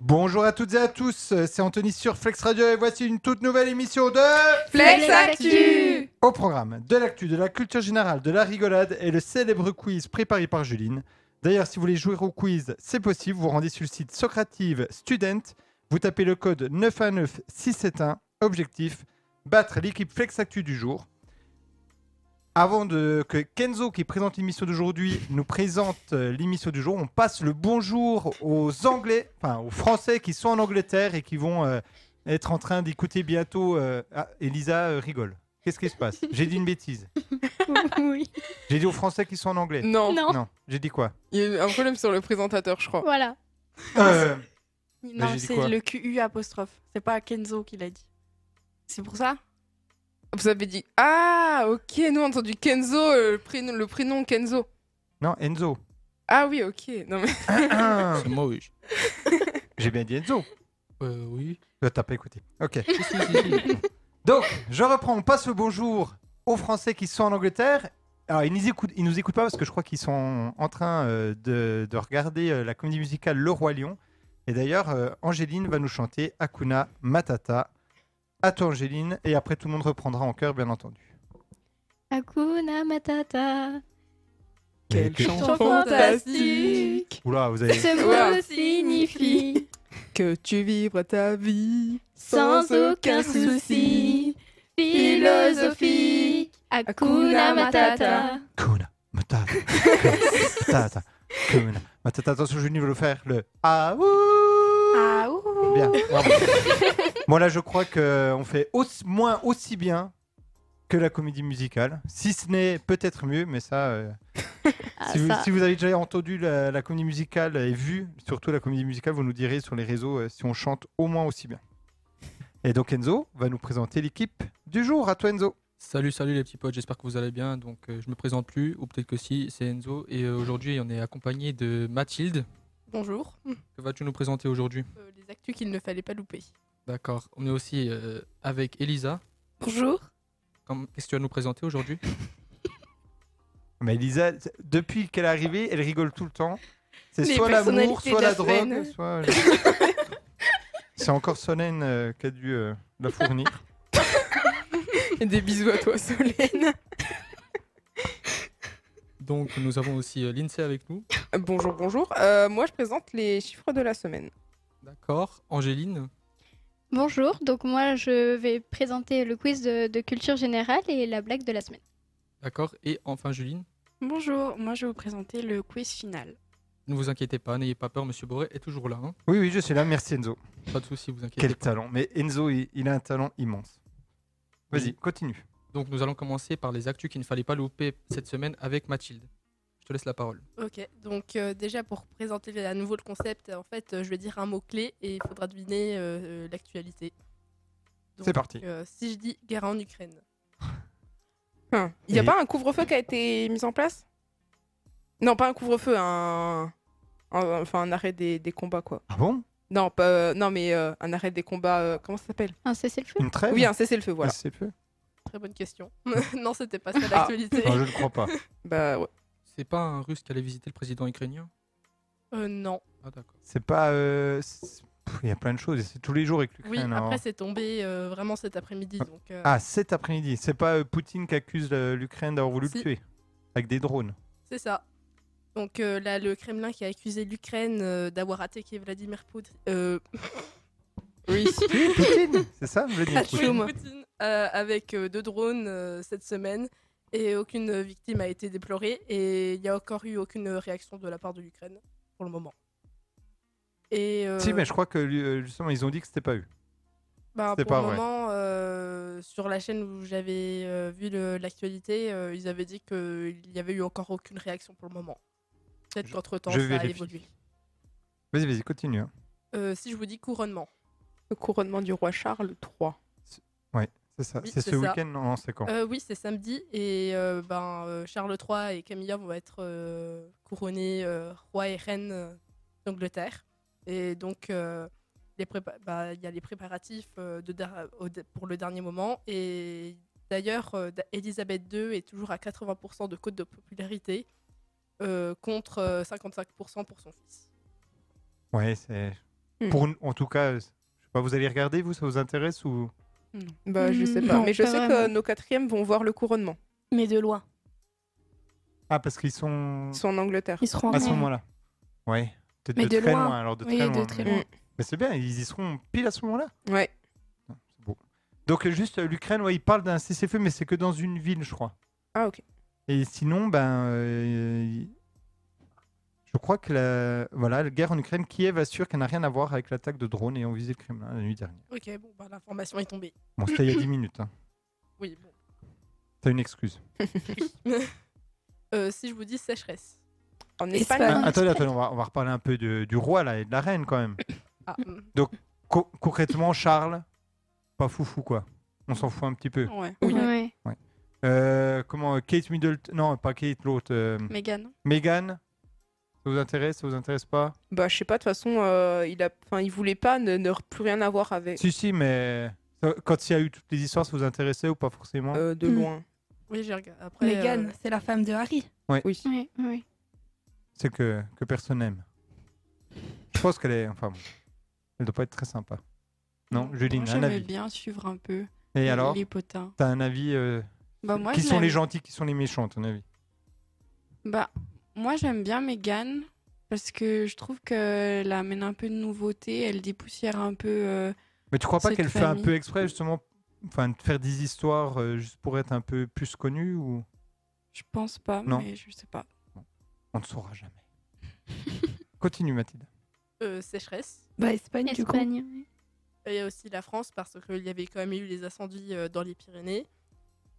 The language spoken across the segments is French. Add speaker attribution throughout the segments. Speaker 1: Bonjour à toutes et à tous, c'est Anthony sur Flex Radio et voici une toute nouvelle émission de
Speaker 2: Flex Actu
Speaker 1: Au programme de l'actu, de la culture générale, de la rigolade et le célèbre quiz préparé par Juline. D'ailleurs, si vous voulez jouer au quiz, c'est possible, vous rendez sur le site Socrative Student, vous tapez le code 919671, objectif, battre l'équipe Flex Actu du jour. Avant de, que Kenzo, qui présente l'émission d'aujourd'hui, nous présente euh, l'émission du jour, on passe le bonjour aux Anglais, enfin aux Français qui sont en Angleterre et qui vont euh, être en train d'écouter bientôt. euh, Ah, Elisa euh, rigole. Qu'est-ce qui se passe J'ai dit une bêtise.
Speaker 2: Oui.
Speaker 1: J'ai dit aux Français qui sont en anglais.
Speaker 3: Non,
Speaker 2: Non,
Speaker 1: Non, j'ai dit quoi
Speaker 3: il y a eu un problème sur le présentateur, je crois.
Speaker 2: voilà.
Speaker 1: Euh, j'ai
Speaker 4: Non,
Speaker 1: dit
Speaker 4: c'est
Speaker 1: quoi
Speaker 4: le QU apostrophe. C'est pas Kenzo qui l'a dit. C'est pour ça
Speaker 3: Vous avez dit Ah, ok, nous on a entendu Kenzo, euh, le, prénom, le prénom Kenzo.
Speaker 1: Non, Enzo.
Speaker 3: Ah oui, ok. Non, mais...
Speaker 5: C'est moi, oui.
Speaker 1: j'ai bien dit Enzo.
Speaker 5: Euh, oui.
Speaker 1: Euh, T'as pas écouté. Ok.
Speaker 5: Si, si, si, si.
Speaker 1: Donc, je reprends, on passe le bonjour aux Français qui sont en Angleterre. Alors, ils nous écoutent, ils nous écoutent pas parce que je crois qu'ils sont en train euh, de, de regarder euh, la comédie musicale Le Roi Lion. Et d'ailleurs, euh, Angéline va nous chanter Hakuna Matata. À toi, Angéline. Et après, tout le monde reprendra en chœur, bien entendu.
Speaker 2: Hakuna Matata.
Speaker 5: Quel
Speaker 1: Que-
Speaker 5: chant
Speaker 2: Ton fantastique.
Speaker 1: Oula, vous avez.
Speaker 2: Ce
Speaker 3: Wow.
Speaker 2: mot signifie
Speaker 3: Que tu vivras ta vie
Speaker 2: sans aucun souci. Philosophique. Hakuna Matata.
Speaker 1: Hakuna Matata. Hakuna Matata. Hakuna Matata. Attention, je vais vous faire le. Ah, ouh
Speaker 4: Ah ouh
Speaker 1: Bien. bravo. bon là, je crois que on fait aussi- moins aussi bien que la comédie musicale, si ce n'est peut-être mieux, mais ça, euh,
Speaker 2: Ah,
Speaker 1: si, vous,
Speaker 2: ça.
Speaker 1: si vous avez déjà entendu la, la comédie musicale et vu surtout la comédie musicale, vous nous direz sur les réseaux euh, si on chante au moins aussi bien. Et donc Enzo va nous présenter l'équipe du jour. À toi Enzo.
Speaker 5: Salut, salut les petits potes, j'espère que vous allez bien. Donc, euh, je me présente plus, ou peut-être que si, c'est Enzo. Et euh, aujourd'hui, on est accompagné de Mathilde.
Speaker 6: Bonjour.
Speaker 5: Que vas-tu nous présenter aujourd'hui
Speaker 6: Euh, les actus qu'il ne fallait pas louper.
Speaker 5: D'accord. On est aussi euh, avec Elisa.
Speaker 4: Bonjour.
Speaker 5: Comme- Qu'est-ce que tu vas nous présenter aujourd'hui
Speaker 1: Mais Elisa, t- depuis qu'elle est arrivée, elle rigole tout le temps. C'est
Speaker 4: Les
Speaker 1: soit l'amour,
Speaker 4: personnalités
Speaker 1: soit
Speaker 4: de la
Speaker 1: la drogue,
Speaker 4: semaine.
Speaker 1: soit. C'est encore Solène euh, qui a dû euh, la fournir.
Speaker 3: Et des bisous à toi, Solène.
Speaker 5: Donc, nous avons aussi euh, Lindsay avec nous.
Speaker 3: bonjour, bonjour. Euh, moi, je présente les chiffres de la semaine.
Speaker 5: D'accord. Angéline.
Speaker 2: Bonjour, donc moi je vais présenter le quiz de, de culture générale et la blague de la semaine.
Speaker 5: D'accord. Et enfin, Juline.
Speaker 4: Bonjour, moi je vais vous présenter le quiz final.
Speaker 5: Ne vous inquiétez pas, n'ayez pas peur, Monsieur Boré est toujours là. hein.
Speaker 1: Oui, oui, je suis là. Merci Enzo.
Speaker 5: Pas de souci, vous inquiétez
Speaker 1: Quel talent. Mais Enzo, il, il a un talent immense. Vas-y,
Speaker 5: Oui.
Speaker 1: continue.
Speaker 5: Donc nous allons commencer par les actus qu'il ne fallait pas louper cette semaine avec Mathilde. Je te laisse la parole.
Speaker 6: Ok, donc euh, déjà pour présenter à nouveau le concept, en fait, euh, je vais dire un mot-clé et il faudra deviner euh, euh, l'actualité. Donc,
Speaker 1: C'est parti.
Speaker 6: euh, si je dis guerre en Ukraine.
Speaker 3: Hein. Il n'y a
Speaker 1: Et-
Speaker 3: pas un couvre-feu qui a été mis en place Non, pas un couvre-feu, un... un- Enfin, un arrêt des, des combats, quoi.
Speaker 1: Ah bon
Speaker 3: Non, pas, euh, non mais euh, un arrêt des combats, euh, comment ça s'appelle
Speaker 2: Un cessez-le-feu
Speaker 1: Une trêve
Speaker 3: Oui, un cessez-le-feu, voilà.
Speaker 1: Ah, c'est peu.
Speaker 6: Très bonne question. non, c'était pas ça
Speaker 4: Ah.
Speaker 6: l'actualité.
Speaker 1: Non, je ne crois pas.
Speaker 3: Bah ouais.
Speaker 5: C'est pas un russe qui allait visiter le président ukrainien
Speaker 6: Euh, non.
Speaker 5: Ah d'accord.
Speaker 1: C'est pas. euh, c'est- Pff, Il y a plein de choses. et C'est tous les jours avec
Speaker 4: Ah,
Speaker 6: Oui,
Speaker 1: l'Ukraine. alors.
Speaker 6: après c'est tombé euh, vraiment cet après-midi, donc euh,
Speaker 1: Ah, cet après-midi. C'est pas euh, Poutine qui accuse euh, l'Ukraine d'avoir voulu le
Speaker 6: Si.
Speaker 1: tuer avec des drones.
Speaker 6: c'est ça. Donc euh, là, le Kremlin qui a accusé l'Ukraine euh, d'avoir attaqué Vladimir Pout- euh,
Speaker 3: Oui.
Speaker 1: Poutine, c'est ça Vladimir
Speaker 6: Oui,
Speaker 1: Poutine.
Speaker 6: Poutine, euh, avec euh, deux drones euh, cette semaine et aucune euh, victime a été déplorée et il n'y a encore eu aucune réaction de la part de l'Ukraine pour le moment. Et euh,
Speaker 1: Si, mais je crois que lui, euh, justement, ils ont dit que c'était pas eu.
Speaker 6: ben,
Speaker 1: c'est
Speaker 6: pour
Speaker 1: pas
Speaker 6: le
Speaker 1: vrai.
Speaker 6: moment, euh, sur la chaîne où j'avais euh, vu le- l'actualité, euh, ils avaient dit qu'il n'y avait eu encore aucune réaction pour le moment. Peut-être
Speaker 1: Je-
Speaker 6: qu'entre temps,
Speaker 1: je
Speaker 6: ça a
Speaker 1: vérifie.
Speaker 6: évolué.
Speaker 1: Vas-y, vas-y, continue. hein.
Speaker 6: Euh, si je vous dis couronnement,
Speaker 3: Le couronnement du roi Charles III.
Speaker 1: C'est ça.
Speaker 6: Oui,
Speaker 1: c'est
Speaker 6: c'est
Speaker 1: ce
Speaker 6: ça.
Speaker 1: week-end Non, non, c'est quand
Speaker 6: Euh, oui, c'est samedi et euh, ben, euh, Charles III et Camilla vont être euh, couronnés euh, roi et reine euh, d'Angleterre. Et donc, euh, les prépa- bah, il y a les préparatifs euh, de der- au de- pour le dernier moment. Et d'ailleurs, euh, da- Elisabeth II est toujours à 80% de cote de popularité euh, contre euh, 55% pour son fils.
Speaker 1: Ouais, c'est.
Speaker 3: Hmm.
Speaker 1: Pour, une- en tout cas, euh, je sais pas, vous allez regarder, vous, ça vous intéresse ou
Speaker 3: Bah, je sais
Speaker 2: Mm,
Speaker 3: pas.
Speaker 2: non,
Speaker 3: mais je
Speaker 2: pas
Speaker 3: sais que
Speaker 2: vraiment.
Speaker 3: nos quatrièmes vont voir le couronnement.
Speaker 7: Mais de loin.
Speaker 1: Ah, parce qu'ils sont
Speaker 3: Ils sont en Angleterre.
Speaker 7: Ils seront
Speaker 1: à ce
Speaker 7: en
Speaker 1: moment-là. Ouais. Peut-être
Speaker 7: Mais
Speaker 1: de,
Speaker 7: de
Speaker 1: très
Speaker 7: loin.
Speaker 1: loin. alors de
Speaker 7: Oui,
Speaker 1: très
Speaker 7: de
Speaker 1: loin.
Speaker 7: très
Speaker 1: mais-
Speaker 7: loin.
Speaker 1: Mais c'est bien, ils y seront pile à ce moment-là.
Speaker 3: Ouais.
Speaker 1: C'est beau. Donc euh, juste euh, l'Ukraine, ouais, il parle d'un cessez-feu, mais c'est que dans une ville, je crois.
Speaker 3: Ah, ok.
Speaker 1: Et sinon, ben, euh, y- je crois que la, voilà, la guerre en Ukraine, Kiev assure qu'elle n'a rien à voir avec l'attaque de drones ayant visé le Kremlin la nuit dernière.
Speaker 6: Ok, bon, bah, l'information est tombée.
Speaker 1: Bon, c'était il y a 10 minutes. Hein.
Speaker 6: Oui, bon.
Speaker 1: T'as une excuse.
Speaker 6: Euh, si je vous dis sécheresse.
Speaker 3: En
Speaker 7: Espagne.
Speaker 3: Espagne. hein.
Speaker 1: Ah, attendez, attendez, on va, on va reparler un peu de- du roi là et de la reine quand même.
Speaker 6: Ah, hum.
Speaker 1: Co- concrètement, Charles, pas foufou quoi. On s'en fout un petit peu.
Speaker 4: Ouais.
Speaker 3: Oui.
Speaker 2: Ouais.
Speaker 1: Euh, comment euh, Kate Middleton Non, pas Kate, l'autre. euh,
Speaker 4: Mégane.
Speaker 1: Meghan Ça vous intéresse Ça vous intéresse pas
Speaker 3: Bah, je sais pas. De toute façon, euh, il a, enfin, il voulait pas ne, ne plus rien avoir avec
Speaker 1: Si, si, mais euh, quand il y a eu toutes les histoires, ça vous intéressait ou pas forcément
Speaker 3: euh, de
Speaker 2: Hmm.
Speaker 7: Mm.
Speaker 3: loin.
Speaker 6: Oui, j'ai regardé. Après,
Speaker 7: Megan,
Speaker 6: euh,
Speaker 7: c'est la femme de Harry.
Speaker 3: Oui.
Speaker 2: Ouais, ouais.
Speaker 1: C'est que, que personne n'aime. Je pense qu'elle est. Enfin, bon, elle doit pas être très sympa. Non, Juline,
Speaker 4: Moi,
Speaker 1: un
Speaker 4: J'aimais
Speaker 1: avis.
Speaker 4: bien suivre un peu
Speaker 1: Et alors
Speaker 4: les potins.
Speaker 1: T'as un avis euh,
Speaker 4: Bah, moi,
Speaker 1: Qui
Speaker 4: je
Speaker 1: sont les
Speaker 4: l'aime-
Speaker 1: gentils, qui sont les méchants, à ton avis
Speaker 4: Bah, moi, j'aime bien Mégane parce que je trouve qu'elle amène un peu de nouveauté, elle dépoussière un peu. euh,
Speaker 1: Mais tu crois pas
Speaker 4: Cette
Speaker 1: qu'elle fait un
Speaker 4: famille.
Speaker 1: peu exprès, justement Enfin, de faire des histoires euh, juste pour être un peu plus connue ou
Speaker 4: je pense pas,
Speaker 1: Non.
Speaker 4: mais je sais pas.
Speaker 1: On ne saura jamais. Continue, Mathilde.
Speaker 6: euh, sécheresse.
Speaker 7: Bah, Espagne, du coup.
Speaker 2: Espagne. ouais.
Speaker 6: Et il y a aussi la France parce qu'il y avait quand même eu les incendies euh, dans les Pyrénées.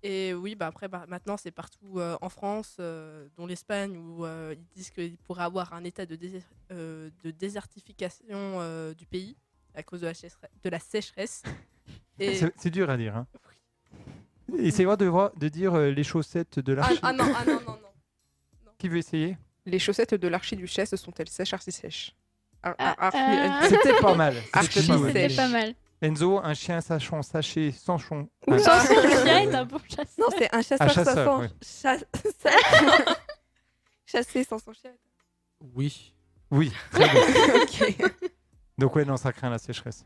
Speaker 6: Et oui, bah après, bah, maintenant, c'est partout euh, en France, euh, dont l'Espagne, où euh, ils disent qu'il pourrait avoir un état de, désert- euh, de désertification euh, du pays à cause de la, chessera- de la sécheresse. Et...
Speaker 1: C'est c'est dur à dire. Hein. Essayez de, voir- de dire euh, les chaussettes de
Speaker 6: Ah,
Speaker 1: l'archi.
Speaker 6: ah non, ah non, non, non.
Speaker 1: Qui veut essayer
Speaker 3: Les chaussettes de l'archiduchesse sont-elles sèches, archi sèches Ar- ar-
Speaker 2: Ah,
Speaker 3: archi- euh,
Speaker 1: C'était pas mal.
Speaker 3: Archi,
Speaker 1: C'était pas mal.
Speaker 3: c'est-
Speaker 2: C'était pas mal.
Speaker 1: Enzo, un chien sachant, sachez, sanchon.
Speaker 7: Oula.
Speaker 2: Sans son chien est un bon chasseur.
Speaker 7: Non, c'est un chasseur,
Speaker 1: Un chasseur,
Speaker 7: sachant-
Speaker 1: oui.
Speaker 7: chasse- Chasser sans son chien.
Speaker 5: Oui.
Speaker 1: Oui, très bien.
Speaker 3: ok.
Speaker 1: Donc ouais, non, ça craint la sécheresse.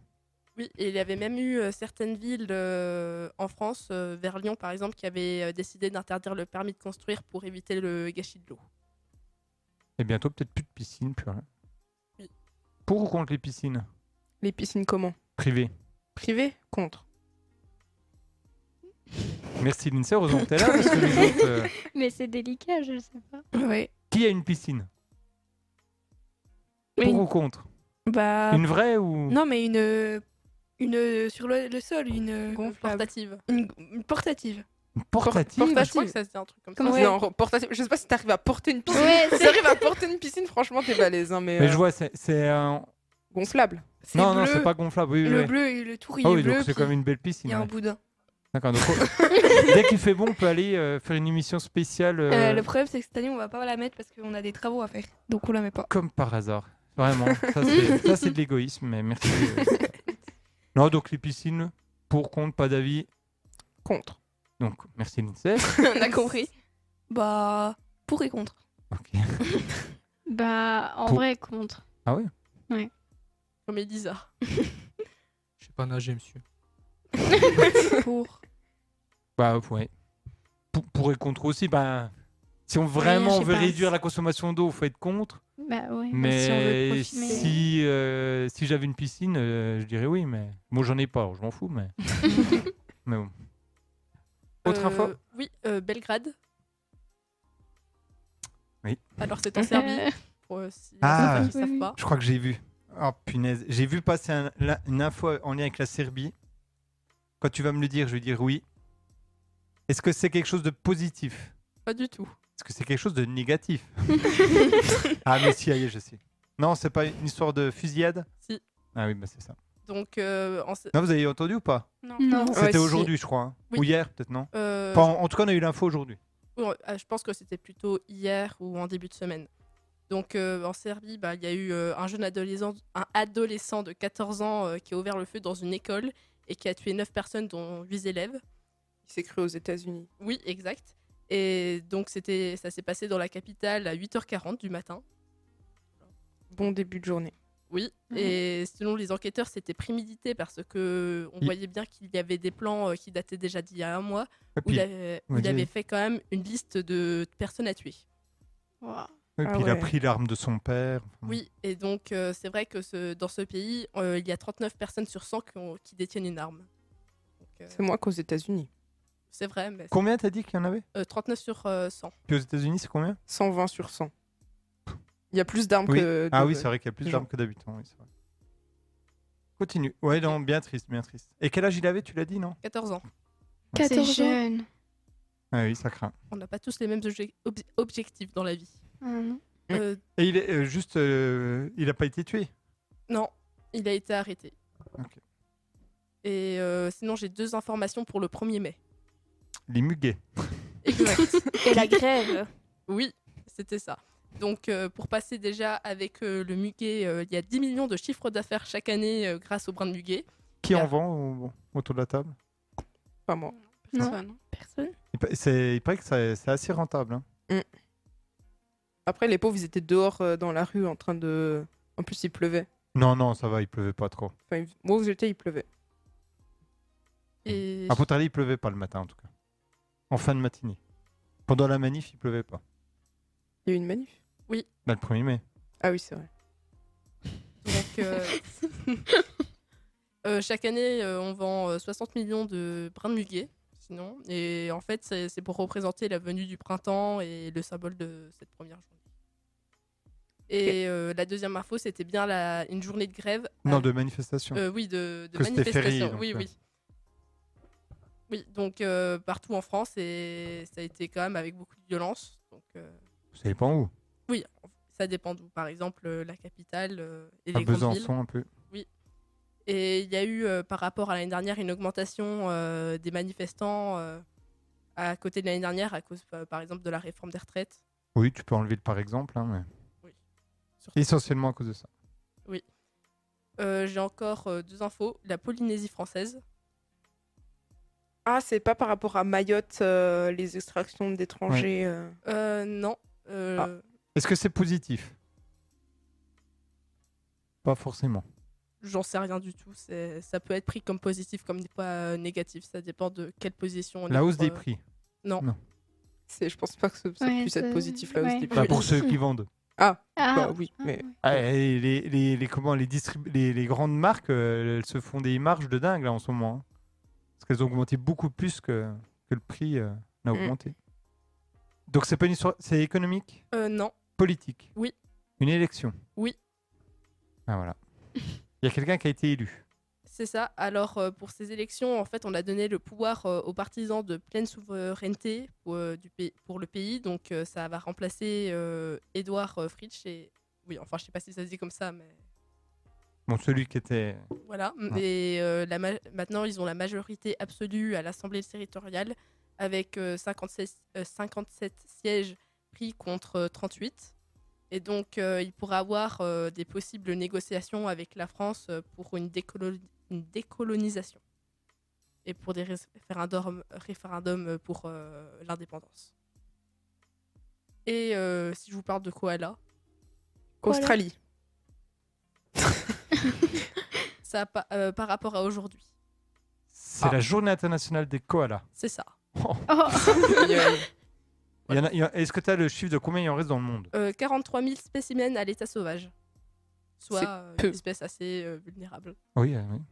Speaker 6: Oui, et il y avait même eu euh, certaines villes euh, en France, euh, vers Lyon par exemple, qui avaient euh, décidé d'interdire le permis de construire pour éviter le gâchis de l'eau.
Speaker 1: Et bientôt, peut-être plus de piscine, plus rien.
Speaker 6: Oui.
Speaker 1: Pour ou contre les piscines
Speaker 3: Les piscines comment
Speaker 1: privées
Speaker 3: Privées Contre.
Speaker 1: Merci Lindsay, heureusement que t'es là, parce que les autres... euh,
Speaker 2: Mais c'est délicat, je sais pas.
Speaker 7: Oui.
Speaker 1: Qui a une piscine
Speaker 7: Oui.
Speaker 1: Pour ou contre
Speaker 7: Bah.
Speaker 1: Une vraie ou...
Speaker 7: Non, mais une. Une. Sur le, le sol, une.
Speaker 4: Gonflable.
Speaker 6: Portative.
Speaker 7: Une, une portative.
Speaker 1: Une portative
Speaker 3: porta-
Speaker 6: Je Bah, crois que ça se dit un truc comme ça.
Speaker 7: Ouais.
Speaker 3: Non, portative- Je sais pas si t'arrives à porter une piscine.
Speaker 2: Ouais,
Speaker 3: Si t'arrives à porter une piscine, franchement, t'es balèze. hein, mais
Speaker 1: Mais
Speaker 3: euh,
Speaker 1: je vois, c'est... c'est un-
Speaker 3: gonflable.
Speaker 7: C'est
Speaker 1: Non, non,
Speaker 7: bleu.
Speaker 1: c'est pas gonflable. Oui, oui,
Speaker 7: Le
Speaker 1: oui.
Speaker 7: bleu, et le tour, il
Speaker 1: Ah
Speaker 7: est
Speaker 1: oui,
Speaker 7: bleu.
Speaker 1: donc c'est
Speaker 7: puis
Speaker 1: comme une belle piscine.
Speaker 7: Il y a un
Speaker 1: ouais.
Speaker 7: boudin.
Speaker 1: D'accord, donc on- dès qu'il fait bon, on peut aller euh, faire une émission spéciale... euh,
Speaker 7: Euh, le problème, c'est que cette année, on va pas la mettre parce qu'on a des travaux à faire. Donc on la met pas.
Speaker 1: comme par hasard. Vraiment, ça c'est- ça, c'est de l'égoïsme, mais merci. euh, non, donc les piscines, pour compte, pas d'avis.
Speaker 3: Contre.
Speaker 1: Donc, merci Lindsay.
Speaker 7: On a compris. Bah. Pour et contre.
Speaker 1: Ok.
Speaker 2: Bah, en
Speaker 1: Pour-
Speaker 2: vrai, contre.
Speaker 6: Comme Elisa.
Speaker 5: Je sais pas nager, monsieur.
Speaker 7: pour.
Speaker 1: Bah, ouais. Pour, pour et contre aussi, bah, si on vraiment
Speaker 2: je sais
Speaker 1: veut
Speaker 2: pas.
Speaker 1: réduire la consommation d'eau, faut être contre.
Speaker 2: Bah, ouais.
Speaker 1: Mais
Speaker 2: si on veut profiter.
Speaker 1: si, euh, si j'avais une piscine, euh, je dirais oui, mais moi j'en ai pas, alors je m'en fous, mais. mais bon. Autre
Speaker 6: Euh,
Speaker 1: info
Speaker 6: Oui, euh, Belgrade.
Speaker 1: Oui.
Speaker 6: Alors c'est en Serbie, pour euh, si-
Speaker 1: Ah.
Speaker 6: pour ceux qui ne
Speaker 2: Oui,
Speaker 6: savent
Speaker 2: oui.
Speaker 6: pas.
Speaker 1: Je crois que j'ai vu. Oh punaise, j'ai vu passer un- la- une info en lien avec la Serbie. Quand tu vas me le dire, je vais dire oui. Est-ce que c'est quelque chose de positif
Speaker 6: Pas du tout.
Speaker 1: Est-ce que c'est quelque chose de négatif Ah mais si, aïe, je sais. Non, c'est pas une histoire de fusillade
Speaker 6: Si.
Speaker 1: Ah oui, bah c'est ça.
Speaker 6: Donc euh, en Se-
Speaker 1: Non, vous avez entendu ou pas
Speaker 2: Non.
Speaker 3: Ouais,
Speaker 1: C'était
Speaker 3: si.
Speaker 1: aujourd'hui, je crois. hein.
Speaker 6: Oui.
Speaker 1: Ou hier, peut-être, non
Speaker 6: euh,
Speaker 1: Enfin, en, en tout cas, on a eu l'info aujourd'hui.
Speaker 6: oui, on- ah, je pense que c'était plutôt hier ou en début de semaine. Donc euh, en Serbie, bah, il y a eu euh, un jeune adolescent, un adolescent de 14 ans euh, qui a ouvert le feu dans une école et qui a tué 9 personnes, dont 8 élèves.
Speaker 3: Il s'est cru aux États-Unis.
Speaker 6: Oui, exact. Et donc c'était, ça s'est passé dans la capitale à 8h40 du matin.
Speaker 3: Bon début de journée.
Speaker 6: Oui, et selon les enquêteurs, c'était prémédité parce que on
Speaker 1: Il-
Speaker 6: voyait bien qu'il y avait des plans euh, qui dataient déjà d'il y a un mois
Speaker 1: Et
Speaker 6: où
Speaker 1: puis,
Speaker 6: il avait,
Speaker 1: on
Speaker 6: où il
Speaker 1: dit-
Speaker 6: avait fait quand même une liste de personnes à tuer.
Speaker 2: Ouah.
Speaker 1: et
Speaker 3: Ah
Speaker 1: puis il a
Speaker 3: ouais.
Speaker 1: pris l'arme de son père.
Speaker 6: Oui, et donc euh, c'est vrai que ce- dans ce pays, euh, il y a 39 personnes sur 100 qui, ont- qui détiennent une arme. Donc, euh,
Speaker 3: C'est moins qu'aux États-Unis.
Speaker 6: c'est vrai, mais c'est-
Speaker 1: Combien t'as dit qu'il y en avait
Speaker 6: euh, 39 sur euh, 100.
Speaker 1: Puis aux États-Unis, c'est combien
Speaker 3: 120 sur 100. Il y a plus d'armes
Speaker 1: Oui.
Speaker 3: que.
Speaker 1: Ah
Speaker 3: de-
Speaker 1: oui, c'est vrai qu'il y a plus
Speaker 3: Jean.
Speaker 1: d'armes que d'habitants. oui, c'est vrai. Continue. Ouais, non, bien triste, bien triste. Et quel âge il avait, tu l'as dit, non
Speaker 6: 14 ans.
Speaker 2: C'est
Speaker 7: 14 ans.
Speaker 2: jeune.
Speaker 1: Ah oui, ça craint.
Speaker 6: On n'a pas tous les mêmes obje- ob- objectifs dans la vie.
Speaker 2: Ah, non.
Speaker 3: Mm.
Speaker 6: Euh,
Speaker 1: Et il est euh, juste. euh, il n'a pas été tué.
Speaker 6: Non, il a été arrêté.
Speaker 1: Ok.
Speaker 6: Et euh, sinon, j'ai deux informations pour le 1er mai.
Speaker 1: Les muguets.
Speaker 8: Et la grève.
Speaker 6: Oui, c'était ça. Donc, euh, pour passer déjà avec euh, le muguet, euh, il y a 10 millions de chiffres d'affaires chaque année euh, grâce au brin de muguet.
Speaker 1: Qui en
Speaker 6: Bien.
Speaker 1: vend au- autour de la table
Speaker 3: Pas moi.
Speaker 2: Non.
Speaker 4: Personne.
Speaker 8: Personne.
Speaker 1: il, pa- c'est- il paraît que ça- c'est assez rentable. hein.
Speaker 3: Après, les pauvres, ils étaient dehors euh, dans la rue en train de. En plus, il pleuvait.
Speaker 1: Non, non, ça va, il pleuvait pas trop.
Speaker 3: Enfin, il- moi où j'étais, il pleuvait.
Speaker 6: Et
Speaker 1: À Pontarlier, il pleuvait pas le matin, en tout cas. En fin de matinée. Pendant la manif, il pleuvait pas.
Speaker 3: Il y a eu une manif.
Speaker 1: Bah, le 1er mai.
Speaker 3: Ah oui, c'est vrai.
Speaker 6: donc, euh, euh, chaque année, euh, on vend euh, 60 millions de brins de muguet. Sinon, et en fait, c'est c'est pour représenter la venue du printemps et le symbole de cette première journée. Et euh, la deuxième info, c'était bien la- une journée de grève.
Speaker 1: Non, de manifestation.
Speaker 6: Euh, oui, de, de
Speaker 1: Que c'était férié,
Speaker 6: manifestations.
Speaker 1: donc,
Speaker 6: oui,
Speaker 1: ouais.
Speaker 6: oui. Oui, donc euh, partout en France, et ça a été quand même avec beaucoup de violence. Donc, euh,
Speaker 1: Ça dépend où.
Speaker 6: oui, ça dépend d'où. Par exemple, euh, la capitale euh, et
Speaker 1: À
Speaker 6: les grandes villes.
Speaker 1: Besançon, un peu.
Speaker 6: Et il y a eu, euh, par rapport à l'année dernière, une augmentation euh, des manifestants euh, à côté de l'année dernière, à cause, euh, par exemple, de la réforme des retraites.
Speaker 1: Oui, tu peux enlever le par exemple, hein, mais
Speaker 6: Surtout-
Speaker 1: essentiellement à cause de ça.
Speaker 6: Euh, J'ai encore euh, deux infos. La Polynésie française.
Speaker 3: Ah, c'est pas par rapport à Mayotte, euh, les extractions d'étrangers. euh.
Speaker 6: Euh, non. euh,
Speaker 3: Ah.
Speaker 1: Est-ce que c'est positif Pas forcément.
Speaker 6: J'en sais rien du tout. C'est- Ça peut être pris comme positif, comme pas euh, négatif. Ça dépend de quelle position on est.
Speaker 1: La hausse
Speaker 6: pour,
Speaker 1: des
Speaker 6: euh,
Speaker 1: prix.
Speaker 3: C'est, je pense pas que ça, ça
Speaker 2: Ouais,
Speaker 3: puisse être
Speaker 2: ça-
Speaker 3: positif là aussi.
Speaker 2: ouais.
Speaker 1: Bah, pour ceux qui vendent.
Speaker 2: Ah,
Speaker 3: Bah oui, mais
Speaker 1: Ah, et les, les- les- comment, les, distrib- les- les grandes marques, euh, elles se font des marges de dingue là, en ce moment. hein. Parce qu'elles ont augmenté beaucoup plus que, que le prix euh, n'a
Speaker 3: Mm.
Speaker 1: augmenté. Donc c'est pas une histoire, c'est économique,
Speaker 6: Euh, non.
Speaker 1: politique.
Speaker 6: Oui.
Speaker 1: Une élection.
Speaker 6: Oui.
Speaker 1: Ah voilà. Il y a quelqu'un qui a été élu.
Speaker 6: C'est ça. Alors, euh, pour ces élections, en fait, on a donné le pouvoir euh, aux partisans de pleine souveraineté pour, euh, du pays, pour le pays. Donc, euh, ça va remplacer euh, Edouard euh, Fritsch. Et... Oui, enfin, je sais pas si ça se dit comme ça, mais
Speaker 1: Bon, celui qui était.
Speaker 6: voilà.
Speaker 1: Ouais.
Speaker 6: Et euh, la ma- maintenant, ils ont la majorité absolue à l'Assemblée territoriale avec euh, 56 euh, 57 sièges pris contre euh, 38. Et donc, euh, il pourra avoir euh, des possibles négociations avec la France euh, pour une, décolo- une décolonisation et pour des rés- référendums, référendums pour euh, l'indépendance. Et euh, si je vous parle de koala,
Speaker 3: Australie.
Speaker 6: ça a pas- euh, par rapport à aujourd'hui,
Speaker 1: C'est
Speaker 3: Ah.
Speaker 1: la journée internationale des koalas.
Speaker 6: c'est ça.
Speaker 2: Oh,
Speaker 3: euh,
Speaker 1: Il y en a- il y en a- Est-ce que tu as le chiffre de combien il en reste dans le monde
Speaker 6: euh, 43 000 spécimens à l'état sauvage. Soit
Speaker 3: C'est
Speaker 6: euh,
Speaker 3: peu.
Speaker 6: une espèce assez euh, vulnérable.
Speaker 1: Oui, euh, oui. De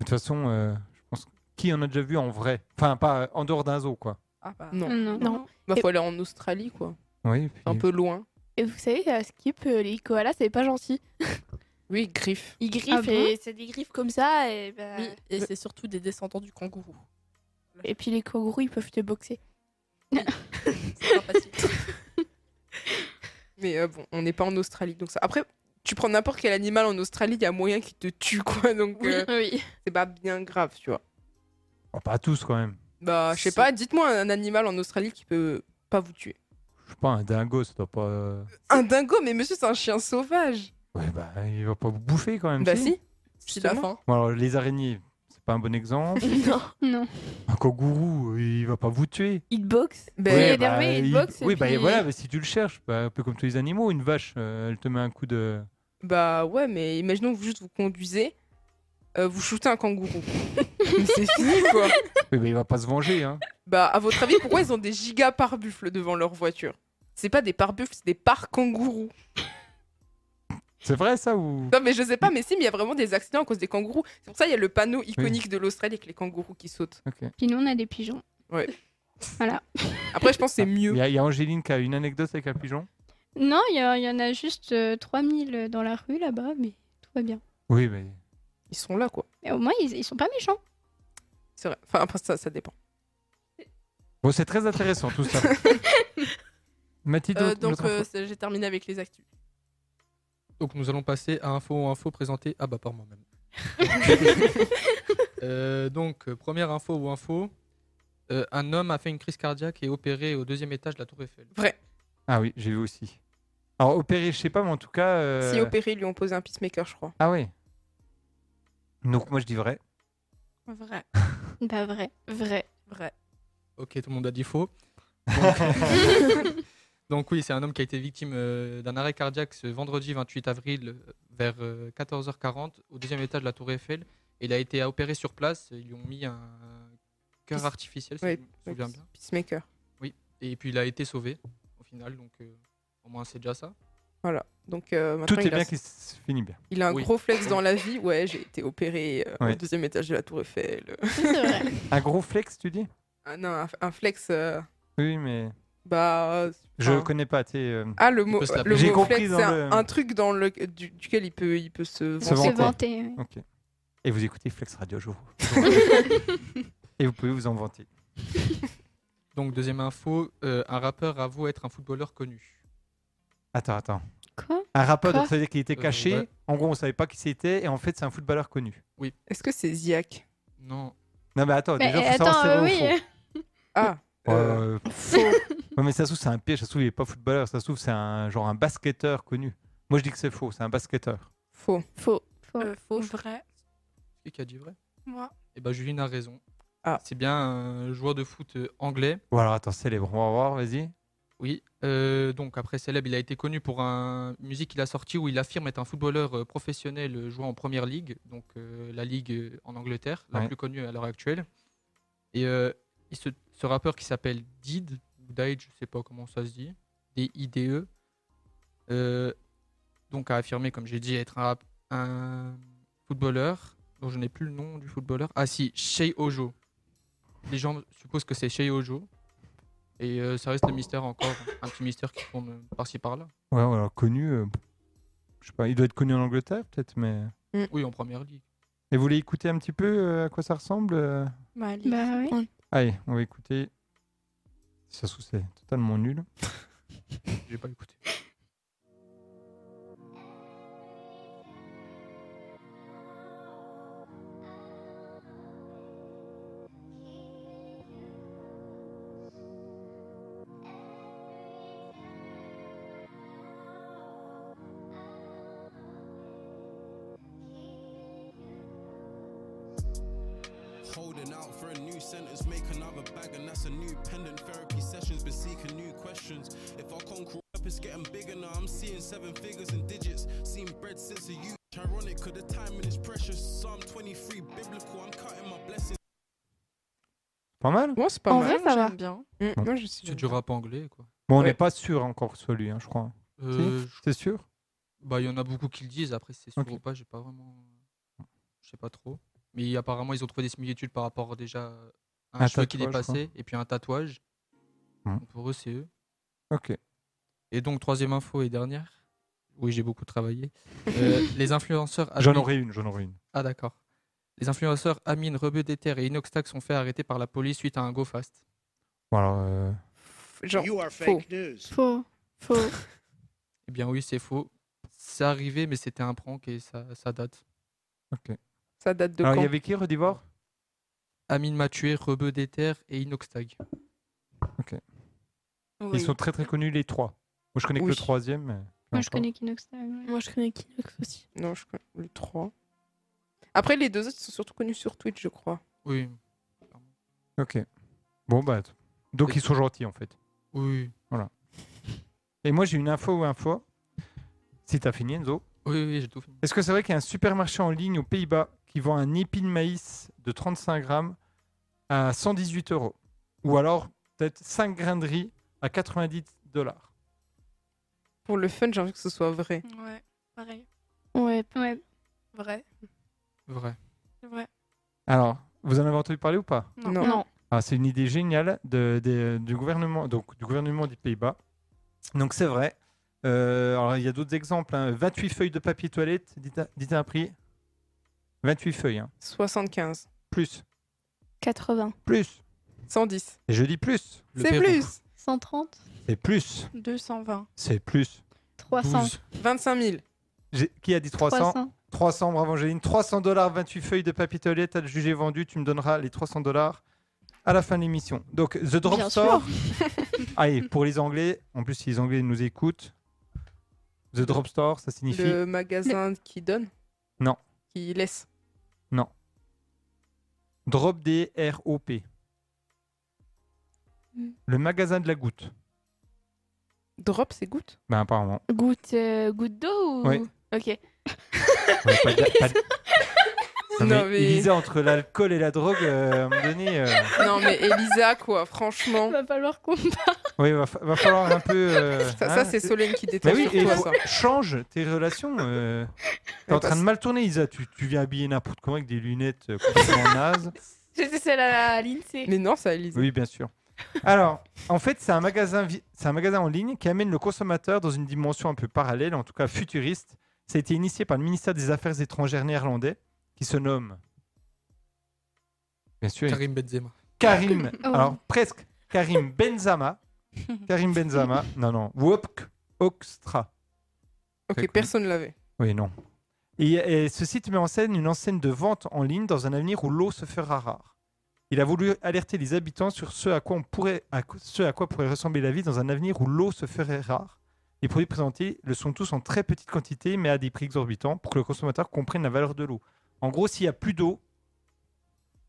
Speaker 1: toute façon, euh, je pense que- qui en a déjà vu en vrai Enfin, pas euh, en dehors d'un zoo, quoi.
Speaker 6: Ah, bah,
Speaker 3: Non.
Speaker 2: non.
Speaker 8: Non.
Speaker 3: Bah, faut aller en Australie, quoi.
Speaker 1: Oui, puis-
Speaker 3: C'est Un peu loin.
Speaker 8: Et vous savez, à Skip, euh, les koalas, c'est pas gentil.
Speaker 3: Oui, griffe.
Speaker 8: Ils griffent
Speaker 2: Ah bon
Speaker 8: et c'est des griffes comme ça. Et, bah-
Speaker 6: Oui, et
Speaker 3: Euh.
Speaker 6: c'est surtout des descendants du kangourou.
Speaker 8: et puis les kangourous, ils peuvent te boxer.
Speaker 6: C'est sympathique.
Speaker 3: Mais euh, bon, on n'est pas en Australie, donc ça. Après, tu prends n'importe quel animal en Australie, il y a moyen qu'il te tue, quoi. Donc euh,
Speaker 8: oui.
Speaker 3: c'est pas bien grave, tu vois.
Speaker 1: Oh, pas tous, quand même.
Speaker 3: Bah, je sais
Speaker 6: C'est-
Speaker 3: pas. Dites-moi un animal en Australie qui peut pas vous tuer.
Speaker 1: Je sais pas, un dingo, ça doit pas. euh,
Speaker 3: Un dingo, mais monsieur, c'est un chien sauvage.
Speaker 1: Ouais, bah, il va pas vous bouffer quand même.
Speaker 3: Bah si.
Speaker 6: C'est la
Speaker 3: Justement.
Speaker 6: fin.
Speaker 1: Bon, alors, les araignées, c'est pas un bon exemple.
Speaker 8: non.
Speaker 2: oh, Non.
Speaker 1: un kangourou, il va pas vous tuer.
Speaker 8: Ils te boxent.
Speaker 3: Bah,
Speaker 8: Il est
Speaker 1: Ouais,
Speaker 8: énervé, il te boxe,
Speaker 1: Oui,
Speaker 8: et
Speaker 1: bah
Speaker 8: puis-
Speaker 1: voilà, mais si tu le cherches, bah, un peu comme tous les animaux, une vache, euh, elle te met un coup de.
Speaker 3: Bah ouais, mais imaginons que vous juste vous conduisez, euh, vous shootez un kangourou. Mais c'est fini quoi.
Speaker 1: Oui, mais il va pas se venger. Hein.
Speaker 3: Bah à votre avis, pourquoi ils ont des gigas buffles devant leur voiture C'est pas des buffles c'est des par kangourous.
Speaker 1: C'est vrai ça ou
Speaker 3: Non mais je sais pas, mais si, mais il y a vraiment des accidents à cause des kangourous. C'est pour ça il y a le panneau iconique de l'Australie avec les kangourous qui sautent.
Speaker 1: Ok.
Speaker 2: Puis nous, on a des pigeons.
Speaker 3: Ouais.
Speaker 2: Voilà.
Speaker 3: Après je pense que c'est
Speaker 1: Il
Speaker 3: mieux.
Speaker 1: y, a- il y a Angéline qui a une anecdote avec un pigeon.
Speaker 2: Non, il y, a- il y en a juste 3000 dans la rue là-bas, mais tout va bien.
Speaker 1: Oui, mais
Speaker 3: Ils sont là quoi.
Speaker 2: Et au moins, ils, ils sont pas méchants.
Speaker 3: C'est vrai. Enfin après ça, ça dépend.
Speaker 1: bon, c'est très intéressant tout ça. Mathilde,
Speaker 6: Euh,
Speaker 1: autre-
Speaker 6: donc
Speaker 1: autre
Speaker 6: euh,
Speaker 1: info
Speaker 6: c'est- j'ai terminé avec les actus.
Speaker 5: Donc nous allons passer à info info présentée ah bah par moi-même. Euh, donc euh, première info ou info, euh, un homme a fait une crise cardiaque et est opéré au deuxième étage de la Tour Eiffel.
Speaker 3: Vrai.
Speaker 1: Ah oui, j'ai vu aussi. Alors opéré, je sais pas, mais en tout cas. euh,
Speaker 3: Si opéré, ils lui ont posé un pacemaker, je crois.
Speaker 1: Ah oui. Donc moi je dis vrai.
Speaker 4: Vrai.
Speaker 2: Bah, vrai.
Speaker 8: Vrai.
Speaker 6: Vrai.
Speaker 5: Ok, tout le monde a dit faux. Donc, Donc oui, c'est un homme qui a été victime euh, d'un arrêt cardiaque ce vendredi 28 avril euh, vers euh, 14h40 au deuxième étage de la Tour Eiffel. Il a été opéré sur place. Ils lui ont mis un cœur
Speaker 3: Pis-
Speaker 5: artificiel, si
Speaker 3: Ouais,
Speaker 5: je me souviens bien.
Speaker 3: Pacemaker.
Speaker 5: Et puis il a été sauvé au final. Donc euh, au moins c'est déjà ça.
Speaker 3: Voilà. Donc euh,
Speaker 1: Tout
Speaker 3: maintenant,
Speaker 1: est
Speaker 3: il, a...
Speaker 1: bien qui se finit bien.
Speaker 3: il a un
Speaker 5: Oui.
Speaker 3: gros flex dans la vie. Ouais, j'ai été opéré euh,
Speaker 1: Ouais.
Speaker 3: au deuxième étage de la Tour Eiffel.
Speaker 8: C'est vrai.
Speaker 1: Un gros flex, tu dis
Speaker 3: Ah non, un, un flex. euh,
Speaker 1: Oui, mais
Speaker 3: bah. euh,
Speaker 1: je
Speaker 3: enfin-
Speaker 1: connais pas. t'es, euh,
Speaker 3: Ah, le
Speaker 5: Il
Speaker 3: mot,
Speaker 5: peut se
Speaker 3: euh,
Speaker 5: la-
Speaker 3: le
Speaker 1: J'ai
Speaker 3: mot
Speaker 1: compris
Speaker 3: flex,
Speaker 1: dans
Speaker 3: c'est un,
Speaker 1: le-
Speaker 3: un truc dans le, du- duquel il peut, il peut se.
Speaker 1: Se
Speaker 3: vanter.
Speaker 1: vanter.
Speaker 2: Se
Speaker 1: Vanté.
Speaker 2: vanter. ouais.
Speaker 1: Ok. Et vous écoutez Flex Radio, je vous. Et vous pouvez vous en vanter.
Speaker 5: Donc deuxième info, euh, un rappeur avoue être un footballeur connu.
Speaker 1: Attends, attends.
Speaker 2: Quoi
Speaker 1: Un rappeur,
Speaker 2: Quoi
Speaker 1: donc ça veut dire qu'il était
Speaker 5: Euh,
Speaker 1: caché.
Speaker 5: ouais.
Speaker 1: En gros, on savait pas qui c'était. Et en fait, c'est un footballeur connu.
Speaker 3: Est-ce que c'est Ziak
Speaker 5: Non.
Speaker 1: Non, mais attends,
Speaker 2: Mais
Speaker 1: déjà, faut
Speaker 2: euh,
Speaker 1: savoir si
Speaker 2: attends,
Speaker 1: c'est
Speaker 2: euh,
Speaker 1: vrai ou
Speaker 2: oui.
Speaker 1: faux.
Speaker 3: Ah euh,
Speaker 1: Euh, ouais, mais ça se trouve, c'est un piège. Ça se trouve, il est pas footballeur. Ça se trouve, c'est un genre un basketteur connu. Moi, je dis que c'est faux. C'est un basketteur.
Speaker 3: Faux.
Speaker 8: Faux.
Speaker 6: Euh, faux.
Speaker 4: Vrai.
Speaker 5: Qui qui a dit vrai
Speaker 4: Moi.
Speaker 5: Eh ben Juline a raison.
Speaker 3: Ah.
Speaker 5: C'est bien un joueur de foot euh, anglais.
Speaker 1: Ou alors, attends, célèbre. On va voir, vas-y.
Speaker 5: Oui, euh, donc après célèbre, il a été connu pour un musique qu'il a sortie où il affirme être un footballeur euh, professionnel euh, jouant en première ligue, donc euh, la ligue euh, en Angleterre, la
Speaker 1: Ouais.
Speaker 5: plus connue à l'heure actuelle. Et euh, il se- ce rappeur qui s'appelle Did, ou Dide, je sais pas comment ça se dit, D-I-D-E, E, euh, donc a affirmé, comme j'ai dit, être un, rap- un footballeur, dont je n'ai plus le nom du footballeur. Ah si, Shei Ojo. Les gens supposent que c'est Shei Ojo. Et euh, ça reste le mystère encore, un petit mystère qui tourne euh, par-ci par-là.
Speaker 1: Ouais, ou alors connu. euh, je sais pas. Il doit être connu en Angleterre, peut-être, mais.
Speaker 5: Oui, en première ligue.
Speaker 1: Et vous voulez écouter un petit peu euh, à quoi ça ressemble euh
Speaker 4: Bah, allez.
Speaker 2: Bah oui.
Speaker 1: Allez, on va écouter. Ça se trouve, c'est totalement nul.
Speaker 5: J'ai pas écouté.
Speaker 9: Holding out for a new sentence, make another bag, and that's a new pendant. Therapy sessions, been seeking new questions. If I conquer up, it's getting bigger now. I'm seeing seven figures and digits. Seen bread since a youth. Ironic, 'cause the timing is precious. Psalm 23, biblical. I'm cutting my blessings.
Speaker 1: Pas mal
Speaker 3: Bon, c'est pas
Speaker 8: En
Speaker 3: mal.
Speaker 8: vrai, ça va.
Speaker 4: J'aime bien.
Speaker 3: Mm, Moi, je suis.
Speaker 5: C'est du rap anglais, quoi.
Speaker 1: Bon, on n'est
Speaker 3: Ouais.
Speaker 1: pas sûr encore que ce soit lui, hein, je crois.
Speaker 5: Euh, je-
Speaker 1: C'est sûr
Speaker 5: bah, il y en a beaucoup qui le disent. Après, si c'est sûr
Speaker 1: Ok.
Speaker 5: ou pas, j'ai pas vraiment. Je sais pas trop. Mais apparemment, ils ont trouvé des similitudes par rapport déjà à un,
Speaker 1: Un
Speaker 5: cheveu qui
Speaker 1: tatouage,
Speaker 5: dépassait et puis un tatouage.
Speaker 1: Hmm.
Speaker 5: Donc, Pour eux, c'est eux.
Speaker 1: Ok.
Speaker 5: Et donc, troisième info et dernière. Oui, j'ai beaucoup travaillé. Euh, les influenceurs.
Speaker 3: Ah,
Speaker 1: J'en
Speaker 5: admis-
Speaker 1: aurais une, j'en aurais une.
Speaker 5: Ah, d'accord. Les influenceurs Amine, Rebeu Déter et Inoxtag sont fait arrêter par la police suite à un go fast.
Speaker 1: Bon, alors, euh,
Speaker 3: Genre,
Speaker 10: you are
Speaker 3: faux.
Speaker 10: fake news.
Speaker 2: Faux. Faux.
Speaker 5: Eh bien, oui, c'est faux. C'est arrivé, mais c'était un prank et ça, ça date.
Speaker 3: ça date de
Speaker 1: alors, il
Speaker 3: quand
Speaker 1: y avait qui, Redivore
Speaker 5: Amine m'a tué, Rebeu Déter et Inoxtag.
Speaker 4: Oui.
Speaker 1: Ils sont très très connus, les trois. Moi, je connais que
Speaker 3: Oui.
Speaker 1: le troisième. mais-
Speaker 2: Moi, je
Speaker 1: encore.
Speaker 2: connais Kinoxtag. ouais.
Speaker 8: Moi, je connais Kinox aussi.
Speaker 3: Non, je connais le 3. Après, les deux autres sont surtout connus sur Twitch, je crois.
Speaker 5: Oui,
Speaker 1: Ok. Bon, bah. t- Donc,
Speaker 5: Oui.
Speaker 1: ils sont gentils, en fait.
Speaker 5: oui.
Speaker 1: Et moi, j'ai une info ou info. Si t'as fini, Enzo.
Speaker 5: Oui, oui, oui, j'ai tout fait.
Speaker 1: Est-ce que c'est vrai qu'il y a un supermarché en ligne aux Pays-Bas qui vend un épi de maïs de 35 grammes à 118 euros Ou alors peut-être 5 grains de riz à 90 dollars
Speaker 3: Pour le fun, j'ai envie que ce soit vrai.
Speaker 7: Ouais, pareil.
Speaker 8: Ouais.
Speaker 2: Ouais.
Speaker 7: Vrai.
Speaker 5: Vrai.
Speaker 7: Vrai.
Speaker 1: Alors, vous en avez entendu parler ou pas
Speaker 7: Non.
Speaker 3: Non.
Speaker 8: Non.
Speaker 1: Ah, c'est une idée géniale de, des- du gouvernement, donc du gouvernement des Pays-Bas. Donc c'est vrai. Euh, alors il y a d'autres exemples. hein. 28 feuilles de papier toilette, dites, un- dites un prix. 28 feuilles, hein.
Speaker 3: 75.
Speaker 1: plus,
Speaker 8: 80.
Speaker 1: plus.
Speaker 3: 110.
Speaker 1: Et je dis plus,
Speaker 5: Le
Speaker 3: C'est
Speaker 5: Pérou.
Speaker 3: plus
Speaker 2: 130,
Speaker 1: c'est plus,
Speaker 4: 220.
Speaker 1: c'est plus.
Speaker 2: 300,
Speaker 5: 12.
Speaker 3: 25 000.
Speaker 1: J'ai- Qui a dit 300
Speaker 2: 300.
Speaker 1: 300, bravo Angéline. 300 dollars, 28 feuilles de papier toilette à le juger vendu. Tu me donneras les 300 dollars à la fin de l'émission. Donc, The Drop
Speaker 2: Bien
Speaker 1: Store. Allez, pour les Anglais, en plus, si les Anglais nous écoutent, The Drop Store, ça signifie.
Speaker 3: Le magasin qui donne
Speaker 1: Non.
Speaker 3: Qui laisse
Speaker 1: Drop D-R-O-P.
Speaker 3: Hmm.
Speaker 8: Mm.
Speaker 1: Le magasin de la goutte.
Speaker 3: Drop, c'est goutte
Speaker 1: Ben, apparemment.
Speaker 8: Goutte, euh, goutte d'eau ou...
Speaker 1: Oui.
Speaker 8: Ok.
Speaker 1: Ouais, pas de- pas de- Non, mais
Speaker 3: Non, mais-
Speaker 1: Elisa, entre l'alcool et la drogue, euh, à un moment donné. euh,
Speaker 3: Non, mais Elisa, quoi, franchement.
Speaker 2: Il va falloir qu'on
Speaker 1: Oui, va, fa- va falloir un peu. euh,
Speaker 3: Ça,
Speaker 1: hein,
Speaker 3: ça, c'est Solène qui
Speaker 1: Mais
Speaker 3: déteste
Speaker 1: oui, et
Speaker 3: surtout ça.
Speaker 1: change tes relations. euh. T'es en train de mal tourner, Isa. Tu, tu viens habillée n'importe comment avec des lunettes euh, complètement nazes.
Speaker 8: J'étais celle à l'INSEE.
Speaker 3: Mais non, ça, Elisa.
Speaker 1: Oui, bien sûr. Alors, en fait, c'est un, magasin vi- c'est un magasin en ligne qui amène le consommateur dans une dimension un peu parallèle, en tout cas futuriste. Ça a été initié par le ministère des Affaires étrangères néerlandais, qui se nomme. Bien sûr,
Speaker 5: Karim Benzema.
Speaker 1: Karim.
Speaker 2: Oh.
Speaker 1: Alors, presque. Karim Benzama. Karim Benzama. Non, non. Wopk Oxtra.
Speaker 3: Ok, personne l'avait.
Speaker 1: Oui, non. Et, et ce site met en scène une enseigne de vente en ligne dans un avenir où l'eau se fera rare. Il a voulu alerter les habitants sur ce à quoi, on pourrait, à co- ce à quoi pourrait ressembler la vie dans un avenir où l'eau se ferait rare. Les produits présentés le sont tous en très petite quantité, mais à des prix exorbitants, pour que le consommateur comprenne la valeur de l'eau. En gros, s'il n'y a plus d'eau,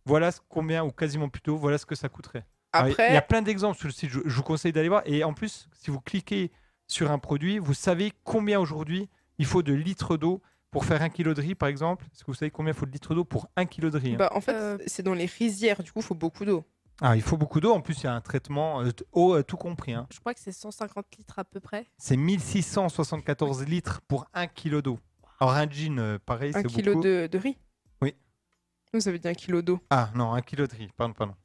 Speaker 1: voilà ce- combien, ou quasiment plus d'eau, voilà ce que ça coûterait. Alors, Ah, il-
Speaker 3: Après,
Speaker 1: Il y a plein d'exemples sur le site, je, je vous conseille d'aller voir. Et en plus, si vous cliquez sur un produit, vous savez combien aujourd'hui il faut de litres d'eau pour faire un kilo de riz, par exemple. Est-ce que vous savez combien il faut de litres d'eau pour un kilo de riz hein
Speaker 3: bah, en fait,
Speaker 6: Euh,
Speaker 3: c'est dans les rizières, du coup, il faut beaucoup d'eau.
Speaker 1: Ah, Il faut beaucoup d'eau. En plus, il y a un traitement euh, t- eau euh, tout compris. hein.
Speaker 6: Je crois que c'est 150 litres à peu près.
Speaker 1: C'est 1674 litres pour un kilo d'eau. Alors, un jean, euh, pareil,
Speaker 3: Un
Speaker 1: c'est
Speaker 3: kilo
Speaker 1: beaucoup.
Speaker 3: de, de riz
Speaker 1: Oui.
Speaker 3: Nous, ça veut dire un kilo d'eau.
Speaker 1: Ah non, un kilo de riz, pardon, pardon.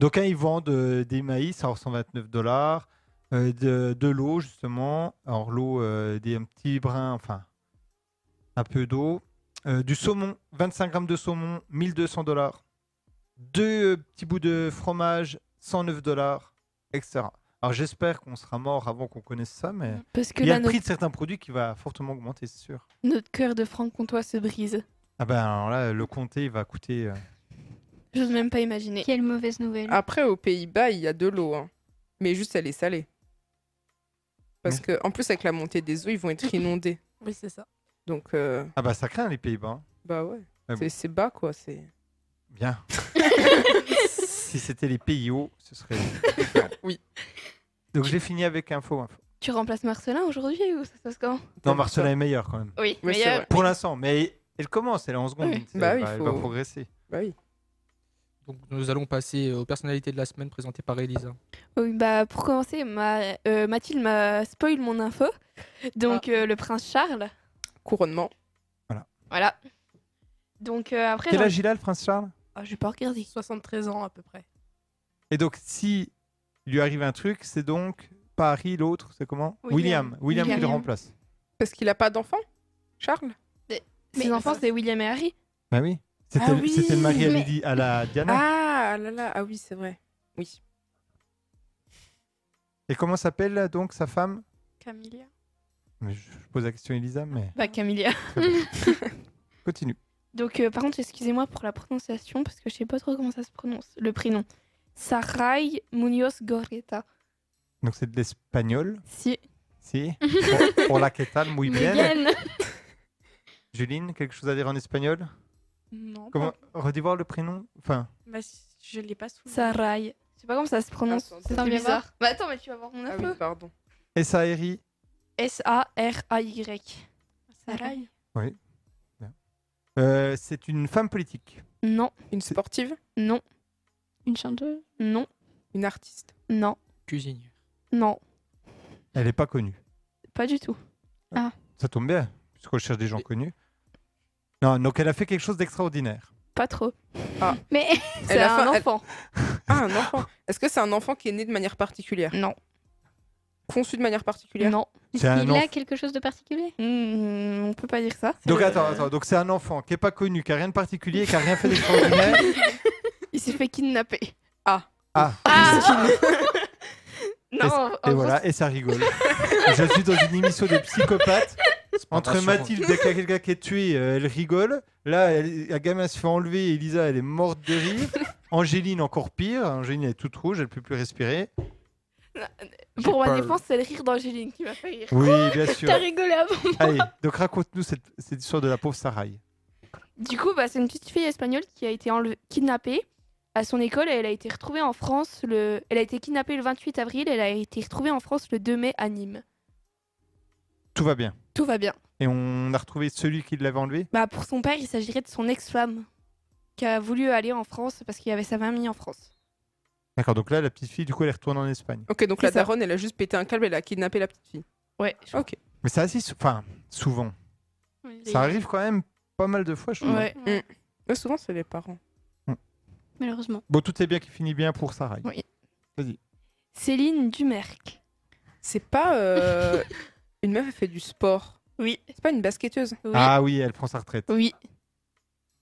Speaker 1: Donc hein, ils vendent euh, des maïs, alors 129 dollars, euh, de, de l'eau justement, alors l'eau, euh, des un petit brin, enfin un peu d'eau, Euh, du saumon, 25 grammes de saumon, 1200 dollars, deux euh, petits bouts de fromage, 109 dollars, etc. Alors j'espère qu'on sera mort avant qu'on connaisse ça, mais
Speaker 8: Parce que
Speaker 1: il y a
Speaker 8: là,
Speaker 1: le prix
Speaker 8: notre,
Speaker 1: de certains produits qui va fortement augmenter, c'est sûr.
Speaker 8: notre cœur de franc-comtois se brise.
Speaker 1: Ah ben alors là, le comté il va coûter... euh,
Speaker 8: J'ose même pas imaginer.
Speaker 2: Quelle mauvaise
Speaker 1: Ah.
Speaker 2: nouvelle.
Speaker 3: Après, aux Pays-Bas, il y a de l'eau. hein. Mais juste, elle est salée. Parce
Speaker 1: Mais-
Speaker 3: que, en plus, avec la montée des eaux, ils vont être inondés.
Speaker 6: Oui, c'est ça.
Speaker 3: Donc, euh,
Speaker 1: Ah bah ça craint les Pays-Bas. hein.
Speaker 3: bah ouais.
Speaker 1: Mais
Speaker 3: C'est-
Speaker 1: bon.
Speaker 3: C'est bas, quoi. C'est.
Speaker 1: Bien. si c'était les pays hauts, ce serait.
Speaker 3: Oui.
Speaker 1: Donc j'ai fini avec info. info.
Speaker 8: Tu remplaces Marcelin aujourd'hui ou ça se passe comment
Speaker 1: Non, Marcela est meilleure quand même.
Speaker 8: Oui, euh,
Speaker 3: Ouais, c'est vrai.
Speaker 1: Pour l'instant, mais elle commence, elle est en seconde.
Speaker 8: Oui.
Speaker 1: c'est-
Speaker 3: Bah oui,
Speaker 1: elle
Speaker 3: faut-
Speaker 1: va progresser.
Speaker 3: Bah oui.
Speaker 5: Donc nous allons passer aux personnalités de la semaine présentées par Elisa.
Speaker 8: Oui, bah, pour commencer, ma- euh, Mathilde m'a spoil mon info. Donc, euh, le prince Charles.
Speaker 3: Couronnement.
Speaker 8: Voilà. Donc, euh, après.
Speaker 1: Quel
Speaker 8: j'en-
Speaker 1: âge il a, le prince Charles
Speaker 8: Ah, j'ai pas regardé.
Speaker 6: 73 ans à peu près.
Speaker 1: Et donc, si il lui arrive un truc, c'est donc Paris, l'autre, c'est comment
Speaker 8: William.
Speaker 1: William. William qui le
Speaker 8: William.
Speaker 1: remplace.
Speaker 3: Parce qu'il a pas d'enfant, Charles
Speaker 8: Ses
Speaker 2: Mais-
Speaker 8: enfants, c'est William et Harry.
Speaker 1: Bah oui. C'était
Speaker 3: Ah
Speaker 1: le-
Speaker 3: oui,
Speaker 1: c'était le mari à,
Speaker 2: mais-
Speaker 1: Lydie- à la Diana.
Speaker 3: Ah là là, ah oui, c'est vrai. Oui.
Speaker 1: Et comment s'appelle donc sa femme
Speaker 7: Camilla.
Speaker 1: Mais je, je pose la question à Elisa, mais
Speaker 8: Bah, Camilla.
Speaker 1: continue.
Speaker 8: Donc, euh, par contre, excusez-moi pour la prononciation parce que je sais pas trop comment ça se prononce. Le prénom. Sarai Munoz Gorreta.
Speaker 1: Donc c'est de l'espagnol,
Speaker 8: Si.
Speaker 1: si Pour- Pour la que tal, muy
Speaker 2: Muy
Speaker 1: bien.
Speaker 2: bien.
Speaker 1: Juline, quelque chose à dire en espagnol
Speaker 4: Non.
Speaker 1: Comment
Speaker 4: pas-
Speaker 1: Redis voir le prénom Enfin,
Speaker 4: Bah, je l'ai pas soulevé.
Speaker 8: Sarai. Je sais pas comment ça se prononce.
Speaker 3: Attends,
Speaker 8: C'est
Speaker 2: attends, viens
Speaker 8: bizarre. Bah, attends, mais tu vas voir mon
Speaker 3: Ah
Speaker 8: info.
Speaker 3: oui, pardon.
Speaker 1: S.A.R.I.
Speaker 8: S-A-R-A-Y. Sarah
Speaker 1: Euh, c'est une femme politique.
Speaker 8: Non,
Speaker 3: Une sportive
Speaker 8: non,
Speaker 2: Une chanteuse
Speaker 8: non,
Speaker 3: Une artiste
Speaker 8: non,
Speaker 5: Cuisinière.
Speaker 8: non,
Speaker 1: Elle n'est pas connue.
Speaker 8: pas du tout.
Speaker 1: Ça tombe bien, puisqu'on cherche des gens connus. Non, donc elle a fait quelque chose d'extraordinaire.
Speaker 8: Pas trop.
Speaker 3: Ah.
Speaker 8: Mais
Speaker 3: Elle
Speaker 8: c'est
Speaker 3: a
Speaker 8: un
Speaker 3: fa- elle-
Speaker 8: enfant.
Speaker 3: Ah, un enfant Est-ce que c'est un enfant qui est né de manière particulière
Speaker 8: Non,
Speaker 3: Conçu de manière particulière
Speaker 8: non.
Speaker 1: C'est un
Speaker 2: Il a
Speaker 1: enfant.
Speaker 2: quelque chose de particulier
Speaker 8: Hmm, on peut pas dire ça.
Speaker 1: Donc
Speaker 8: Euh,
Speaker 1: attends, attends. Donc c'est un enfant qui n'est pas connu, qui n'a rien de particulier, qui n'a rien fait d'extraordinaire.
Speaker 8: Il s'est fait kidnapper.
Speaker 1: Ah,
Speaker 8: Non, en
Speaker 1: et
Speaker 8: gros,
Speaker 1: voilà, et ça rigole. Je suis dans une émission de psychopathes. Entre
Speaker 5: rassurant.
Speaker 1: Mathilde, dès qu'il y a quelqu'un qui est tué, euh, elle rigole. Là, elle- la gamin se fait enlever, Elisa, elle est morte de rire. Angéline, encore pire. Angéline, elle est toute rouge, elle ne peut plus respirer.
Speaker 8: Pour ma
Speaker 5: peur.
Speaker 8: défense, c'est le rire d'Angéline qui m'a fait rire.
Speaker 1: Oui, bien sûr.
Speaker 2: T'as rigolé avant
Speaker 1: Allez, donc raconte-nous cette, cette histoire de la pauvre Saraï.
Speaker 8: Du coup, bah, c'est une petite fille espagnole qui a été enlevée- kidnappée à son école et elle a été retrouvée en France. Le... Elle a été kidnappée le 28 avril et elle a été retrouvée en France le 2 mai à Nîmes.
Speaker 1: Tout va bien.
Speaker 8: Tout va bien.
Speaker 1: Et on a retrouvé celui qui l'avait enlevé.
Speaker 8: Bah, pour son père, il s'agirait de son ex-femme qui a voulu aller en France parce qu'il y avait sa famille en France.
Speaker 1: D'accord, donc là, la petite fille, du coup, elle retourne en Espagne.
Speaker 3: Ok, donc
Speaker 8: C'est
Speaker 3: la
Speaker 8: ça.
Speaker 3: daronne, elle a juste pété un câble, elle a kidnappé la petite fille.
Speaker 8: Ouais. je-
Speaker 3: Ok.
Speaker 1: Mais ça, assez sou- enfin, souvent.
Speaker 8: Et-
Speaker 1: Ça arrive quand même pas mal de fois, je trouve.
Speaker 8: Ouais.
Speaker 3: Mais souvent, c'est les parents.
Speaker 2: Malheureusement.
Speaker 1: Bon, tout est bien qui finit bien pour Sarah.
Speaker 8: Oui.
Speaker 1: Vas-y.
Speaker 8: Céline Dumerc.
Speaker 3: C'est pas. euh, une meuf, elle fait du sport.
Speaker 8: Oui.
Speaker 3: C'est pas une basketteuse.
Speaker 8: Oui.
Speaker 1: Ah oui, elle prend sa retraite.
Speaker 8: Oui.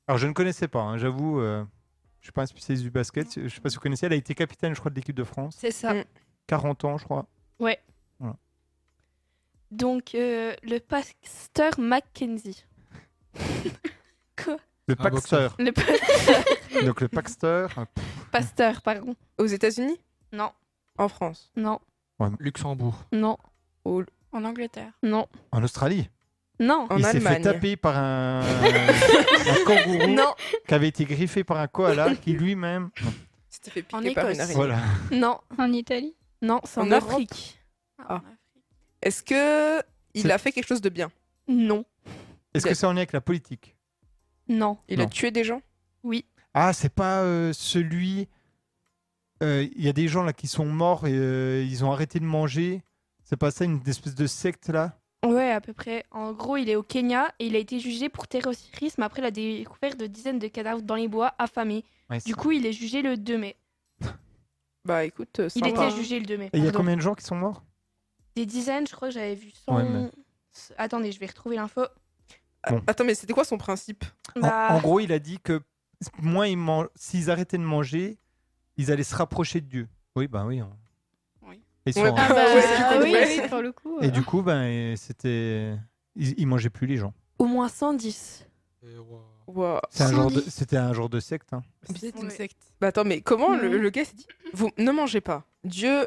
Speaker 1: Alors, je ne connaissais pas, hein, j'avoue. euh, je suis pas un spécialiste du basket. Je sais pas si vous connaissez. Elle a été capitaine, je crois, de l'équipe de France.
Speaker 7: C'est ça.
Speaker 3: Mm.
Speaker 1: 40 ans, je crois.
Speaker 8: Donc, euh, le pasteur Mackenzie. Quoi
Speaker 1: Le
Speaker 5: Un
Speaker 1: Paxter.
Speaker 5: boxeur.
Speaker 8: Le pa-
Speaker 1: donc, le Paxter. euh, pff,
Speaker 8: pasteur, pardon.
Speaker 3: Aux États-Unis
Speaker 8: Non,
Speaker 3: En France
Speaker 8: non,
Speaker 5: Luxembourg.
Speaker 8: non,
Speaker 3: Au-
Speaker 4: En Angleterre.
Speaker 8: non,
Speaker 1: En Australie.
Speaker 8: non,
Speaker 3: En
Speaker 1: Il s'est fait
Speaker 3: Allemagne
Speaker 1: taper par un, un kangourou
Speaker 8: non, Ah
Speaker 1: qui avait été griffé par un koala qui lui-même.
Speaker 3: C'était fait piquer
Speaker 4: En
Speaker 3: par
Speaker 4: Écosse.
Speaker 3: une araignée.
Speaker 1: Voilà.
Speaker 8: non,
Speaker 2: En Italie
Speaker 8: non, c'est
Speaker 3: En
Speaker 8: en,
Speaker 3: Europe
Speaker 8: Afrique.
Speaker 3: Ah. Est-ce que il
Speaker 1: C'est-
Speaker 3: a fait quelque chose de bien
Speaker 8: Non,
Speaker 1: Est-ce que c'est en lien avec la politique
Speaker 8: non,
Speaker 3: Il a
Speaker 1: Non.
Speaker 3: tué des gens
Speaker 8: oui,
Speaker 1: Ah, c'est pas euh, celui. euh, Il y a des gens là qui sont morts et euh, ils ont arrêté de manger. C'est pas ça, une espèce de secte là
Speaker 8: ouais, à peu près. En gros, il est au Kenya et il a été jugé pour terrorisme après la découverte de dizaines de cadavres dans les bois affamés.
Speaker 1: Ouais, c'est-
Speaker 8: Du coup, il est jugé le 2 mai.
Speaker 3: Bah écoute, euh,
Speaker 8: Il
Speaker 3: sympa.
Speaker 8: était jugé le 2 mai.
Speaker 1: Et il y a
Speaker 8: pardon.
Speaker 1: combien de gens qui sont morts
Speaker 8: Des dizaines, je crois que j'avais vu 100.
Speaker 1: Ouais, mais-
Speaker 8: Attendez, je vais retrouver l'info.
Speaker 3: Attends, mais c'était quoi son principe
Speaker 1: En-
Speaker 8: Bah,
Speaker 1: en, gros, il a dit que moins ils man- s'ils arrêtaient de manger, ils allaient se rapprocher de Dieu. Oui, ben oui. on-
Speaker 4: Oui.
Speaker 1: Et, ils sont-
Speaker 3: Ouais,
Speaker 2: Ah bah
Speaker 3: Ouais, c'est
Speaker 2: oui,
Speaker 3: complet.
Speaker 2: oui, pour le coup.
Speaker 1: et
Speaker 2: euh,
Speaker 1: du coup, ben, et c'était. Ils, ils mangeaient plus les gens.
Speaker 8: au moins 110.
Speaker 5: Et, ouah.
Speaker 3: Wow.
Speaker 1: C'est un genre de-
Speaker 2: 110.
Speaker 1: C'était un genre de secte. hein.
Speaker 6: C'est une
Speaker 4: Ouais.
Speaker 6: secte.
Speaker 3: Bah attends, mais comment le,
Speaker 2: Mhm.
Speaker 3: le gars s'est dit Vous ne mangez pas. Dieu.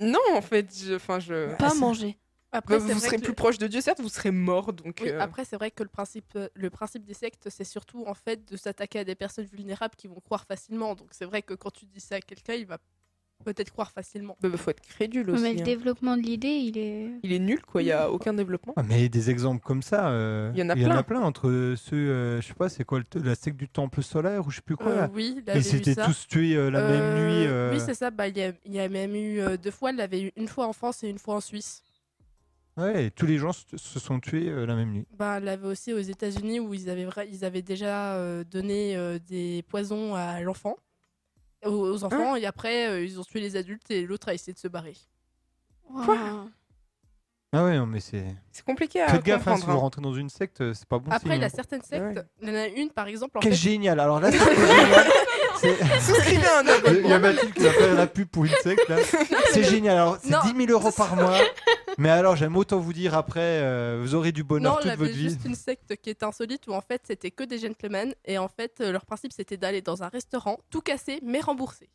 Speaker 3: Non, en fait, je- enfin je.
Speaker 1: Ah,
Speaker 8: Pas manger.
Speaker 3: Bah,
Speaker 6: Après, c'est
Speaker 3: vous
Speaker 6: vrai
Speaker 3: serez
Speaker 6: que-
Speaker 3: plus proche de Dieu, certes, vous serez mort, donc.
Speaker 6: Oui,
Speaker 3: euh,
Speaker 6: après, c'est vrai que le principe, euh, le principe des sectes, c'est surtout en fait de s'attaquer à des personnes vulnérables qui vont croire facilement. Donc c'est vrai que quand tu dis ça à quelqu'un, il va peut-être croire facilement.
Speaker 3: bah, bah, faut être crédule aussi.
Speaker 2: mais le
Speaker 3: hein.
Speaker 2: développement de l'idée, il est.
Speaker 3: Il est nul, quoi. Il y a aucun développement.
Speaker 1: Ah, mais des exemples comme ça, euh,
Speaker 3: Il y en a plein.
Speaker 1: entre ceux, euh, je sais pas, c'est quoi le t- la secte du temple solaire ou je sais plus quoi.
Speaker 6: Euh,
Speaker 1: là.
Speaker 6: oui, il
Speaker 1: Et
Speaker 6: avait vu
Speaker 1: c'était
Speaker 6: ça.
Speaker 1: tous tués euh, la même
Speaker 6: Euh,
Speaker 1: nuit. euh.
Speaker 6: Oui, c'est ça. Bah, il, y a, il y a même eu euh, deux fois. Il l'avait eu une fois en France et une fois en Suisse.
Speaker 1: Ouais, et tous les gens se se sont tués euh, la même nuit.
Speaker 6: Bah, elle l'avait aussi aux États-Unis où ils avaient, vra- ils avaient déjà euh, donné euh, des poisons à l'enfant, aux,
Speaker 3: Ah.
Speaker 6: aux enfants, et après euh, ils ont tué les adultes et l'autre a essayé de se barrer.
Speaker 2: Quoi
Speaker 1: Ah ouais, non, mais c'est.
Speaker 3: C'est compliqué à
Speaker 1: Faites gaffe, hein, si
Speaker 3: comprendre.
Speaker 1: vous rentrez dans une secte, euh, c'est pas bon.
Speaker 6: Euh, Après,
Speaker 1: signe,
Speaker 6: il y
Speaker 1: hein.
Speaker 6: a certaines sectes. Il y en a une, par exemple, en
Speaker 1: Quel
Speaker 6: fait,
Speaker 1: génial Alors là, c'est génial. C'est-
Speaker 3: hein. Souscrivez à un abonnement.
Speaker 1: Il y a Mathilde qui va faire la pub pour une secte. là. C'est génial. Alors, c'est
Speaker 6: Non.
Speaker 1: 10 000 euros par mois. Mais alors, j'aime autant vous dire après, euh, vous aurez du bonheur
Speaker 6: Non, il
Speaker 1: toute votre
Speaker 6: avait
Speaker 1: vie.
Speaker 6: juste une secte qui est insolite où en fait c'était que des gentlemen et en fait euh, leur principe c'était d'aller dans un restaurant tout cassé mais remboursé.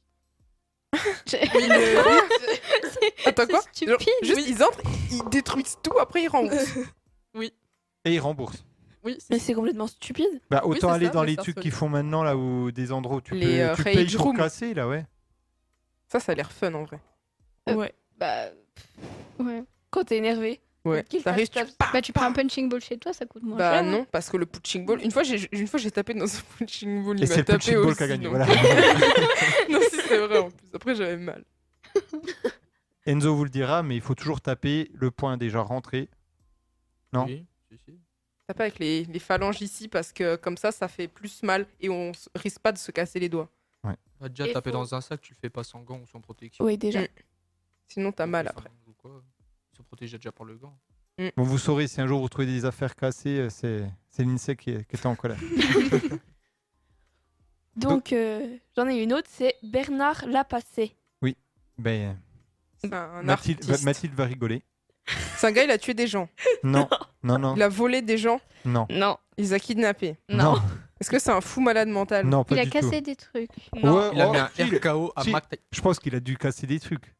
Speaker 3: Oui, le- Attends, quoi
Speaker 2: C'est
Speaker 3: Genre,
Speaker 2: stupide.
Speaker 3: Juste, ils entrent, ils détruisent tout, après ils remboursent.
Speaker 1: Et ils remboursent.
Speaker 6: Oui, c'est
Speaker 8: Mais c'est complètement stupide.
Speaker 1: Bah,
Speaker 6: Oui,
Speaker 1: autant
Speaker 6: c'est
Speaker 1: aller
Speaker 6: ça,
Speaker 1: dans
Speaker 6: mais
Speaker 1: les
Speaker 6: ça
Speaker 1: trucs
Speaker 6: se
Speaker 1: qu'ils
Speaker 6: fait.
Speaker 1: font maintenant, là, où des endroits où tu,
Speaker 3: Les,
Speaker 1: peux,
Speaker 3: euh,
Speaker 1: tu
Speaker 3: rage
Speaker 1: payes pour
Speaker 3: room.
Speaker 1: casser, là, ouais.
Speaker 3: Ça, ça a l'air fun en vrai.
Speaker 2: Euh,
Speaker 8: ouais.
Speaker 2: Bah. Ouais.
Speaker 8: Quand t'es énervé.
Speaker 3: Ouais,
Speaker 8: Qu'il
Speaker 3: t'arrives, tu
Speaker 8: fasse top.
Speaker 3: pars.
Speaker 2: Bah, tu prends un punching ball chez toi, ça coûte moins
Speaker 3: Bah
Speaker 2: cher. hein.
Speaker 3: non, parce que le punching ball. Une fois, j'ai une fois, j'ai tapé dans un punching ball.
Speaker 1: Et
Speaker 3: il
Speaker 1: c'est
Speaker 3: m'a
Speaker 1: le punching
Speaker 3: tapé
Speaker 1: ball
Speaker 3: aussi,
Speaker 1: qui a gagné.
Speaker 3: donc-
Speaker 1: Voilà.
Speaker 3: non, si c'est vrai en plus. Après, j'avais mal.
Speaker 1: Enzo vous le dira, mais il faut toujours taper le point déjà rentré. Non.
Speaker 5: Oui, si, si.
Speaker 3: Tape avec les, les phalanges ici parce que comme ça, ça fait plus mal et on s- risque pas de se casser les doigts.
Speaker 5: T'as déjà
Speaker 7: Et
Speaker 5: tapé
Speaker 7: faut-
Speaker 5: dans un sac, tu le fais pas sans gants ou sans protection.
Speaker 4: Oui, déjà.
Speaker 3: Mm. Sinon, t'as
Speaker 5: Des
Speaker 3: mal
Speaker 5: phalanges
Speaker 3: après.
Speaker 5: ou quoi. Ils sont protégés déjà par le gant.
Speaker 1: Bon, vous saurez si un jour vous trouvez des affaires cassées, euh, c'est c'est l'INSEE qui, est- qui était en colère.
Speaker 8: Donc, euh, j'en ai une autre, c'est Bernard Lapassé.
Speaker 1: Ben, euh,
Speaker 3: C'est un
Speaker 1: Mathilde, va-
Speaker 3: artiste.
Speaker 1: Mathilde va rigoler.
Speaker 3: C'est un gars, il a tué des gens.
Speaker 1: Non, non, non,
Speaker 3: Il a volé des gens.
Speaker 1: non,
Speaker 4: Non,
Speaker 3: Il les a kidnappés.
Speaker 1: non,
Speaker 3: Est-ce que c'est un fou malade mental
Speaker 1: non, pas
Speaker 2: Il a
Speaker 1: du
Speaker 2: cassé
Speaker 1: tout.
Speaker 2: des trucs.
Speaker 4: non.
Speaker 1: Ouais,
Speaker 5: Il a
Speaker 1: oh,
Speaker 5: mis un
Speaker 1: si,
Speaker 5: RKO à
Speaker 1: si.
Speaker 5: Mac.
Speaker 1: Je pense qu'il a dû casser des trucs.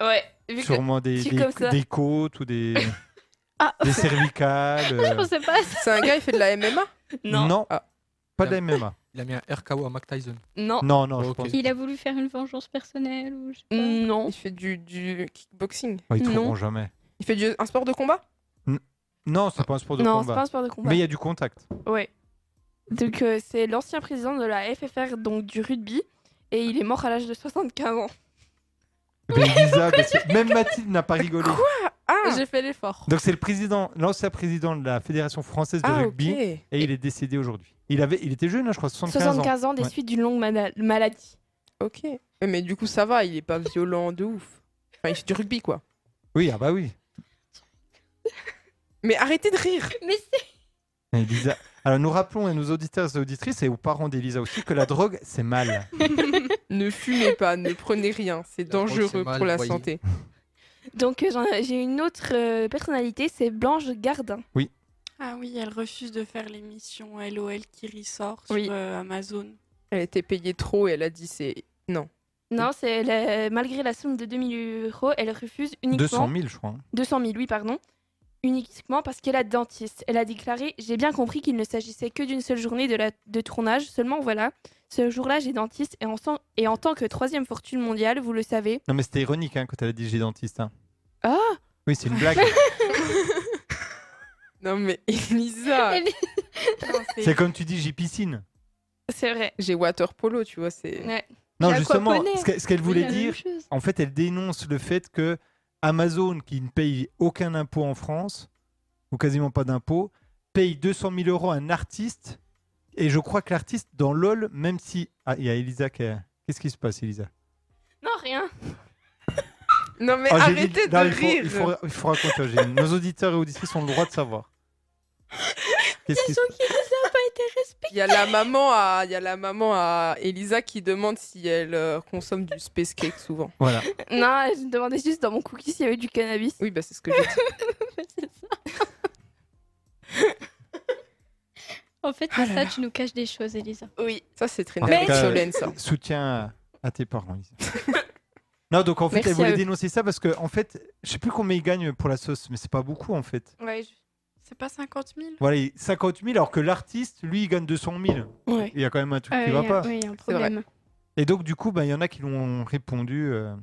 Speaker 4: Ouais, vu que
Speaker 1: Sûrement des,
Speaker 4: dit
Speaker 1: des,
Speaker 4: comme ça.
Speaker 1: des côtes ou des, euh,
Speaker 2: Ah.
Speaker 1: des cervicales. euh,
Speaker 2: Je pensais pas à ça.
Speaker 3: C'est un gars, il fait de la MMA
Speaker 4: non, non,
Speaker 1: Non,
Speaker 3: Ah.
Speaker 1: pas de MMA.
Speaker 5: Il a mis un RKO à Mac Tyson.
Speaker 4: non,
Speaker 1: Non, non, je
Speaker 5: Ok.
Speaker 1: pense.
Speaker 2: Il a voulu faire une vengeance personnelle ou je sais pas.
Speaker 4: non,
Speaker 3: Il fait du, du kickboxing
Speaker 1: Ouais, ils
Speaker 4: Non.
Speaker 1: trouveront jamais.
Speaker 3: Il fait du, un sport de combat
Speaker 1: Non, c'est pas un sport de
Speaker 8: Non, c'est
Speaker 1: combat.
Speaker 8: pas un sport de combat.
Speaker 1: Mais il y a du contact.
Speaker 8: Ouais. Donc, euh, c'est l'ancien président de la FFR, donc du rugby, et il est mort à l'âge de 75 ans.
Speaker 1: Mais Lisa, mais c'est- même Mathilde n'a pas rigolé.
Speaker 3: Ah,
Speaker 6: J'ai fait l'effort.
Speaker 1: Donc c'est le président, l'ancien président de la Fédération française de
Speaker 3: ah ok.
Speaker 1: rugby, et il est décédé aujourd'hui. Il avait, il était jeune, hein, je crois, 75, 75 ans.
Speaker 8: 75 ans, des
Speaker 1: Ouais.
Speaker 8: suites d'une longue mana- maladie.
Speaker 3: Ok. Ouais, Mais du coup, ça va, il est pas violent de ouf. Enfin, il fait du rugby, quoi.
Speaker 1: Oui, ah bah oui.
Speaker 3: Mais arrêtez de rire
Speaker 2: Mais c'est
Speaker 1: Et Lisa- Alors nous rappelons à nos auditeurs et auditrices et aux parents d'Elisa aussi que la drogue c'est mal.
Speaker 3: Ne fumez pas, ne prenez rien, c'est
Speaker 5: drogue, c'est
Speaker 3: dangereux
Speaker 5: mal,
Speaker 3: pour la
Speaker 5: voyez.
Speaker 3: santé.
Speaker 8: Donc, euh, j'en ai- j'ai une autre euh, personnalité, c'est Blanche Gardin.
Speaker 4: Ah oui, elle refuse de faire l'émission LOL qui ressort sur
Speaker 8: Oui.
Speaker 4: euh, Amazon.
Speaker 3: Elle était payée trop et elle a dit c'est. Non.
Speaker 8: Non, c'est la- malgré la somme de 2000 euros, elle refuse uniquement
Speaker 1: 200 000 je crois. hein.
Speaker 8: 200 000, oui, pardon, uniquement parce qu'elle a dentiste. Elle a déclaré J'ai bien compris qu'il ne s'agissait que d'une seule journée de, la, de tournage, seulement voilà, ce jour-là, j'ai dentiste et en, san- et en tant que troisième fortune mondiale, vous le savez.
Speaker 1: Non mais c'était ironique hein, quand elle a dit j'ai dentiste. hein.
Speaker 8: Ah
Speaker 1: Oui, c'est une blague.
Speaker 3: Non, mais Elisa
Speaker 2: Eli-
Speaker 4: Non, c'est-
Speaker 1: c'est comme tu dis j'ai piscine.
Speaker 8: C'est vrai.
Speaker 3: J'ai water polo, tu vois, c'est.
Speaker 8: Ouais.
Speaker 1: Non,
Speaker 8: J'ai
Speaker 1: justement,
Speaker 8: aquaponé.
Speaker 1: ce que- ce qu'elle voulait
Speaker 2: la même
Speaker 1: dire,
Speaker 2: chose.
Speaker 1: en fait, elle dénonce le fait que Amazon, qui ne paye aucun impôt en France, ou quasiment pas d'impôt, paye 200 000 euros à un artiste. Et je crois que l'artiste, dans LOL, même si. Ah, il y a Elisa qui. a- Qu'est-ce qui se passe, Elisa
Speaker 8: Non, rien.
Speaker 3: Non, mais
Speaker 1: Ah, j'ai dit-
Speaker 3: arrêtez de
Speaker 1: Non, il faut-
Speaker 3: rire
Speaker 1: Il faut, il faut raconter, Eugénie. Nos auditeurs et auditrices ont le droit de savoir. Qu'est-ce qui se passe
Speaker 3: Il y a la maman à, il y a la maman à Elisa qui demande si elle euh, consomme du space cake souvent.
Speaker 1: Voilà.
Speaker 8: Non, je me demandais juste dans mon cookie s'il y avait du cannabis.
Speaker 3: Oui, bah c'est ce que j'ai dit.
Speaker 2: En
Speaker 1: Ah
Speaker 2: fait, c'est ça, tu nous caches des choses, Elisa.
Speaker 4: Oui.
Speaker 3: Ça c'est très
Speaker 1: En
Speaker 3: navet
Speaker 1: tout cas,
Speaker 3: Solène ça.
Speaker 1: Soutien à, à tes parents, Elisa. non, donc en fait,
Speaker 3: Merci
Speaker 1: elle
Speaker 3: à
Speaker 1: voulait
Speaker 3: eux.
Speaker 1: dénoncer ça parce que, en fait, je sais plus combien ils gagnent pour la sauce, mais c'est pas beaucoup, en fait.
Speaker 8: Ouais, je-
Speaker 4: C'est pas 50 000
Speaker 1: Voilà, il- 50 000, alors que l'artiste, lui, il gagne 200 000.
Speaker 8: Ouais.
Speaker 1: Il y a quand même un truc
Speaker 2: Ah,
Speaker 1: qui
Speaker 2: il
Speaker 1: va
Speaker 2: y a-
Speaker 1: pas.
Speaker 2: ouais, il y a un
Speaker 3: C'est vrai.
Speaker 2: problème.
Speaker 1: Et donc, du coup, ben, il y en a qui l'ont répondu. euh,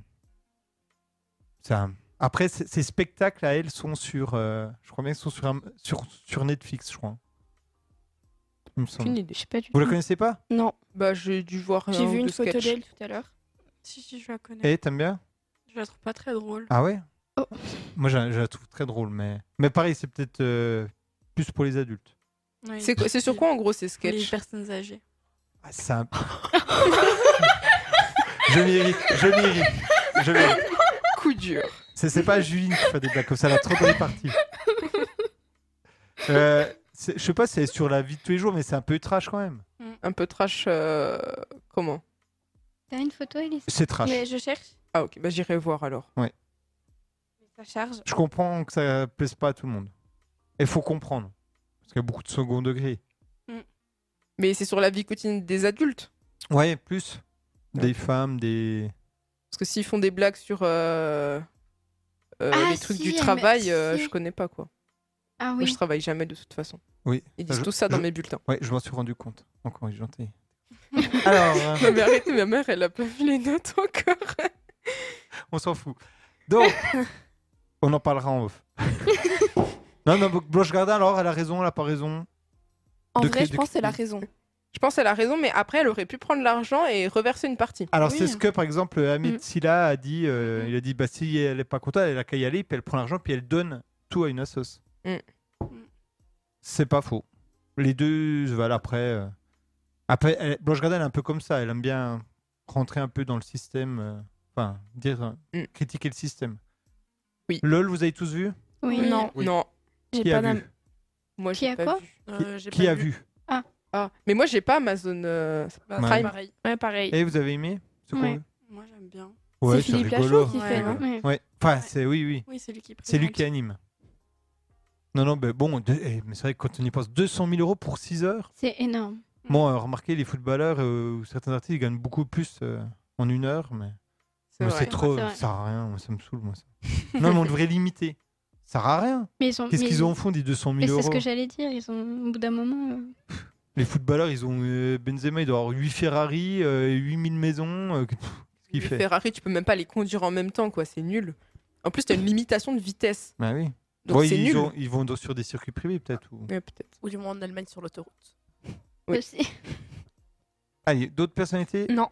Speaker 1: Ça... Après, c- ces spectacles, à elle, sont sur. euh, Je crois bien qu'ils sont sur, un- sur... sur Netflix, je crois. Il me semble.
Speaker 3: Aucune
Speaker 2: Je
Speaker 3: idée.
Speaker 2: sais pas du
Speaker 1: Vous la
Speaker 2: tout.
Speaker 1: connaissez pas
Speaker 8: Non,
Speaker 3: Bah j'ai dû voir.
Speaker 8: j'ai
Speaker 3: un
Speaker 8: vu
Speaker 3: ou
Speaker 8: une
Speaker 3: deux
Speaker 8: photo
Speaker 3: sketchs.
Speaker 8: d'elle tout à l'heure.
Speaker 4: Si, si, je la connais.
Speaker 1: Eh, t'aimes bien
Speaker 4: Je la trouve pas très drôle.
Speaker 1: Ah ouais
Speaker 2: Oh.
Speaker 1: Moi, je la je la trouve très drôle, mais. Mais pareil, c'est peut-être euh, plus pour les adultes.
Speaker 4: Ouais,
Speaker 3: C'est quoi- c'est sur quoi en gros ces sketchs
Speaker 4: Les personnes âgées.
Speaker 1: Ah, c'est un- je m'irrite, je m'irrite. Je m'irrite.
Speaker 3: Coup dur.
Speaker 1: C'est, c'est pas Juline qui fait des blagues comme ça, elle a trop dans les parties. Euh, c'est- je sais pas, c'est sur la vie de tous les jours, mais c'est un peu trash quand même.
Speaker 3: Un peu trash. euh, Comment
Speaker 2: T'as une photo, Elisa
Speaker 1: C'est trash.
Speaker 8: Mais je cherche,
Speaker 3: Ah ok. Bah j'irai voir alors.
Speaker 8: ça charge.
Speaker 1: Je comprends que ça plaise pas à tout le monde. Il faut comprendre. Parce qu'il y a beaucoup de second degré.
Speaker 3: Mais c'est sur la vie quotidienne des adultes.
Speaker 1: Ouais, plus. Des femmes, des.
Speaker 3: Parce que s'ils font des blagues sur euh, euh,
Speaker 2: Ah,
Speaker 3: les trucs
Speaker 2: si,
Speaker 3: du
Speaker 2: elle m'a-
Speaker 3: travail, euh,
Speaker 2: si.
Speaker 3: je connais pas quoi.
Speaker 2: Ah
Speaker 3: Moi
Speaker 2: oui.
Speaker 3: je travaille jamais de toute façon.
Speaker 1: Oui.
Speaker 3: Ils disent
Speaker 1: Je-
Speaker 3: tout ça dans
Speaker 1: je-
Speaker 3: mes bulletins.
Speaker 1: Ouais, je m'en suis rendu compte. Encore une gentille. Alors, euh,
Speaker 3: Non mais arrêtez, ma mère elle a pas vu les notes encore.
Speaker 1: on s'en fout. Donc, on en parlera en off. Non, non, Blanche Gardin, alors, elle a raison, elle a pas raison.
Speaker 8: En
Speaker 1: De
Speaker 8: vrai,
Speaker 1: cri-
Speaker 8: je
Speaker 1: de
Speaker 8: pense
Speaker 1: cri-
Speaker 8: c'est la raison.
Speaker 3: Je pense qu'elle a raison, mais après, elle aurait pu prendre l'argent et reverser une partie.
Speaker 1: Alors,
Speaker 8: Oui.
Speaker 1: c'est ce que, par exemple, Hamid
Speaker 8: Mm.
Speaker 1: Silla a dit. euh, Il a dit bah, si elle est pas contente, elle a qu'à y aller, puis elle prend l'argent, puis elle donne tout à une assoce.
Speaker 3: Mm.
Speaker 1: C'est pas faux. Les deux se valent après. euh. Après, elle- Blanche Gardin, elle est un peu comme ça. Elle aime bien rentrer un peu dans le système. euh, Enfin, dire, euh,
Speaker 3: Mm.
Speaker 1: critiquer le système.
Speaker 3: Oui.
Speaker 1: LOL, vous avez tous vu
Speaker 2: Oui.
Speaker 8: Non,
Speaker 5: Oui.
Speaker 3: Non,
Speaker 8: j'ai
Speaker 1: Qui
Speaker 8: pas
Speaker 1: a
Speaker 8: d'âme.
Speaker 1: vu
Speaker 3: moi
Speaker 2: Qui
Speaker 3: j'ai
Speaker 2: a
Speaker 3: pas
Speaker 2: quoi
Speaker 3: vu.
Speaker 6: Euh, j'ai
Speaker 1: Qui
Speaker 6: pas
Speaker 1: a vu
Speaker 3: Ah, mais moi j'ai pas Amazon. euh,
Speaker 6: Bah,
Speaker 1: Ouais.
Speaker 6: c'est pareil.
Speaker 8: Ouais, pareil.
Speaker 1: Et vous avez aimé ce qu'on
Speaker 2: Ouais.
Speaker 1: a vu
Speaker 4: Moi, j'aime bien.
Speaker 1: Ouais,
Speaker 8: c'est Philippe
Speaker 1: rigolo.
Speaker 8: Lachaud qui
Speaker 4: Ouais.
Speaker 8: fait, non
Speaker 2: Ouais.
Speaker 1: Ouais. Enfin, c'est oui, oui.
Speaker 4: Oui, c'est lui qui
Speaker 1: C'est lui
Speaker 4: présente.
Speaker 1: qui anime. Non, non, mais bon, deux- eh, mais c'est vrai que quand on y pense, 200 000 euros pour 6 heures.
Speaker 2: C'est énorme.
Speaker 3: Mm.
Speaker 1: Bon, euh, remarquez, les footballeurs euh, ou certains artistes ils gagnent beaucoup plus euh, en une heure, mais
Speaker 3: c'est
Speaker 1: mais
Speaker 3: vrai.
Speaker 1: c'est trop,
Speaker 2: C'est vrai.
Speaker 1: ça sert à rien, moi, ça me saoule. Moi, ça. non, mais on devrait limiter. Ça sert à rien.
Speaker 2: Mais ils ont.
Speaker 1: Qu'est-ce
Speaker 2: mais-
Speaker 1: qu'ils ont fond des 200
Speaker 2: Mais
Speaker 1: 000
Speaker 2: c'est ce
Speaker 1: euros
Speaker 2: que j'allais dire. Ils ont au bout d'un moment. euh,
Speaker 1: Les footballeurs, ils ont euh, Benzema, il doit avoir 8 Ferrari, euh, 8000 maisons. euh, que- pff, Qu'est-ce qu'il
Speaker 3: Les
Speaker 1: fait
Speaker 3: Ferrari, tu peux même pas les conduire en même temps, quoi. C'est nul. En plus, t'as une limitation de vitesse.
Speaker 1: Bah oui.
Speaker 3: Donc
Speaker 1: Bon,
Speaker 3: c'est
Speaker 1: ils,
Speaker 3: nul.
Speaker 1: ont- ils vont dans- sur des circuits privés, peut-être. ou-
Speaker 3: Ouais, peut-être.
Speaker 6: Ou du moins en Allemagne sur l'autoroute.
Speaker 3: Oui.
Speaker 2: aussi.
Speaker 1: Allez, d'autres personnalités
Speaker 8: Non.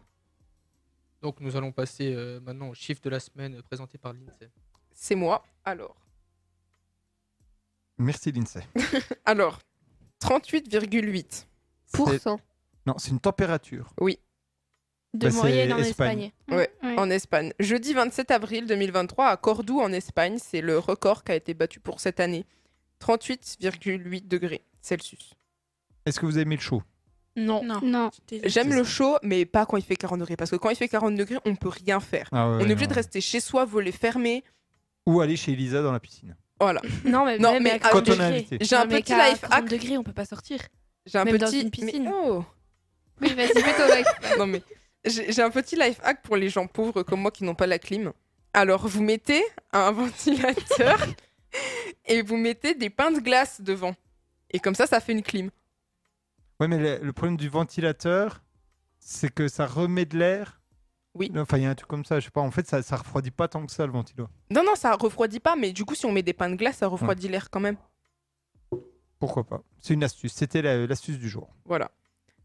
Speaker 5: Donc nous allons passer euh, maintenant au chiffre de la semaine euh, présenté par l'INSEE.
Speaker 3: C'est moi. Alors. Mm.
Speaker 1: Merci, Lindsay.
Speaker 3: Alors. 38,8.
Speaker 1: C'est- Non, c'est une température.
Speaker 7: de
Speaker 1: Bah, c'est
Speaker 7: moyenne en
Speaker 1: Espagne.
Speaker 7: Espagne.
Speaker 3: Ouais.
Speaker 2: Ouais. Oh,
Speaker 3: En Espagne. Jeudi 27 avril 2023, à Cordoue, en Espagne, c'est le record qui a été battu pour cette année. 38,8 degrés Celsius.
Speaker 1: Est-ce que vous aimez le show
Speaker 8: Non.
Speaker 4: Non.
Speaker 2: Non.
Speaker 3: J'aime le chaud, mais pas quand il fait 40 degrés. Parce que quand il fait 40 degrés, on peut rien faire.
Speaker 1: Ah ouais,
Speaker 3: on est obligé
Speaker 1: non.
Speaker 3: de rester chez soi, voler fermé.
Speaker 1: Ou aller chez Elisa dans la piscine.
Speaker 3: Voilà.
Speaker 8: Non, mais,
Speaker 3: Non,
Speaker 8: même
Speaker 3: mais
Speaker 8: à
Speaker 3: quand
Speaker 8: 40
Speaker 1: on est
Speaker 8: degrés.
Speaker 1: invité.
Speaker 3: J'ai un
Speaker 8: Non, mais
Speaker 3: petit
Speaker 8: qu'à
Speaker 3: life
Speaker 8: 40
Speaker 3: hack.
Speaker 8: degrés, on peut pas sortir.
Speaker 3: J'ai un
Speaker 8: Même
Speaker 3: petit.
Speaker 8: dans une piscine.
Speaker 3: mais- oh.
Speaker 7: Oui, vas-y, fais ton mec.
Speaker 3: non mais j'ai j'ai un petit life hack pour les gens pauvres comme moi qui n'ont pas la clim. Alors vous mettez un ventilateur et vous mettez des pains de glace devant. Et comme ça, ça fait une clim.
Speaker 1: Ouais, mais le, le problème du ventilateur, c'est que ça remet de l'air.
Speaker 3: Oui.
Speaker 1: Enfin, il y a un truc comme ça, je sais pas. En fait, ça, ça refroidit pas tant que ça le ventilo.
Speaker 3: Non, non, ça refroidit pas, mais du coup, si on met des pains de glace, ça refroidit l'air quand même.
Speaker 1: Pourquoi pas C'est une astuce. C'était la- l'astuce du jour.
Speaker 3: Voilà.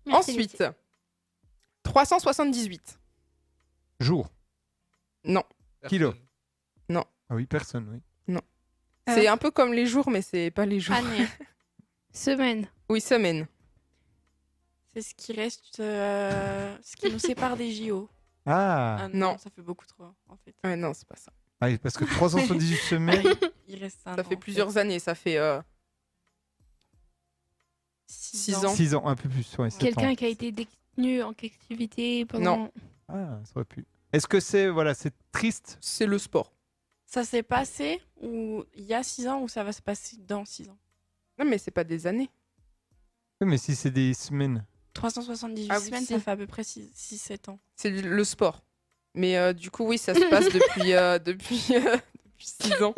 Speaker 2: Merci,
Speaker 3: Ensuite, 378.
Speaker 1: Jour. Kilo.
Speaker 5: Personne.
Speaker 1: Ah oui, personne, oui.
Speaker 8: Ah.
Speaker 3: C'est un peu comme les jours, mais c'est pas les jours.
Speaker 7: Année.
Speaker 4: Semaine.
Speaker 3: Oui, semaine.
Speaker 4: C'est ce qui reste, euh, ce qui nous sépare des JO.
Speaker 1: Ah,
Speaker 4: Ah
Speaker 3: Non.
Speaker 4: Ça fait beaucoup trop, en fait.
Speaker 3: Ouais, non, c'est pas ça.
Speaker 1: Ah, parce que 378 semaines.
Speaker 4: Il reste un
Speaker 3: Ça fait plusieurs années, ça fait euh, 6 ans.
Speaker 1: 6 ans, un peu plus. Ouais, sept ans.
Speaker 7: Quelqu'un qui a été détenu en captivité pendant.
Speaker 3: Non.
Speaker 1: Ah, ça aurait pu. Est-ce que c'est voilà, c'est triste
Speaker 3: C'est le sport.
Speaker 4: Ça s'est passé ou il y a 6 ans ou ça va se passer dans 6 ans
Speaker 3: Non, mais c'est pas des années.
Speaker 1: Oui, Mais si c'est des semaines.
Speaker 4: 378
Speaker 3: Ah oui,
Speaker 4: semaines,
Speaker 3: si.
Speaker 4: ça fait à peu près 6-7 ans.
Speaker 3: C'est le sport. Mais euh, du coup, oui, ça se passe depuis euh, depuis euh, depuis six ans.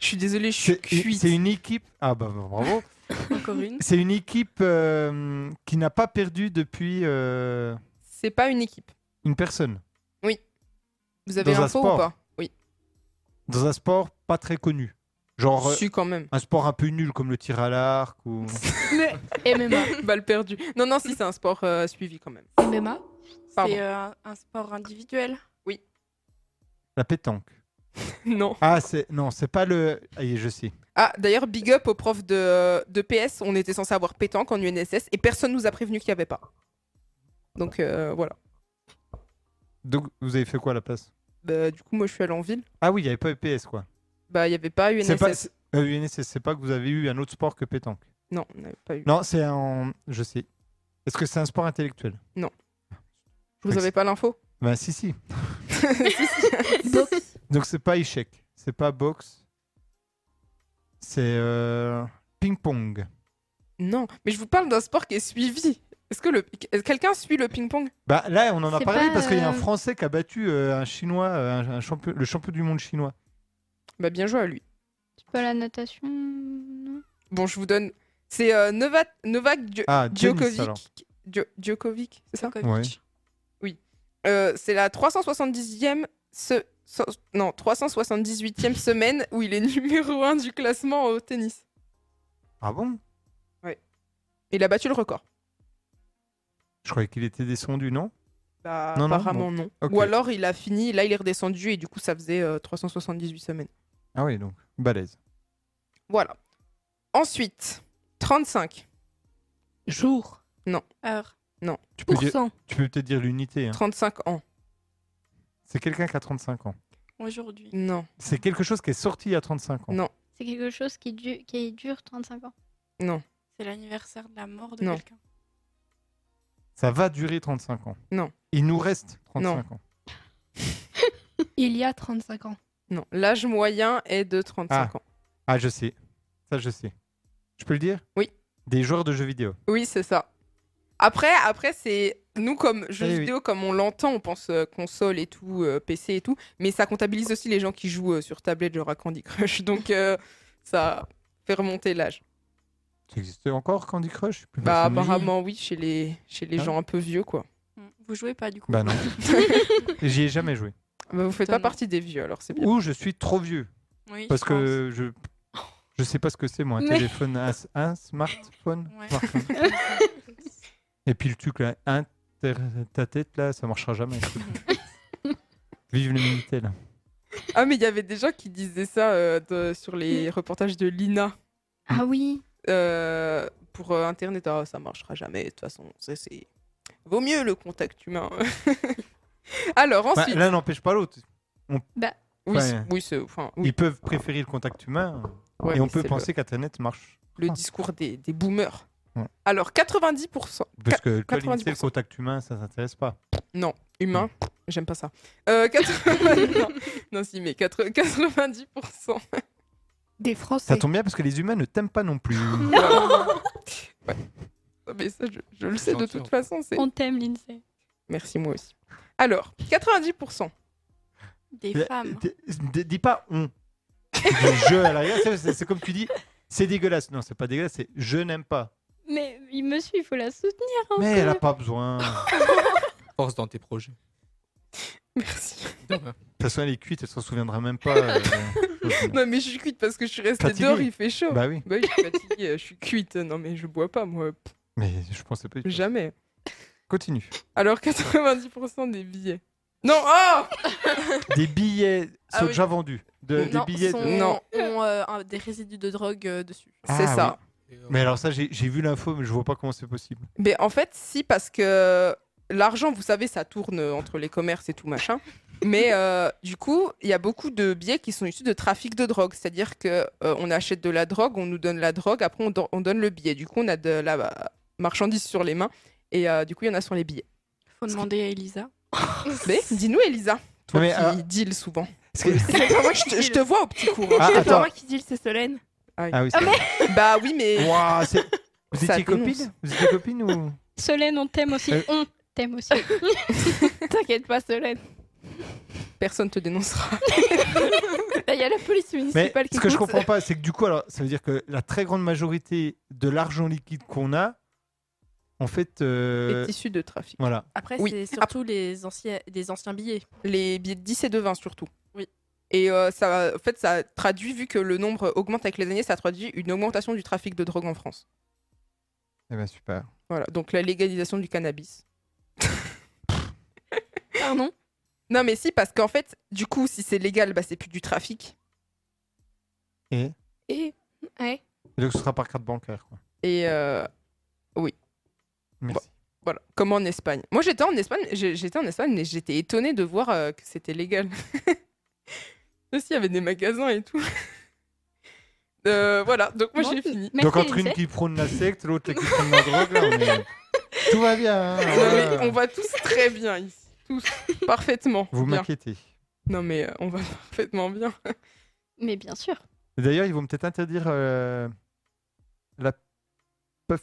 Speaker 3: Je suis désolée, je suis
Speaker 1: C'est
Speaker 3: cuite.
Speaker 1: c'est une équipe. Ah bah bravo.
Speaker 4: Encore une.
Speaker 1: C'est une équipe euh, qui n'a pas perdu depuis euh,
Speaker 3: C'est pas une équipe.
Speaker 1: une personne.
Speaker 3: Vous avez
Speaker 1: Dans un
Speaker 3: l'info
Speaker 1: sport.
Speaker 3: ou pas Oui.
Speaker 1: Dans un sport pas très connu. Genre euh,
Speaker 3: Su quand même.
Speaker 1: un sport un peu nul comme le tir à l'arc ou.
Speaker 7: MMA.
Speaker 3: Balle perdue. Non, non, si c'est un sport euh, suivi quand même.
Speaker 7: MMA.
Speaker 3: Pardon.
Speaker 4: C'est euh, un- un sport individuel.
Speaker 1: La pétanque.
Speaker 3: Non.
Speaker 1: Ah, c'est. Non, c'est pas le. Ah, je sais.
Speaker 3: Ah, d'ailleurs, big up aux profs de, de PS. On était censé avoir pétanque en UNSS et personne nous a prévenu qu'il n'y avait pas. Donc euh, voilà.
Speaker 1: Donc, vous avez fait quoi à la place
Speaker 3: Bah, du coup, moi, je suis allée en ville.
Speaker 1: Ah oui, il n'y avait pas EPS, quoi.
Speaker 3: Bah, il n'y avait pas
Speaker 1: C'est
Speaker 3: UNSS.
Speaker 1: pas. c'est- euh, UNSS, c'est pas que vous avez eu un autre sport que pétanque.
Speaker 3: Non, on n'avait pas eu.
Speaker 1: Non, c'est un. Je sais. Est-ce que c'est un sport intellectuel
Speaker 3: Vous avez pas l'info
Speaker 1: Ben, si, si. Donc, c'est pas échec. C'est pas boxe. C'est. euh, Ping-pong.
Speaker 3: Non, mais je vous parle d'un sport qui est suivi. Est-ce que le... quelqu'un suit le ping-pong
Speaker 1: Bah là, on en a
Speaker 2: C'est
Speaker 1: parlé
Speaker 2: pas,
Speaker 1: parce qu'il y a un
Speaker 2: euh,
Speaker 1: Français qui a battu euh, un Chinois, euh, un, un champion, le champion du monde chinois.
Speaker 3: Bah bien joué à lui.
Speaker 2: C'est pas la natation. non
Speaker 3: Bon, je vous donne. C'est euh, Nova- Novak Djo-
Speaker 1: Ah, Djokovic. alors.
Speaker 3: Djokovic. Djo- Djokovic, c'est ça
Speaker 1: Ouais.
Speaker 3: Euh, C'est la 370e se- so- non 378e semaine où il est numéro 1 du classement au tennis.
Speaker 1: Ah bon
Speaker 3: Il a battu le record.
Speaker 1: Je croyais qu'il était descendu, non
Speaker 3: Bah,
Speaker 1: Non, non,
Speaker 3: apparemment, non.
Speaker 1: Ok.
Speaker 3: Ou alors, il a fini, là, il est redescendu et du coup, ça faisait euh, 378 semaines.
Speaker 1: Ah oui, donc, balèze.
Speaker 3: Voilà. Ensuite, 35.
Speaker 4: Jour.
Speaker 3: Non.
Speaker 4: Heure.
Speaker 1: Tu peux, dire-
Speaker 4: Pourcent.
Speaker 1: tu peux peut-être dire l'unité. hein.
Speaker 3: 35 ans.
Speaker 1: C'est quelqu'un qui a 35 ans.
Speaker 4: Aujourd'hui.
Speaker 3: Non.
Speaker 1: C'est quelque chose qui est sorti il y a 35 ans.
Speaker 3: Non.
Speaker 2: C'est quelque chose qui, du- qui dure 35 ans.
Speaker 4: C'est l'anniversaire de la mort de
Speaker 3: Non.
Speaker 4: quelqu'un.
Speaker 1: Ça va durer 35 ans.
Speaker 3: Non.
Speaker 1: Il nous reste 35 ans.
Speaker 7: Il y a 35 ans.
Speaker 3: Non. L'âge moyen est de 35 ans.
Speaker 1: Ah, je sais. Ça, je sais. Je peux le dire
Speaker 3: Oui.
Speaker 1: Des joueurs de jeux vidéo.
Speaker 3: Oui, c'est ça. Après, après c'est nous comme jeux
Speaker 1: Eh oui.
Speaker 3: vidéo, comme on l'entend, on pense euh, console et tout, euh, PC et tout, mais ça comptabilise aussi les gens qui jouent euh, sur tablette, genre à Candy Crush, donc euh, ça fait remonter l'âge.
Speaker 1: Ça existe encore, Candy Crush Plus
Speaker 3: Bah
Speaker 1: personne ne joue.
Speaker 3: apparemment oui, chez les chez les
Speaker 1: Ah.
Speaker 3: gens un peu vieux quoi.
Speaker 4: Mm. Vous jouez pas du coup
Speaker 1: Bah non. J'y ai jamais joué.
Speaker 3: Bah, vous faites pas
Speaker 4: Étonnant.
Speaker 3: partie des vieux alors c'est bien.
Speaker 1: Ou je suis trop vieux.
Speaker 4: Oui, je
Speaker 1: Parce
Speaker 4: pense.
Speaker 1: que je... Je sais pas ce que c'est, moi, un
Speaker 2: Mais-
Speaker 1: téléphone, un, un smartphone.
Speaker 4: Ouais.
Speaker 1: smartphone. Et puis le truc là, un, ter- ta tête là, ça marchera jamais. ce truc. Vive le Minitel. Bah,
Speaker 3: Ah mais il y avait des gens qui disaient ça euh, de- sur les reportages de Lina
Speaker 2: Ah oui
Speaker 3: euh, pour euh, internet. Ah, ça marchera jamais de toute façon. ça, c'est vaut mieux le contact humain. alors
Speaker 1: Bah,
Speaker 3: ensuite.
Speaker 1: L'un n'empêche pas l'autre.
Speaker 3: Oui,
Speaker 1: Ouais.
Speaker 3: c'est- oui, c'est- enfin, oui.
Speaker 1: Ils peuvent préférer le contact humain
Speaker 3: Ouais,
Speaker 1: et on
Speaker 3: mais
Speaker 1: peut
Speaker 3: c'est
Speaker 1: penser qu'Internet marche.
Speaker 3: le, le
Speaker 1: Ah.
Speaker 3: discours des, des boomers.
Speaker 1: Ouais.
Speaker 3: Alors 90%
Speaker 1: Parce que toi,
Speaker 3: 90%.
Speaker 1: Lindsay, le contact humain, ça t'intéresse pas.
Speaker 3: humains, j'aime pas ça. Euh, 80... non, non, si, mais 80 90%.
Speaker 7: Des
Speaker 1: Ça
Speaker 7: Français.
Speaker 1: tombe bien parce que les humains ne t'aiment pas non plus.
Speaker 3: Mais ça, je, je le sais de
Speaker 5: Gentil, en
Speaker 3: toute façon. c'est-
Speaker 2: On t'aime, Lindsay.
Speaker 3: Merci, moi aussi. Alors, 90%.
Speaker 4: Des
Speaker 1: Euh,
Speaker 4: femmes.
Speaker 1: d- d- Dis pas on. Tu dis je à l'arrière. C'est- C'est c'est comme tu dis, c'est dégueulasse. Non, c'est pas dégueulasse, c'est je n'aime pas.
Speaker 2: Mais il me suit, il faut la soutenir. hein. un
Speaker 1: Mais
Speaker 2: peu.
Speaker 1: elle a pas besoin. De
Speaker 5: Force dans tes projets.
Speaker 3: Merci.
Speaker 5: euh,
Speaker 1: toute façon, elle est cuite, elle s'en souviendra même pas. euh,
Speaker 3: Non, mais je suis cuite parce que je suis restée
Speaker 1: Fatiguée.
Speaker 3: dehors, il fait chaud.
Speaker 1: bah
Speaker 3: Bah.
Speaker 1: oui,
Speaker 3: oui, je suis fatiguée, euh, je suis cuite. Non, mais je bois pas, moi, pff,
Speaker 1: mais je pensais pas. du tout.
Speaker 3: jamais.
Speaker 1: Continue.
Speaker 3: Alors, 90% des billets. Non, oh
Speaker 1: Des billets sont
Speaker 6: Ah oui.
Speaker 1: déjà vendus. De- des
Speaker 6: non,
Speaker 1: billets. de-
Speaker 6: sont-
Speaker 3: Non.
Speaker 6: ont euh, un- des résidus de drogue euh, dessus.
Speaker 1: Ah,
Speaker 3: C'est ça.
Speaker 1: oui. Mais alors ça, j'ai j'ai vu l'info, mais je vois pas comment c'est possible.
Speaker 3: Mais en fait, si, parce que euh, l'argent, vous savez, ça tourne euh, entre les commerces et tout machin. Mais euh, du coup, il y a beaucoup de billets qui sont issus de trafic de drogue. C'est-à-dire que euh, on achète de la drogue, on nous donne la drogue, après on, don- on donne le billet. Du coup, on a de la euh, marchandise sur les mains. Et euh, du coup, il y en a sur les billets.
Speaker 4: Faut demander à Elisa.
Speaker 3: Mais dis-nous, Elisa, toi
Speaker 1: Mais,
Speaker 3: qui
Speaker 1: euh,
Speaker 3: deal souvent.
Speaker 1: Parce que-
Speaker 3: C'est pas moi, je te, je te vois au petit cours. hein.
Speaker 1: Ah,
Speaker 8: C'est pas
Speaker 1: attends.
Speaker 8: moi qui dis, c'est Solène.
Speaker 1: Ah oui, c'est vrai.
Speaker 3: Bah oui, mais
Speaker 1: Ouah, c'est- Vous
Speaker 3: Ça
Speaker 1: étiez
Speaker 3: dénonce.
Speaker 1: copine Vous étiez copine ou
Speaker 2: Solène, on t'aime aussi.
Speaker 1: Euh.
Speaker 2: On t'aime aussi.
Speaker 8: T'inquiète pas, Solène.
Speaker 3: personne te dénoncera.
Speaker 8: Là, Il y a la police
Speaker 1: Mais
Speaker 8: municipale qui
Speaker 1: ce que je
Speaker 8: écoute.
Speaker 1: comprends pas, c'est que du coup, alors, ça veut dire que la très grande majorité de l'argent liquide qu'on a, en fait, euh,
Speaker 3: Est issu de trafic.
Speaker 1: voilà.
Speaker 6: Après,
Speaker 3: Oui.
Speaker 6: c'est
Speaker 1: Ah.
Speaker 6: surtout les anciens, des anciens billets.
Speaker 3: les billets de 10 et de 20 surtout.
Speaker 6: Oui.
Speaker 3: Et euh, ça, en fait, ça traduit, vu que le nombre augmente avec les années, ça traduit une augmentation du trafic de drogue en France.
Speaker 1: Eh ben super.
Speaker 3: Voilà, donc la légalisation du cannabis.
Speaker 8: Pardon
Speaker 3: Non, mais si, parce qu'en fait, du coup, si c'est légal, bah, c'est plus du trafic.
Speaker 1: Et
Speaker 8: Et ouais.
Speaker 1: Et donc ce sera par carte bancaire, quoi.
Speaker 3: Et euh,
Speaker 1: Merci.
Speaker 3: voilà, comme en Espagne. Moi, j'étais en Espagne, j'ai- j'étais en Espagne, mais j'étais étonnée de voir euh, que c'était légal. Aussi, il y avait des magasins et tout. Euh, voilà, donc moi,
Speaker 2: Bon,
Speaker 3: j'ai fini.
Speaker 2: merci,
Speaker 1: donc entre une
Speaker 2: Lindsay.
Speaker 1: qui prône la secte, l'autre qui prône la drogue, là, on est- tout va bien. hein,
Speaker 3: Non, mais
Speaker 1: voilà.
Speaker 3: on va tous très bien ici. Tous parfaitement.
Speaker 1: Vous
Speaker 3: bien.
Speaker 1: m'inquiétez.
Speaker 3: Non, mais euh, on va parfaitement bien.
Speaker 2: Mais bien sûr.
Speaker 1: D'ailleurs, ils vont peut-être interdire euh, la puff.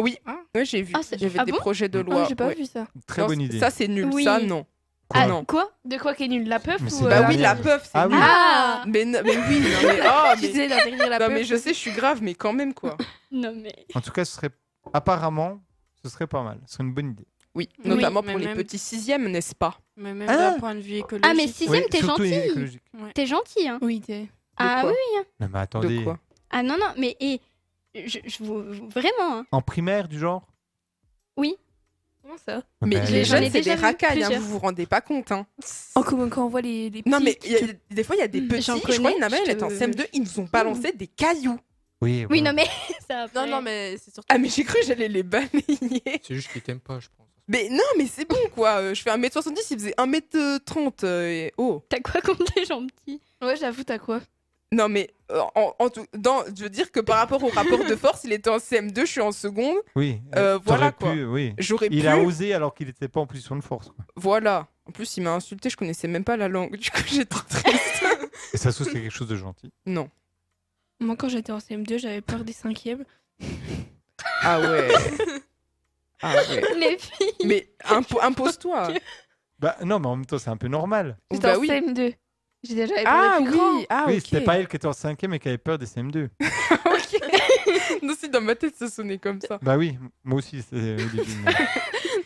Speaker 3: Oui, j'ai vu.
Speaker 2: Ah, c'est-
Speaker 3: Il y avait
Speaker 2: ah
Speaker 3: des
Speaker 2: bon
Speaker 3: projets de
Speaker 8: Oh,
Speaker 3: loi.
Speaker 8: j'ai pas
Speaker 3: ouais.
Speaker 8: vu ça.
Speaker 1: Très
Speaker 3: Non,
Speaker 1: bonne
Speaker 3: c-
Speaker 1: idée.
Speaker 3: Ça, c'est nul.
Speaker 2: Oui.
Speaker 3: Ça, non.
Speaker 1: Quoi
Speaker 8: Ah,
Speaker 3: non.
Speaker 8: quoi De quoi qu'est nulle la puff
Speaker 1: Mais
Speaker 8: ou
Speaker 1: c'est
Speaker 8: euh,
Speaker 3: Bah
Speaker 1: Ah,
Speaker 3: oui, la
Speaker 1: merde.
Speaker 3: peuf, c'est
Speaker 1: Ah oui. oh,
Speaker 3: nul.
Speaker 8: Ah
Speaker 3: Mais, n- mais oui, non, mais, ah,
Speaker 8: Tu
Speaker 3: mais-
Speaker 8: disais d'interdire la
Speaker 3: non,
Speaker 8: puff.
Speaker 3: mais je sais, je suis grave, mais quand même, quoi.
Speaker 2: Non, mais.
Speaker 1: En tout cas, ce serait apparemment, ce serait pas mal. Ce serait une bonne idée.
Speaker 3: Oui,
Speaker 4: Oui,
Speaker 3: notamment
Speaker 4: mais
Speaker 3: pour les
Speaker 4: même-
Speaker 3: petits sixièmes, n'est-ce pas
Speaker 4: Mais même
Speaker 1: Ah.
Speaker 4: d'un point de vue écologique.
Speaker 2: Ah, mais sixième,
Speaker 1: Oui,
Speaker 2: t'es
Speaker 1: surtout
Speaker 2: gentil.
Speaker 1: écologique.
Speaker 2: T'es gentil, hein.
Speaker 7: Oui, t'es.
Speaker 2: Ah
Speaker 3: quoi
Speaker 2: oui.
Speaker 1: Non mais
Speaker 3: De
Speaker 1: attendez.
Speaker 3: quoi
Speaker 2: Ah non, non, mais et Je, je vous- vraiment, hein.
Speaker 1: En primaire, du genre
Speaker 2: oui.
Speaker 8: Comment ça
Speaker 3: Mais
Speaker 1: Ben,
Speaker 3: les
Speaker 2: j'en ai
Speaker 3: jeunes, c'est des
Speaker 2: déjà vu
Speaker 3: racailles, hein,
Speaker 2: plusieurs.
Speaker 3: vous vous rendez pas compte. hein.
Speaker 8: Encore quand on voit les, les
Speaker 3: Non,
Speaker 8: petits
Speaker 3: mais
Speaker 8: qui-
Speaker 3: il y a- des fois, il y a des
Speaker 2: J'en
Speaker 3: petits. je crois
Speaker 2: connais,
Speaker 3: qu'il y en a même,
Speaker 2: je
Speaker 3: elle est en
Speaker 2: te-
Speaker 3: CM2, ils nous ont balancé des cailloux.
Speaker 1: Oui.
Speaker 2: Oui,
Speaker 1: voilà.
Speaker 2: non, mais ça
Speaker 6: Non,
Speaker 2: après.
Speaker 6: non, mais c'est surtout.
Speaker 3: Ah, mais j'ai cru que j'allais les balayer.
Speaker 5: C'est juste qu'ils t'aiment pas, je pense.
Speaker 3: Mais non, mais c'est bon, quoi. Euh, Je fais 1m70, il faisait 1m30. euh, et... Oh.
Speaker 2: T'as quoi contre les gens petits
Speaker 8: Ouais, j'avoue, t'as quoi
Speaker 3: Non, mais euh, en, en tout... Dans... je veux dire que par rapport au rapport de force, il était en CM2, je suis en seconde.
Speaker 1: Oui.
Speaker 3: Euh, voilà,
Speaker 1: t'aurais pu, oui.
Speaker 3: J'aurais pu.
Speaker 1: Il a osé alors qu'il n'était pas en position de force. quoi.
Speaker 3: Voilà. En plus, il m'a insulté, je connaissais même pas la langue. Du coup, j'étais triste.
Speaker 1: Et ça c'est quelque chose de gentil.
Speaker 3: non.
Speaker 8: Moi, quand j'étais en CM2, j'avais peur des cinquièmes.
Speaker 3: Ah ouais. ah ouais.
Speaker 2: Les filles
Speaker 3: Mais impo- impose-toi.
Speaker 1: Bah non, mais en même temps, c'est un peu normal.
Speaker 8: J'étais
Speaker 3: Bah
Speaker 8: en
Speaker 3: oui.
Speaker 8: CM2. J'ai déjà j'avais peur
Speaker 3: Ah
Speaker 8: des plus grands.
Speaker 3: oui, ah
Speaker 1: oui,
Speaker 3: ok.
Speaker 1: c'était pas elle qui était en cinquième et qui avait peur des CM2.
Speaker 3: Non, si dans ma tête ça sonnait comme ça.
Speaker 1: bah oui, moi aussi. c'est au début, mais-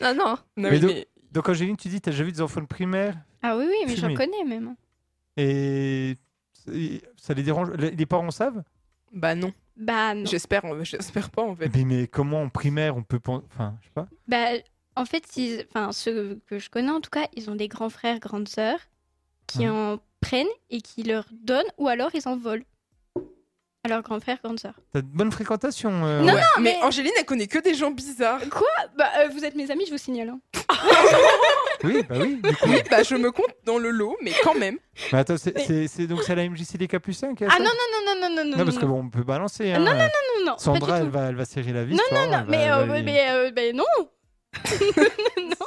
Speaker 8: Non, non.
Speaker 3: Non,
Speaker 1: Mais
Speaker 3: mais
Speaker 1: donc-
Speaker 3: mais-
Speaker 1: Donc Angéline, tu dis, t'as déjà vu des enfants de primaire
Speaker 2: Ah oui, oui, mais j'en
Speaker 1: Fumer.
Speaker 2: connais même.
Speaker 1: et et ça les dérange. Les les parents savent
Speaker 3: Bah non,
Speaker 2: Bah, non.
Speaker 3: j'espère, euh, j'espère pas en fait.
Speaker 1: mais, mais comment en primaire on peut penser Enfin, je sais pas.
Speaker 2: Bah, en fait, ils- enfin, ceux que je connais en tout cas, ils ont des grands frères, grandes sœurs qui
Speaker 1: Mhm.
Speaker 2: en prennent et qui leur donnent ou alors ils en volent à leurs grands frères, grandes sœurs.
Speaker 1: T'as de bonnes fréquentations. euh,
Speaker 2: Non,
Speaker 3: Ouais, mais...
Speaker 2: mais-
Speaker 3: Angéline, elle connaît que des gens bizarres.
Speaker 2: Ah, bah, euh, vous êtes mes amis, je vous signale. hein.
Speaker 1: Oui, bah oui. du coup.
Speaker 3: Oui, bah je me compte dans le lot, mais quand même.
Speaker 1: Mais attends, c'est c'est- c'est- donc c'est la MJC des Capucins qui a
Speaker 2: Ah
Speaker 1: hein, ça
Speaker 2: non, non, non, non, non, non,
Speaker 1: Non, parce
Speaker 2: non,
Speaker 1: que bon, on peut balancer.
Speaker 2: Ah, non,
Speaker 1: hein.
Speaker 2: non, non,
Speaker 1: Sandra,
Speaker 2: pas
Speaker 1: elle
Speaker 2: du tout.
Speaker 1: va, elle va serrer la vis.
Speaker 2: Non,
Speaker 1: toi, elle va-
Speaker 2: Mais, euh,
Speaker 1: elle va les-
Speaker 2: mais, euh, ben non Non,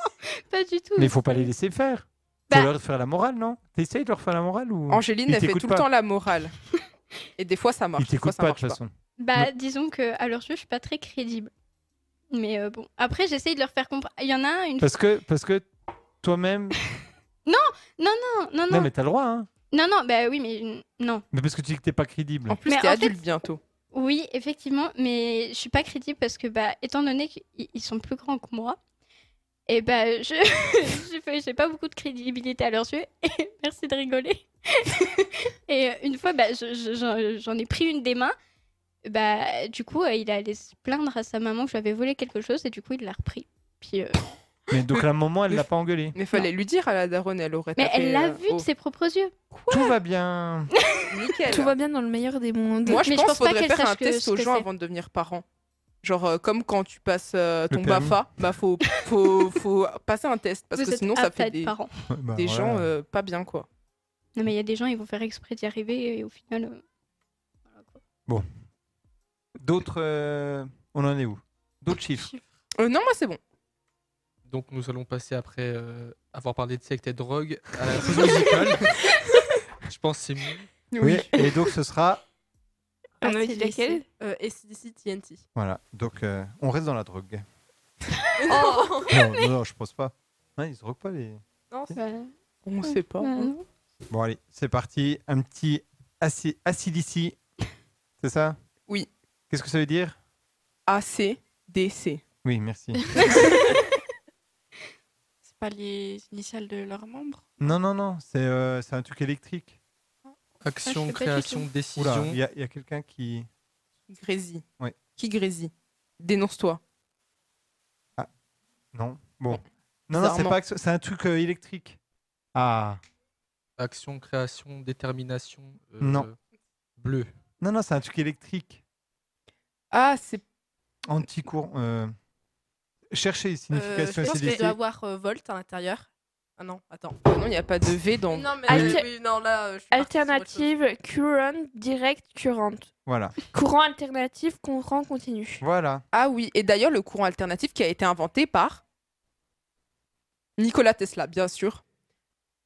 Speaker 2: pas du tout.
Speaker 1: Mais il faut pas les laisser faire. Faut
Speaker 2: Bah-
Speaker 1: leur faire la morale, non T'essayes de leur faire la morale ou
Speaker 3: Angéline,
Speaker 1: Ils
Speaker 3: elle fait
Speaker 1: t'écoutent
Speaker 3: tout
Speaker 1: pas.
Speaker 3: le temps la morale. Et des fois ça marche.
Speaker 1: Ils
Speaker 3: des
Speaker 1: t'écoutent
Speaker 3: fois, ça
Speaker 1: pas de
Speaker 3: marche
Speaker 1: toute façon.
Speaker 2: Bah, disons que à leurs yeux, je suis pas très crédible. Mais euh, bon, après, j'essaye de leur faire comprendre. Il y en a un, une.
Speaker 1: Parce que, parce que toi-même.
Speaker 3: Ah
Speaker 2: Non, non,
Speaker 1: non,
Speaker 2: non,
Speaker 1: mais t'as le droit, hein.
Speaker 2: non, non, bah oui, mais non.
Speaker 1: Mais parce que tu dis que t'es pas crédible.
Speaker 3: En plus,
Speaker 2: Mais
Speaker 3: t'es
Speaker 2: en
Speaker 3: adulte bientôt.
Speaker 2: Oui, effectivement, mais je suis pas crédible parce que, bah, étant donné qu'ils ils sont plus grands que moi, et bah, je je fais- j'ai pas beaucoup de crédibilité à leurs yeux. Et merci de rigoler. et euh, une fois, bah, je- je- j'en j'en ai pris une des mains. Bah, du coup, euh, il allait se plaindre à sa maman que j'avais volé quelque chose et du coup, il l'a repris. Puis, euh,
Speaker 1: Mais donc, à un moment, elle l'a pas engueulé.
Speaker 3: Mais fallait lui dire à la daronne, elle aurait
Speaker 2: Mais
Speaker 3: tapé,
Speaker 2: elle l'a
Speaker 3: euh,
Speaker 2: vu
Speaker 3: oh,
Speaker 2: de ses propres yeux.
Speaker 1: Tout va bien.
Speaker 3: nickel.
Speaker 8: Tout va bien dans le meilleur des mondes.
Speaker 3: Moi, je
Speaker 2: Mais je
Speaker 3: pense qu'il
Speaker 2: pense pas
Speaker 3: faudrait
Speaker 2: qu'elle
Speaker 3: faire un
Speaker 2: sache que-
Speaker 3: test
Speaker 2: ce
Speaker 3: aux
Speaker 2: que
Speaker 3: gens
Speaker 2: c'est.
Speaker 3: avant de devenir parent. Genre, euh, comme quand tu passes euh, ton
Speaker 1: Le permis.
Speaker 3: BAFA, bah faut, faut, faut passer un test parce
Speaker 2: Vous
Speaker 3: que
Speaker 2: êtes
Speaker 3: sinon ça
Speaker 2: aptes à
Speaker 3: fait
Speaker 2: être
Speaker 3: des,
Speaker 2: parents.
Speaker 1: Bah,
Speaker 3: des
Speaker 1: voilà.
Speaker 3: gens euh, pas bien quoi.
Speaker 2: Non, mais il y a des gens, ils vont faire exprès d'y arriver et au final. euh, voilà, quoi.
Speaker 1: D'autres. euh, On en est où D'autres chiffres.
Speaker 3: Euh, non, moi c'est bon.
Speaker 5: Donc nous allons passer après euh, avoir parlé de secte et de drogue à la pause musicale. je pense que c'est mieux.
Speaker 1: Oui. Et donc, ce sera.
Speaker 8: On avait dit laquelle
Speaker 6: euh, ACDC TNT.
Speaker 1: Voilà. Donc, euh, on reste dans la drogue.
Speaker 6: Oh
Speaker 1: Non, non, non, je pense pas. Hein, ils se droguent pas les.
Speaker 6: non, c'est-
Speaker 2: Bah,
Speaker 3: On sait pas.
Speaker 2: bah, non.
Speaker 1: Bon, allez, c'est parti. Un petit acide ici. C'est ça
Speaker 3: Oui.
Speaker 1: Qu'est-ce que ça veut dire
Speaker 3: A, C, D, C.
Speaker 1: Oui, merci.
Speaker 4: C'est pas les initiales de leurs membres
Speaker 1: non, non, non, c'est euh, c'est un truc électrique.
Speaker 5: Action,
Speaker 2: Ah, fais pas du
Speaker 5: création,
Speaker 1: Oula,
Speaker 5: décision.
Speaker 1: il y a, il y a quelqu'un qui.
Speaker 3: Grésille.
Speaker 1: Ouais.
Speaker 3: Qui grésille Dénonce-toi.
Speaker 1: Non, bon. Non, non, c'est
Speaker 3: Bizarrement.
Speaker 1: pas. action- C'est un truc euh, électrique. Ah.
Speaker 5: Action, création, détermination. euh,
Speaker 1: Non.
Speaker 5: Bleu.
Speaker 1: Non, non, c'est un truc électrique.
Speaker 3: Ah, c'est.
Speaker 1: Anti-courant. euh, Cherchez
Speaker 6: Euh, je
Speaker 1: signification
Speaker 6: pense qu'il
Speaker 1: ACDC.
Speaker 6: doit avoir euh, Volt à l'intérieur. Ah non, attends.
Speaker 3: Ah Non, il n'y a pas de V dans.
Speaker 6: Non, mais
Speaker 8: Alter-
Speaker 6: oui, non, là, euh, je suis partie sur autre
Speaker 8: Alternative, current, direct, current.
Speaker 1: Voilà.
Speaker 8: Courant alternatif, courant continu.
Speaker 1: Voilà.
Speaker 3: Ah oui, et d'ailleurs, le courant alternatif qui a été inventé par. Nikola Tesla, bien sûr.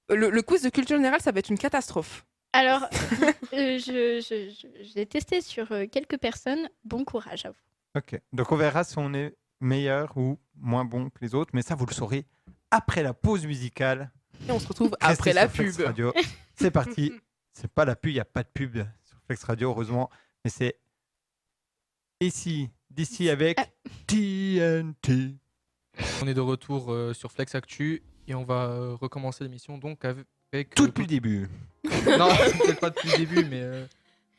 Speaker 3: Euh, Le, le quiz de culture générale, ça va être une catastrophe.
Speaker 2: Alors, euh, je, je, je- je l'ai testé sur euh, quelques personnes. Bon courage à vous.
Speaker 1: Ok. Donc, on verra si on est meilleur ou moins bon que les autres, mais ça, vous le saurez après la pause musicale.
Speaker 3: Et on se retrouve
Speaker 1: Restez
Speaker 3: après la
Speaker 1: sur Flex
Speaker 3: pub.
Speaker 1: Radio. C'est parti. C'est pas la pub, il n'y a pas de pub sur Flex Radio, heureusement. Mais c'est ici, d'ici avec
Speaker 2: Ah.
Speaker 1: TNT.
Speaker 5: On est de retour euh, sur Flex Actu et on va euh, recommencer l'émission donc avec.
Speaker 1: Tout
Speaker 5: euh,
Speaker 1: depuis le début.
Speaker 5: Non, peut-être pas depuis le début, mais euh,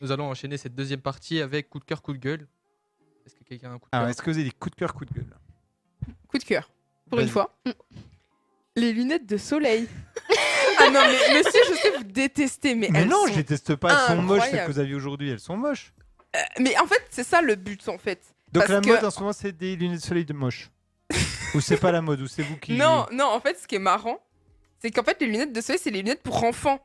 Speaker 5: nous allons enchaîner cette deuxième partie avec coup de cœur, coup de gueule. Est-ce que quelqu'un a un coup de
Speaker 1: Alors,
Speaker 5: cœur
Speaker 1: Ah est-ce que vous avez des coups de cœur, coups de gueule
Speaker 3: Coup de cœur, pour une
Speaker 1: Vas-y.
Speaker 3: fois. Les lunettes de soleil. ah non, mais monsieur, je sais vous détestez, mais,
Speaker 1: Mais
Speaker 3: elles
Speaker 1: non,
Speaker 3: sont-
Speaker 1: je les teste pas. Elles sont moches, celles que
Speaker 3: incroyables.
Speaker 1: vous aviez aujourd'hui. Elles sont moches.
Speaker 3: Mais en fait, c'est ça le but, en fait.
Speaker 1: Donc
Speaker 3: Parce
Speaker 1: la
Speaker 3: que-
Speaker 1: mode en ce moment, c'est des lunettes de soleil de moche. ou c'est pas la mode, ou c'est vous qui.
Speaker 3: Non, non, en fait, ce qui est marrant, c'est qu'en fait, les lunettes de soleil, c'est les lunettes pour enfants,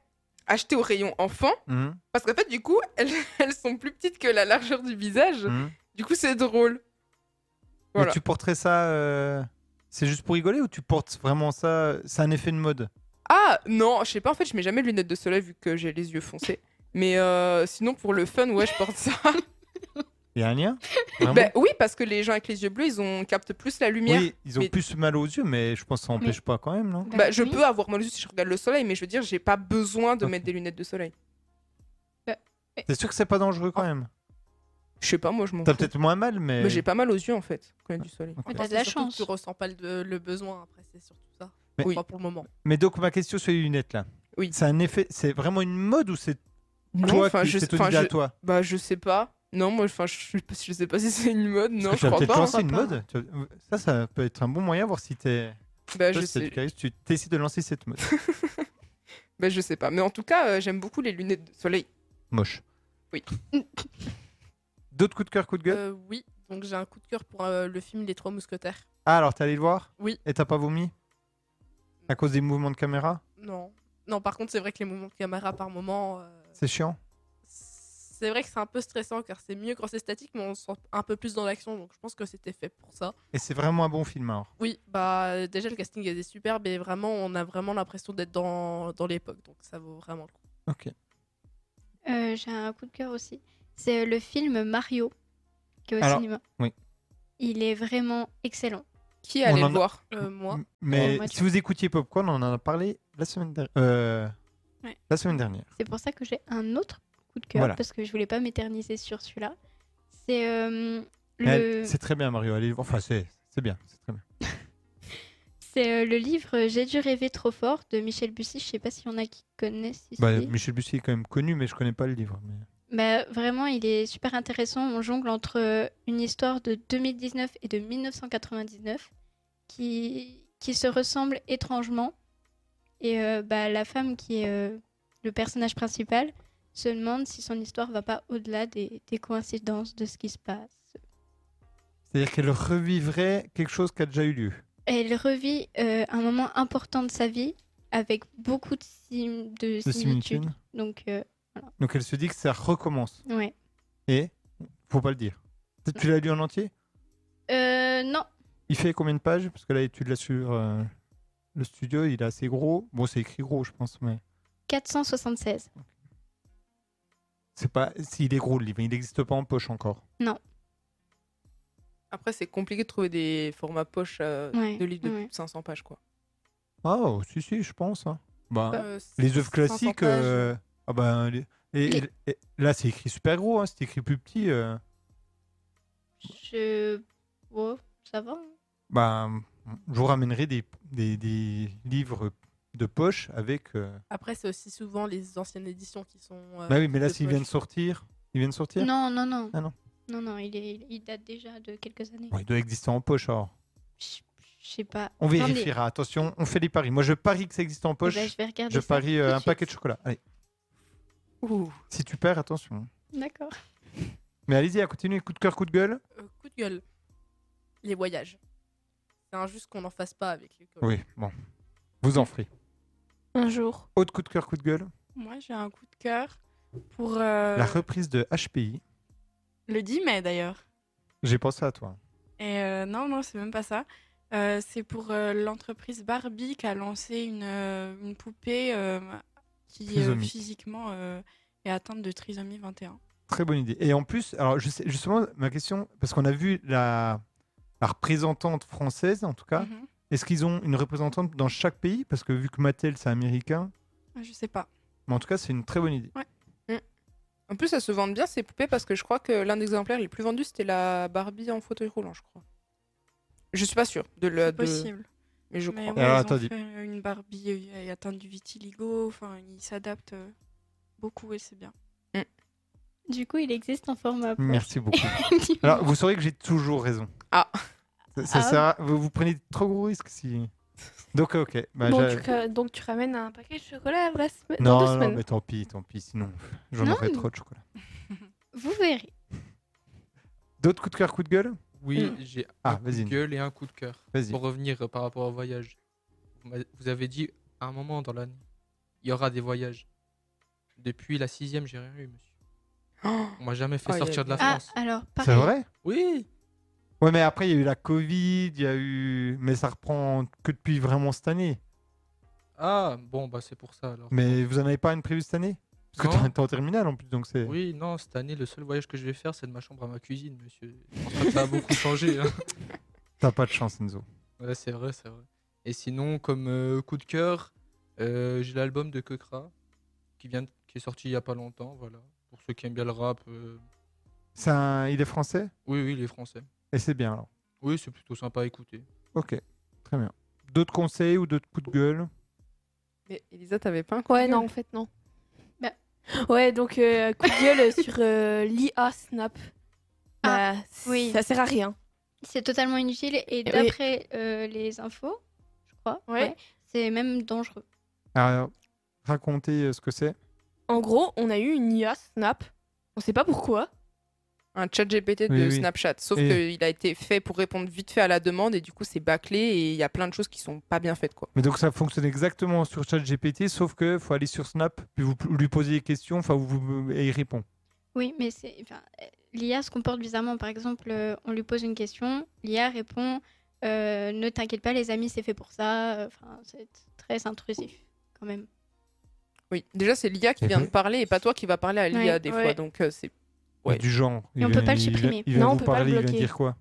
Speaker 3: achetées au rayon enfants.
Speaker 1: Mhm,
Speaker 3: Parce qu'en fait, du coup, elles, elles sont plus petites que la largeur du visage.
Speaker 1: mhm.
Speaker 3: Du coup, c'est drôle. Voilà.
Speaker 1: Mais tu porterais ça. euh, C'est juste pour rigoler ou tu portes vraiment ça C'est un effet de mode.
Speaker 3: Ah non, je sais pas, en fait, je mets jamais de lunettes de soleil vu que j'ai les yeux foncés. Mais euh, sinon, pour le fun, ouais, je porte ça.
Speaker 1: Il y a un lien Vraiment
Speaker 3: Bah oui, parce que les gens avec les yeux bleus, ils ont captent plus la lumière.
Speaker 1: Ah Oui, ils ont
Speaker 3: mais-
Speaker 1: plus mal aux yeux, mais je pense que ça n'empêche pas quand même, non
Speaker 3: Bah, je
Speaker 2: oui.
Speaker 3: peux avoir mal aux yeux si je regarde le soleil, mais je veux dire, j'ai pas besoin de mettre des lunettes de soleil.
Speaker 1: C'est sûr que c'est pas dangereux quand même.
Speaker 3: Je sais pas, moi, je m'en
Speaker 1: T'as
Speaker 3: fous.
Speaker 1: peut-être moins mal, mais.
Speaker 3: Mais Ah. j'ai pas mal aux yeux en fait quand il y a du soleil.
Speaker 2: Mais
Speaker 6: Enfin,
Speaker 2: t'as de
Speaker 6: c'est
Speaker 2: la
Speaker 6: surtout que
Speaker 2: chance.
Speaker 6: Tu ressens pas le, le besoin après, c'est surtout ça.
Speaker 1: Mais-
Speaker 6: Enfin, pour le moment.
Speaker 1: Mais donc ma question sur les lunettes là.
Speaker 3: Oui.
Speaker 1: C'est un effet. C'est vraiment une mode ou c'est
Speaker 3: Non,
Speaker 1: toi
Speaker 3: enfin,
Speaker 1: qui
Speaker 3: je,
Speaker 1: c'est ton
Speaker 3: enfin,
Speaker 1: idée à
Speaker 3: je-
Speaker 1: toi
Speaker 3: bah je sais pas. Non, moi, enfin, je, sais pas- je sais pas si c'est une mode. Non,
Speaker 1: Parce que
Speaker 3: je
Speaker 1: Tu as
Speaker 3: crois
Speaker 1: peut-être
Speaker 3: pas. hein.
Speaker 1: lancé une mode. Tu vois, Ça, ça peut être un bon moyen voir si t'es. toi,
Speaker 3: Bah, je
Speaker 1: si t'es
Speaker 3: sais.
Speaker 1: éducatrice, Tu t'essayes de lancer cette mode.
Speaker 3: Bah, je sais pas. Mais en tout cas, euh, j'aime beaucoup les lunettes de soleil.
Speaker 1: Moche.
Speaker 3: Oui.
Speaker 1: D'autres coups de cœur, coups de gueule
Speaker 6: Euh, oui, donc j'ai un coup de cœur pour euh, le film Les Trois Mousquetaires.
Speaker 1: Ah, alors t'es allé le voir
Speaker 6: Oui.
Speaker 1: Et t'as pas vomi À cause des mouvements de caméra
Speaker 6: Non. Non, par contre, c'est vrai que les moments de caméra par moment, euh,
Speaker 1: C'est chiant.
Speaker 6: c'est vrai que c'est un peu stressant car c'est mieux quand c'est statique, mais on se sent un peu plus dans l'action. Donc je pense que c'était fait pour ça.
Speaker 1: Et c'est vraiment un bon film alors.
Speaker 6: Oui, bah euh, déjà le casting était superbe et vraiment on a vraiment l'impression d'être dans, dans l'époque, donc ça vaut vraiment le coup.
Speaker 1: Ok.
Speaker 2: Euh, J'ai un coup de cœur aussi. C'est euh, le film Mario qui est au
Speaker 1: Alors,
Speaker 2: cinéma.
Speaker 1: oui.
Speaker 2: Il est vraiment excellent.
Speaker 3: Qui est
Speaker 1: On
Speaker 3: allé
Speaker 1: en
Speaker 3: le
Speaker 1: a-
Speaker 3: voir
Speaker 6: Euh, moi,
Speaker 1: M- Mais
Speaker 2: Oh, moi,
Speaker 1: si
Speaker 2: tu-
Speaker 1: vous écoutiez Popcorn, on en a parlé la semaine dernière. Euh,
Speaker 2: Ouais.
Speaker 1: La semaine dernière.
Speaker 2: C'est pour ça que j'ai un autre coup de cœur
Speaker 1: Voilà.
Speaker 2: parce que je voulais pas m'éterniser sur celui-là. C'est euh,
Speaker 1: Elle-
Speaker 2: le
Speaker 1: C'est très bien Mario. Allez, enfin c'est c'est bien, c'est très bien.
Speaker 2: c'est euh, le livre J'ai dû rêver trop fort de Michel Bussy. Je sais pas s'il y en a qui connaissent. ici.
Speaker 1: Bah, Michel Bussy est quand même connu, mais je connais pas le livre. mais-
Speaker 2: Bah, vraiment, il est super intéressant. On jongle entre euh, une histoire de 2019 et de 1999 qui, qui se ressemblent étrangement. Et euh, bah, la femme qui est euh, le personnage principal se demande si son histoire va pas au-delà des, des coïncidences de ce qui se passe.
Speaker 1: C'est-à-dire qu'elle revivrait quelque chose qui a déjà eu lieu.
Speaker 2: Elle revit euh, un moment important de sa vie avec beaucoup de, sim- de
Speaker 1: De
Speaker 2: similitudes.
Speaker 1: similitude.
Speaker 2: Donc, euh,
Speaker 1: Donc elle se dit que ça recommence.
Speaker 2: ouais.
Speaker 1: Et faut pas le dire. Peut-être tu l'as lu en entier
Speaker 2: Euh, non,
Speaker 1: Il fait combien de pages Parce que là, tu l'as sur euh, le studio, il est assez gros. Bon, c'est écrit gros, je pense, mais
Speaker 2: 476.
Speaker 1: c'est pas. S'il est gros, le livre, il n'existe pas en poche encore.
Speaker 3: Après, c'est compliqué de trouver des formats poche euh,
Speaker 2: Ouais,
Speaker 3: de livres de
Speaker 2: ouais.
Speaker 3: 500 pages quoi.
Speaker 1: Ah, oh, si, si, je pense. hein. Bah,
Speaker 6: euh,
Speaker 1: les œuvres
Speaker 6: 500
Speaker 1: classiques.
Speaker 6: pages.
Speaker 1: euh, Ah ben, les- et, et- et là, c'est écrit super gros. hein, C'est écrit plus petit. euh,
Speaker 2: Je. Ouais, ça va. hein.
Speaker 1: Bah, je vous ramènerai des, des, des livres de poche avec. euh,
Speaker 6: Après, c'est aussi souvent les anciennes éditions qui sont. euh,
Speaker 1: Bah oui, mais là,
Speaker 6: de
Speaker 1: s'ils
Speaker 6: poche.
Speaker 1: viennent sortir, ils viennent sortir.
Speaker 2: Non, non, non.
Speaker 1: Ah non.
Speaker 2: Non, non, il, est, il date déjà de quelques années.
Speaker 1: Bon, il doit exister en poche. Alors,
Speaker 2: Je je sais pas.
Speaker 1: on
Speaker 2: Attendez.
Speaker 1: vérifiera. Attention, on fait les paris. Moi, je parie que ça existe en
Speaker 2: Eh ben,
Speaker 1: poche.
Speaker 2: je vais regarder.
Speaker 1: Je
Speaker 2: ça
Speaker 1: parie euh,
Speaker 2: tout de
Speaker 1: un
Speaker 2: suite.
Speaker 1: paquet de chocolat. Allez,
Speaker 3: Ouh.
Speaker 1: si tu perds, attention.
Speaker 2: D'accord.
Speaker 1: Mais allez-y, à continuer. Coup de cœur, coup de gueule.
Speaker 6: Euh, coup de gueule. Les voyages. C'est injuste qu'on n'en fasse pas avec les
Speaker 1: Oui, bon. Vous en ferez.
Speaker 8: Un jour.
Speaker 1: Autre coup de cœur, coup de gueule.
Speaker 4: Moi, j'ai un coup de cœur pour euh,
Speaker 1: La reprise de HPI.
Speaker 4: le 10 mai d'ailleurs.
Speaker 1: J'ai pensé à toi.
Speaker 4: Et euh, non, non, c'est même pas ça. Euh, c'est pour euh, l'entreprise Barbie qui a lancé une, euh, une poupée euh, qui euh,
Speaker 1: Trisomie.
Speaker 4: physiquement euh, est atteinte de trisomie 21.
Speaker 1: Très bonne idée. Et en plus, alors je sais, justement, ma question, parce qu'on a vu la, la représentante française, en tout cas.
Speaker 4: Mhm.
Speaker 1: Est-ce qu'ils ont une représentante dans chaque pays Parce que vu que Mattel, c'est américain.
Speaker 4: Ah, Je sais pas.
Speaker 1: Mais en tout cas, c'est une très bonne idée.
Speaker 3: En plus, ça se vend bien ces poupées parce que je crois que l'un des exemplaires les plus vendus c'était la Barbie en fauteuil roulant, je crois. Je suis pas sûre de le.
Speaker 4: C'est
Speaker 3: de-
Speaker 4: possible.
Speaker 3: Mais je
Speaker 4: Mais
Speaker 3: crois.
Speaker 4: ouais,
Speaker 1: Alors,
Speaker 4: ils ont
Speaker 1: attendez.
Speaker 4: fait une Barbie euh, atteinte du vitiligo. Enfin, ils s'adaptent euh, beaucoup et c'est bien.
Speaker 2: Du coup, il existe en format. pro.
Speaker 1: Merci beaucoup. Alors, vous saurez que j'ai toujours raison.
Speaker 3: Ah.
Speaker 1: Ça, ça
Speaker 2: Ah.
Speaker 1: sert à- vous, vous prenez de trop gros risques si. Donc, ok. bah,
Speaker 8: donc,
Speaker 1: j'a-
Speaker 8: tu, ra- donc tu ramènes un paquet de chocolat la semaine
Speaker 1: non,
Speaker 8: dans deux
Speaker 1: non,
Speaker 8: semaines.
Speaker 1: mais tant pis, tant pis. Sinon, j'en
Speaker 2: Non,
Speaker 1: aurais
Speaker 2: mais-
Speaker 1: trop de chocolat.
Speaker 2: Vous verrez.
Speaker 1: D'autres coups de cœur, coups de gueule
Speaker 5: Oui, j'ai
Speaker 1: Ah,
Speaker 5: un coup de
Speaker 1: vas-y.
Speaker 5: gueule et un coup de cœur.
Speaker 1: Vas-y.
Speaker 5: Pour revenir euh, par rapport au voyage, vous m'a- vous avez dit à un moment dans l'année, il y aura des voyages. Depuis la sixième, j'ai rien eu, monsieur.
Speaker 1: Ah.
Speaker 3: Oh
Speaker 5: On m'a jamais fait
Speaker 3: Aïe,
Speaker 5: sortir
Speaker 3: aïe,
Speaker 5: de la
Speaker 2: Ah,
Speaker 5: France.
Speaker 2: alors,
Speaker 1: C'est
Speaker 2: pareil.
Speaker 1: vrai
Speaker 5: Oui.
Speaker 1: Ouais, mais après, il y a eu la Covid, il y a eu. Mais ça reprend que depuis vraiment cette année.
Speaker 5: Ah, bon, bah c'est pour ça alors.
Speaker 1: Mais vous en avez pas une prévue cette année Parce que
Speaker 5: Non.
Speaker 1: t'es en- t'es en terminale en plus, donc c'est.
Speaker 5: Oui, non, cette année, le seul voyage que je vais faire, c'est de ma chambre à ma cuisine, monsieur. Je pense pas que ça a beaucoup changé. hein.
Speaker 1: T'as pas de chance, Enzo.
Speaker 5: Ouais, c'est vrai, c'est vrai. Et sinon, comme euh, coup de cœur, euh, j'ai l'album de Kekra qui, vient de- qui est sorti il y a pas longtemps. Voilà. Pour ceux qui aiment bien le rap, euh,
Speaker 1: C'est un- Il est français
Speaker 5: oui, oui, il est français.
Speaker 1: Et c'est bien alors.
Speaker 5: Oui, c'est plutôt sympa à écouter.
Speaker 1: Ok, très bien. D'autres conseils ou d'autres coups de gueule
Speaker 3: Mais Elisa, t'avais pas un coup de
Speaker 8: Ouais,
Speaker 3: gueule
Speaker 8: non, en fait, non.
Speaker 2: Bah.
Speaker 8: Ouais, donc euh, coup de gueule sur euh, l'IA Snap.
Speaker 2: Ah,
Speaker 8: Bah, c-
Speaker 2: oui.
Speaker 8: Ça sert à rien.
Speaker 2: C'est totalement inutile et d'après euh, les infos, je crois,
Speaker 8: Ouais.
Speaker 2: ouais, c'est même dangereux.
Speaker 1: Alors, racontez euh, ce que c'est.
Speaker 8: En gros, on a eu une IA Snap. On sait pas pourquoi.
Speaker 3: Un chat GPT de
Speaker 1: Oui, oui.
Speaker 3: Snapchat. Sauf
Speaker 1: Et-
Speaker 3: qu'il a été fait pour répondre vite fait à la demande et du coup, c'est bâclé et il y a plein de choses qui sont pas bien faites, quoi.
Speaker 1: Mais donc ça fonctionne exactement sur ChatGPT, sauf que faut aller sur Snap, puis vous lui posez des questions, enfin vous, vous- et il répond.
Speaker 2: Oui, mais c'est, enfin, euh, l'IA se comporte bizarrement. Par exemple, euh, on lui pose une question, l'IA répond euh, Ne t'inquiète pas, les amis, c'est fait pour ça. Euh, Enfin, c'est très intrusif quand même.
Speaker 3: Oui. Déjà, c'est l'IA qui
Speaker 1: Et
Speaker 3: vient
Speaker 1: oui.
Speaker 3: de parler et pas toi qui va parler à l'IA
Speaker 2: Ouais,
Speaker 3: des
Speaker 8: ouais.
Speaker 3: fois. Donc, euh, c'est.
Speaker 1: Ouais.
Speaker 3: Ouais.
Speaker 1: Du genre.
Speaker 2: Et on
Speaker 1: Il
Speaker 2: peut
Speaker 1: vient-
Speaker 2: pas le
Speaker 1: il vient-
Speaker 2: supprimer.
Speaker 1: Il va
Speaker 8: Non, on
Speaker 1: vous
Speaker 8: peut pas le
Speaker 1: parler, il vient
Speaker 8: bloquer.
Speaker 1: dire quoi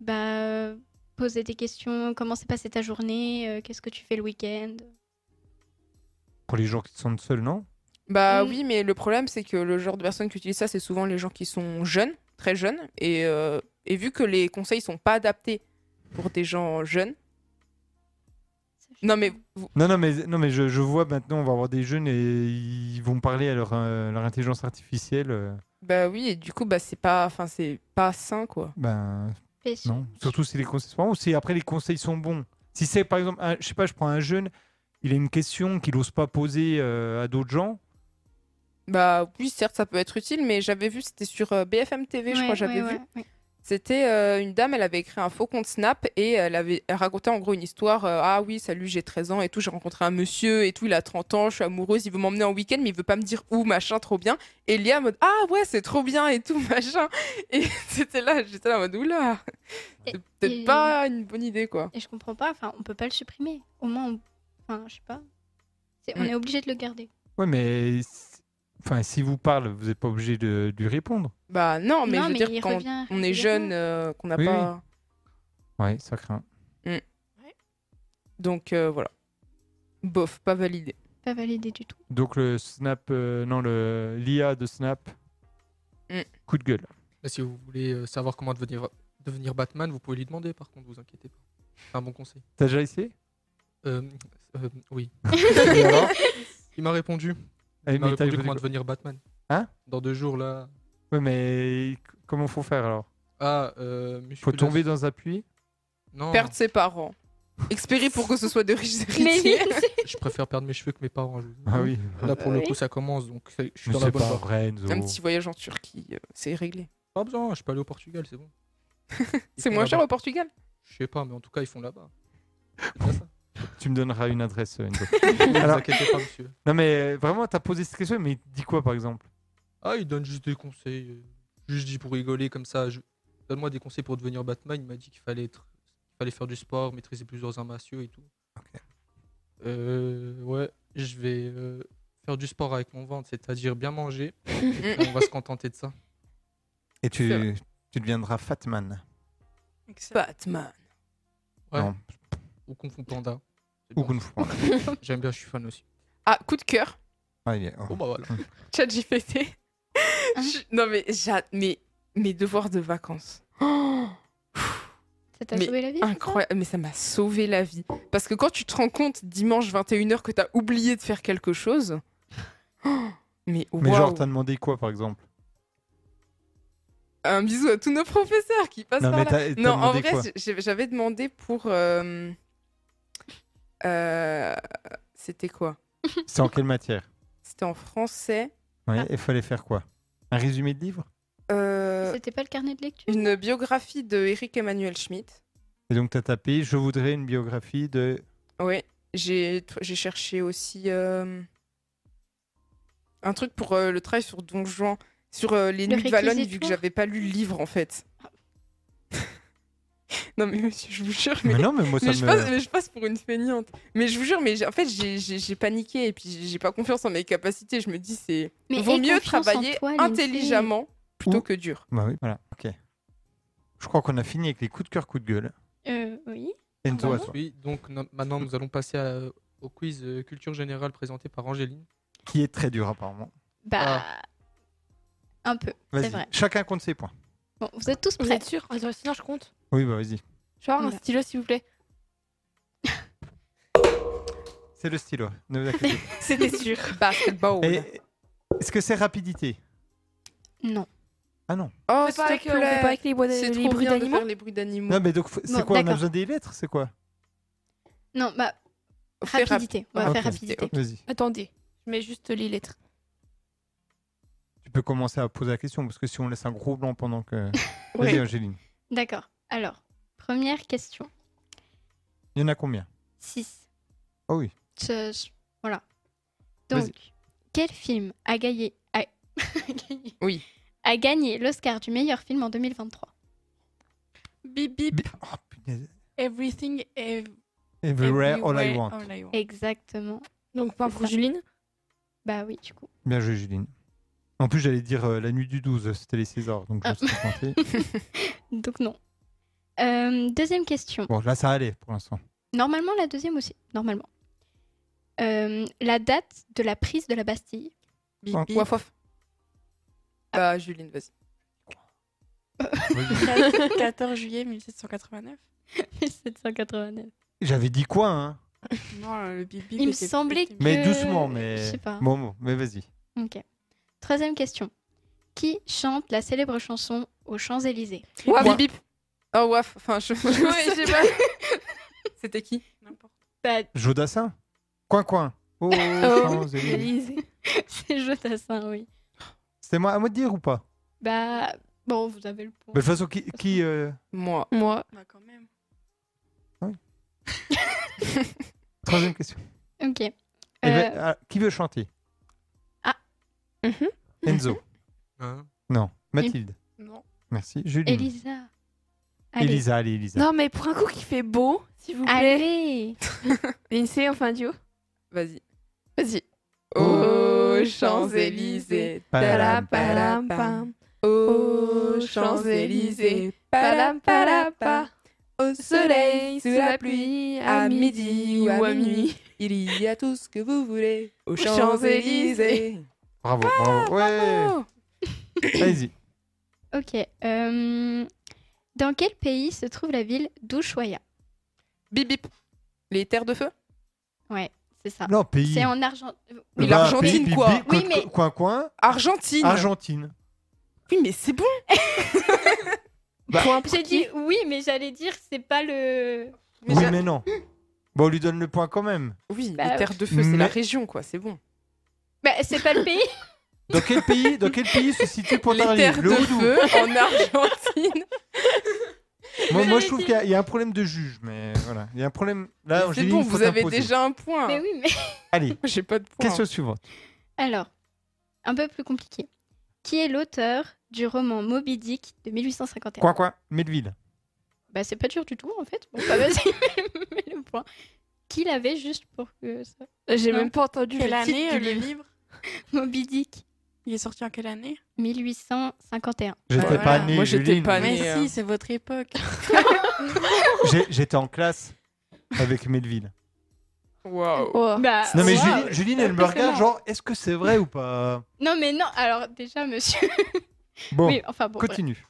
Speaker 2: Bah, euh, poser des questions Comment s'est passée ta journée euh, Qu'est-ce que tu fais le week-end
Speaker 1: Pour les gens qui se sentent seuls, non
Speaker 3: Bah
Speaker 2: Mm.
Speaker 3: oui, mais le problème, c'est que le genre de personnes qui utilisent ça, c'est souvent les gens qui sont jeunes, très jeunes. Et, euh, et vu que les conseils sont pas adaptés pour des gens jeunes. Non, mais vous-
Speaker 1: Non, non, mais, non, mais je, je vois maintenant, on va avoir des jeunes et ils vont parler à leur, euh, leur intelligence artificielle. euh,
Speaker 3: bah oui, et du coup, bah c'est pas, enfin c'est pas sain, quoi.
Speaker 1: ben
Speaker 2: Fais su-
Speaker 1: non. Surtout si les conseils sont bons ou si après les conseils sont bons. Si c'est par exemple, un- je sais pas, je prends un jeune, il a une question qu'il n'ose pas poser euh, à d'autres gens.
Speaker 3: Bah oui, certes, ça peut être utile, mais j'avais vu, c'était sur euh, BFM TV, je
Speaker 2: Ouais,
Speaker 3: crois, j'avais
Speaker 2: ouais,
Speaker 3: vu.
Speaker 2: ouais, ouais.
Speaker 3: C'était euh, une dame, elle avait créé un faux compte Snap et elle avait elle racontait en gros une histoire. euh, ah oui, salut, j'ai 13 ans et tout, j'ai rencontré un monsieur et tout, il a 30 ans, je suis amoureuse, il veut m'emmener en week-end, mais il veut pas me dire où, machin, trop bien. Et Lia en mode Ah ouais, c'est trop bien et tout, machin. Et c'était là, j'étais là en mode Oula,
Speaker 2: Et-
Speaker 3: c'est peut-être
Speaker 2: et-
Speaker 3: pas une bonne idée quoi.
Speaker 2: Et je comprends pas, enfin, on peut pas le supprimer. Au moins, on... enfin, je sais pas. C'est- On
Speaker 3: Mm.
Speaker 2: est obligé de le garder.
Speaker 1: Ouais, mais si- enfin, si vous parle, vous n'êtes pas obligé de, de lui répondre.
Speaker 3: Bah non, mais
Speaker 2: Non,
Speaker 3: je veux
Speaker 2: mais
Speaker 3: dire,
Speaker 2: il
Speaker 3: quand
Speaker 2: revient
Speaker 3: on est
Speaker 2: régulièrement.
Speaker 3: jeune, euh, qu'on n'a
Speaker 1: Oui,
Speaker 3: pas.
Speaker 1: Ouais, ça craint.
Speaker 3: Donc euh, voilà. Bof, pas validé.
Speaker 2: Pas validé du tout.
Speaker 1: Donc le Snap, euh, non le l'IA de Snap,
Speaker 3: Mm.
Speaker 1: coup de gueule.
Speaker 5: Là, si vous voulez euh, savoir comment devenir, devenir Batman, vous pouvez lui demander, par contre, vous inquiétez pas. C'est un bon conseil.
Speaker 1: T'as déjà essayé
Speaker 5: Euh, euh, oui.
Speaker 1: Et alors
Speaker 5: Il m'a répondu.
Speaker 1: Eh,
Speaker 5: Il m'a
Speaker 1: mais t'as
Speaker 5: répondu
Speaker 1: répondu
Speaker 5: comment
Speaker 1: quoi
Speaker 5: devenir Batman.
Speaker 1: Hein
Speaker 5: Dans deux jours, là.
Speaker 1: Ouais, mais c- comment faut faire alors
Speaker 5: Ah, euh, musculation.
Speaker 1: Faut tomber dans un puits Oh.
Speaker 5: Non,
Speaker 3: Perdre ses parents. Expérer pour que ce soit de riches
Speaker 2: Mais oui,
Speaker 3: héritiers.
Speaker 5: je préfère perdre mes cheveux que mes parents. je vous-
Speaker 1: Ah oui.
Speaker 5: Là, pour le
Speaker 2: Oui.
Speaker 5: coup, ça commence, donc c'est- je suis
Speaker 1: Mais
Speaker 5: dans la
Speaker 1: c'est
Speaker 5: bonne
Speaker 1: pas
Speaker 5: voie.
Speaker 1: vrai, Enzo.
Speaker 3: Un petit voyage en Turquie, euh, c'est réglé.
Speaker 5: Pas besoin, je peux aller au Portugal, c'est bon. Ils
Speaker 3: C'est
Speaker 5: font
Speaker 3: moins
Speaker 5: là-bas.
Speaker 3: cher au Portugal
Speaker 5: Je sais pas, mais en tout cas, ils font là-bas. C'est déjà ça.
Speaker 1: Tu me donneras une adresse, euh, Enzo.
Speaker 5: Ne vous
Speaker 1: Alors-
Speaker 5: inquiétez pas, monsieur.
Speaker 1: Non mais euh, vraiment, t'as posé cette question, mais il te dit quoi par exemple
Speaker 5: Ah, il donne juste des conseils. euh, Juste dit pour rigoler comme ça. je- Donne-moi des conseils pour devenir Batman. Il m'a dit qu'il fallait, être... il fallait faire du sport, maîtriser plusieurs arts martiaux et tout. Euh, ouais, je vais euh, faire du sport avec mon ventre, c'est-à-dire bien manger. Et puis on va se contenter de ça.
Speaker 1: Et
Speaker 3: C'est
Speaker 1: tu, tu deviendras Fatman.
Speaker 4: Excellent.
Speaker 3: Batman.
Speaker 5: Ouais.
Speaker 1: Non.
Speaker 5: Ou Kung Fu Panda. C'est
Speaker 1: Ou
Speaker 5: bien.
Speaker 1: Kung Fu Panda.
Speaker 5: J'aime bien, je suis fan aussi.
Speaker 3: Ah, coup de cœur,
Speaker 1: Ah, il est- oh.
Speaker 5: Bon, bah voilà.
Speaker 3: chat GPT. Je- Non mais, j'a- mais mes devoirs de vacances. Oh,
Speaker 2: ça t'a
Speaker 3: Mais
Speaker 2: sauvé la vie. c'est ça
Speaker 3: incroyable, mais ça m'a sauvé la vie. Parce que quand tu te rends compte dimanche 21h que t'as oublié de faire quelque chose... Oh, mais
Speaker 1: Mais genre,
Speaker 3: waouh.
Speaker 1: t'as demandé quoi par exemple
Speaker 3: Un bisou à tous nos professeurs qui passent
Speaker 1: Non,
Speaker 3: par
Speaker 1: mais
Speaker 3: là.
Speaker 1: t'as- t'as
Speaker 3: Non, en
Speaker 1: demandé
Speaker 3: vrai,
Speaker 1: quoi
Speaker 3: j'ai- j'avais demandé pour. euh, euh, C'était quoi
Speaker 1: C'est en quelle matière
Speaker 3: C'était en français.
Speaker 1: Ouais,
Speaker 3: Ah.
Speaker 1: il fallait faire quoi Un résumé de livre
Speaker 3: euh,
Speaker 2: C'était pas le carnet de lecture
Speaker 3: une biographie de Eric Emmanuel Schmitt.
Speaker 1: Et donc, t'as tapé Je voudrais une biographie de.
Speaker 3: Oui, j'ai tr- j'ai cherché aussi euh, un truc pour euh, le travail sur Don Juan, sur euh, les
Speaker 2: Le
Speaker 3: nuits de Valonne, vu que
Speaker 2: réquisitoire.
Speaker 3: j'avais pas lu le livre en fait. non mais monsieur, je vous jure, mais,
Speaker 1: Mais non, mais moi, ça
Speaker 3: mais
Speaker 1: me.
Speaker 3: je passe, mais je passe pour une feignante. Mais je vous jure, mais j'ai- en fait, j'ai- j'ai j'ai paniqué et puis j'ai- j'ai pas confiance en mes capacités. Je me dis, c'est
Speaker 2: Mais
Speaker 3: vaut
Speaker 2: aie
Speaker 3: mieux
Speaker 2: confiance en
Speaker 3: travailler
Speaker 2: toi, Lindsay.
Speaker 3: intelligemment plutôt
Speaker 1: Ou-
Speaker 3: que dur.
Speaker 1: Bah oui, voilà, ok. Je crois qu'on a fini avec les coups de cœur, coups de gueule.
Speaker 2: Euh, oui.
Speaker 1: Ah. Enzo,
Speaker 3: Ah, bah
Speaker 1: à toi.
Speaker 5: Oui, donc no- maintenant nous allons passer à- au quiz euh, culture générale présenté par Angéline.
Speaker 1: Qui est très dur, apparemment.
Speaker 2: Bah. Un peu.
Speaker 1: Vas-y.
Speaker 2: vrai.
Speaker 1: Chacun compte ses points.
Speaker 2: Bon, vous êtes tous
Speaker 7: Vous
Speaker 2: prêts.
Speaker 7: êtes sûr
Speaker 6: Ah,
Speaker 7: Attends, sinon je compte.
Speaker 1: Oui, bah vas-y.
Speaker 7: Je vais avoir
Speaker 2: Bah.
Speaker 7: un stylo, s'il vous plaît.
Speaker 1: C'est le stylo. Ne vous inquiétez pas.
Speaker 3: C'était sûr. Basketball.
Speaker 1: Et est-ce que c'est rapidité
Speaker 2: Non.
Speaker 3: Oh,
Speaker 7: On fait
Speaker 3: s'il
Speaker 7: pas avec,
Speaker 3: te
Speaker 7: euh, on fait pas
Speaker 3: plaît.
Speaker 7: avec les, bois
Speaker 3: C'est
Speaker 7: les
Speaker 3: trop
Speaker 7: bruits
Speaker 3: bien de
Speaker 7: d'animaux.
Speaker 3: faire les bruits d'animaux.
Speaker 1: Non, mais donc, f- c'est
Speaker 2: Bon,
Speaker 1: quoi On a
Speaker 2: d'accord.
Speaker 1: besoin des lettres C'est quoi
Speaker 2: Non, bah,
Speaker 3: Fais rap-
Speaker 2: rapidité. On va
Speaker 1: Ah,
Speaker 2: faire
Speaker 1: ok.
Speaker 2: rapidité.
Speaker 1: Vas-y.
Speaker 7: Attendez, je mets juste les lettres.
Speaker 1: Tu peux commencer à poser la question, parce que si on laisse un gros blanc pendant que.
Speaker 3: Ouais.
Speaker 1: Vas-y, Angéline.
Speaker 2: D'accord. Alors, première question.
Speaker 1: Il y en a combien
Speaker 2: 6.
Speaker 1: Ah oui.
Speaker 2: Voilà.
Speaker 1: Vas-y.
Speaker 2: Donc, quel film a gagné. A... a gagné-
Speaker 3: Oui.
Speaker 2: A gagné l'Oscar du meilleur film en 2023
Speaker 4: Bip bip.
Speaker 1: Oh, punaise.
Speaker 4: Everything, ev-
Speaker 1: Everywhere, All I
Speaker 4: everywhere,
Speaker 1: Want.
Speaker 2: oh.
Speaker 4: all I want.
Speaker 2: Exactement.
Speaker 7: Donc, point pour
Speaker 2: ça.
Speaker 7: Juline.
Speaker 2: Bah oui, du coup.
Speaker 1: Bien joué, Juline. En plus, j'allais dire euh, la nuit du 12, c'était les Césars, donc je me
Speaker 2: Ah.
Speaker 1: suis planté.
Speaker 2: Donc, non. Euh, deuxième question.
Speaker 1: Bon, là, ça allait pour l'instant.
Speaker 2: Normalement, la deuxième aussi. Normalement. Euh, la date de la prise de la Bastille.
Speaker 1: Point.
Speaker 3: Bip, bip. Waf, waf. Bah, Juline, vas-y.
Speaker 4: 14 juillet 1789.
Speaker 2: 1789.
Speaker 1: J'avais dit quoi, hein
Speaker 4: Non, le bip bip.
Speaker 2: Il me
Speaker 4: était-
Speaker 2: semblait
Speaker 4: était-
Speaker 2: que-
Speaker 1: Mais
Speaker 2: Euh,
Speaker 1: doucement,
Speaker 2: je
Speaker 1: mais.
Speaker 2: sais pas.
Speaker 1: Bon, bon, mais vas-y.
Speaker 2: Ok. Troisième question. Qui chante la célèbre chanson aux Champs-Élysées
Speaker 3: Waf,
Speaker 1: Moi.
Speaker 3: bip, bip. Oh, waf. Enfin, je.
Speaker 7: Ouais, j'ai pas.
Speaker 3: C'était qui
Speaker 4: N'importe.
Speaker 3: Bah,
Speaker 1: Jodassin Coin, coin. Oh, Champs-Élysées.
Speaker 7: Élysée.
Speaker 2: C'est Jotassin, oui.
Speaker 1: C'était moi à moi de dire ou pas
Speaker 2: Bah, bon, vous avez le point.
Speaker 1: Bah, De toute façon, qui. qui, euh,
Speaker 3: Moi.
Speaker 7: Moi.
Speaker 4: Bah, quand même.
Speaker 1: Troisième
Speaker 3: Euh.
Speaker 1: question.
Speaker 2: Ok.
Speaker 1: Eh ben,
Speaker 2: Euh,
Speaker 1: ah, qui veut chanter
Speaker 3: Ah.
Speaker 7: Mhm.
Speaker 1: Enzo
Speaker 5: Hein
Speaker 1: Non. Mathilde
Speaker 4: Non.
Speaker 1: Merci. Juline
Speaker 2: Elisa. Allez.
Speaker 1: Elisa, allez, Elisa.
Speaker 7: Non, mais pour un coup qui fait beau, s'il vous plaît.
Speaker 2: Allez.
Speaker 7: Lindsay, enfin duo.
Speaker 3: Vas-y.
Speaker 7: Vas-y.
Speaker 3: Aux
Speaker 7: Aux
Speaker 3: Champs-Élysées.
Speaker 7: Champs-Élysées.
Speaker 1: Palam,
Speaker 3: palam, pam. Aux Champs-Élysées. Palam, palam, pam. Au soleil, sous la pluie.
Speaker 7: Ah,
Speaker 3: à midi ou à minuit. Il y a tout ce que vous voulez. Aux Champs-Élysées.
Speaker 1: Bravo, bravo. Ouais Vas-y.
Speaker 2: Ok. euh, dans quel pays se trouve la ville d'Ushuaia
Speaker 3: Bip, bip. Les terres de feu
Speaker 2: Ouais, c'est ça.
Speaker 1: Non, pays.
Speaker 2: C'est en euh, Argentine.
Speaker 1: Bah,
Speaker 3: Mais l'Argentine,
Speaker 1: pays, pays,
Speaker 3: quoi.
Speaker 1: pays,
Speaker 2: Oui,
Speaker 1: co-
Speaker 2: mais-
Speaker 1: Coin, coin.
Speaker 3: Argentine.
Speaker 1: Argentine.
Speaker 3: Oui, mais c'est bon. Bah,
Speaker 2: J'ai dit oui, mais j'allais dire c'est pas le.
Speaker 3: Mais
Speaker 1: oui,
Speaker 3: j'a-
Speaker 1: mais non. Bon, on lui donne le point quand même.
Speaker 3: Oui,
Speaker 2: Bah,
Speaker 3: les
Speaker 2: ouais.
Speaker 3: terres de feu, c'est la
Speaker 1: Mais-
Speaker 3: région, quoi. C'est bon.
Speaker 2: Bah, c'est pas le pays.
Speaker 1: Dans quel pays, dans quel pays se situe
Speaker 3: les
Speaker 1: Pontarlier
Speaker 3: terres de
Speaker 1: Le Houdou.
Speaker 3: feu en Argentine.
Speaker 1: Moi, moi, je
Speaker 2: J'avais
Speaker 1: trouve
Speaker 2: dit.
Speaker 1: qu'il y, a- il y a un problème de juge, mais voilà, il y a un problème. Là,
Speaker 3: c'est
Speaker 1: Angéline,
Speaker 3: bon,
Speaker 1: il faut
Speaker 3: vous avez
Speaker 1: t'imposer.
Speaker 3: déjà un
Speaker 1: Ah.
Speaker 3: point.
Speaker 2: mais oui, mais.
Speaker 1: Allez,
Speaker 3: J'ai pas de point.
Speaker 1: question suivante.
Speaker 2: Alors, un peu plus compliqué. Qui est l'auteur du roman Moby Dick de 1851
Speaker 1: Quoi, quoi Melville.
Speaker 2: Bah, c'est pas dur du tout, en fait. Bon, bah, vas-y, mets le- mets le point. Qui l'avait juste pour que ça...
Speaker 7: J'ai
Speaker 2: Non.
Speaker 7: même pas entendu
Speaker 4: Quelle
Speaker 7: le
Speaker 4: année
Speaker 7: titre
Speaker 4: euh,
Speaker 7: du
Speaker 4: le
Speaker 7: livre.
Speaker 4: livre
Speaker 2: Moby Dick,
Speaker 4: Il est sorti en quelle année
Speaker 2: 1851.
Speaker 1: J'étais
Speaker 4: voilà.
Speaker 1: pas né,
Speaker 3: Moi, j'étais
Speaker 1: Juline.
Speaker 3: pas
Speaker 4: Mais
Speaker 3: Année, euh.
Speaker 4: si, c'est votre époque.
Speaker 1: J'ai- J'étais en classe avec Melville.
Speaker 3: Waouh.
Speaker 7: Oh.
Speaker 2: Bah,
Speaker 1: Non, mais
Speaker 2: wow.
Speaker 1: Juline, Juline, elle me regarde, genre, est-ce que c'est vrai ou pas
Speaker 2: Non, mais non, alors déjà, monsieur.
Speaker 1: Bon,
Speaker 2: Oui, enfin bon. voilà.
Speaker 1: continue.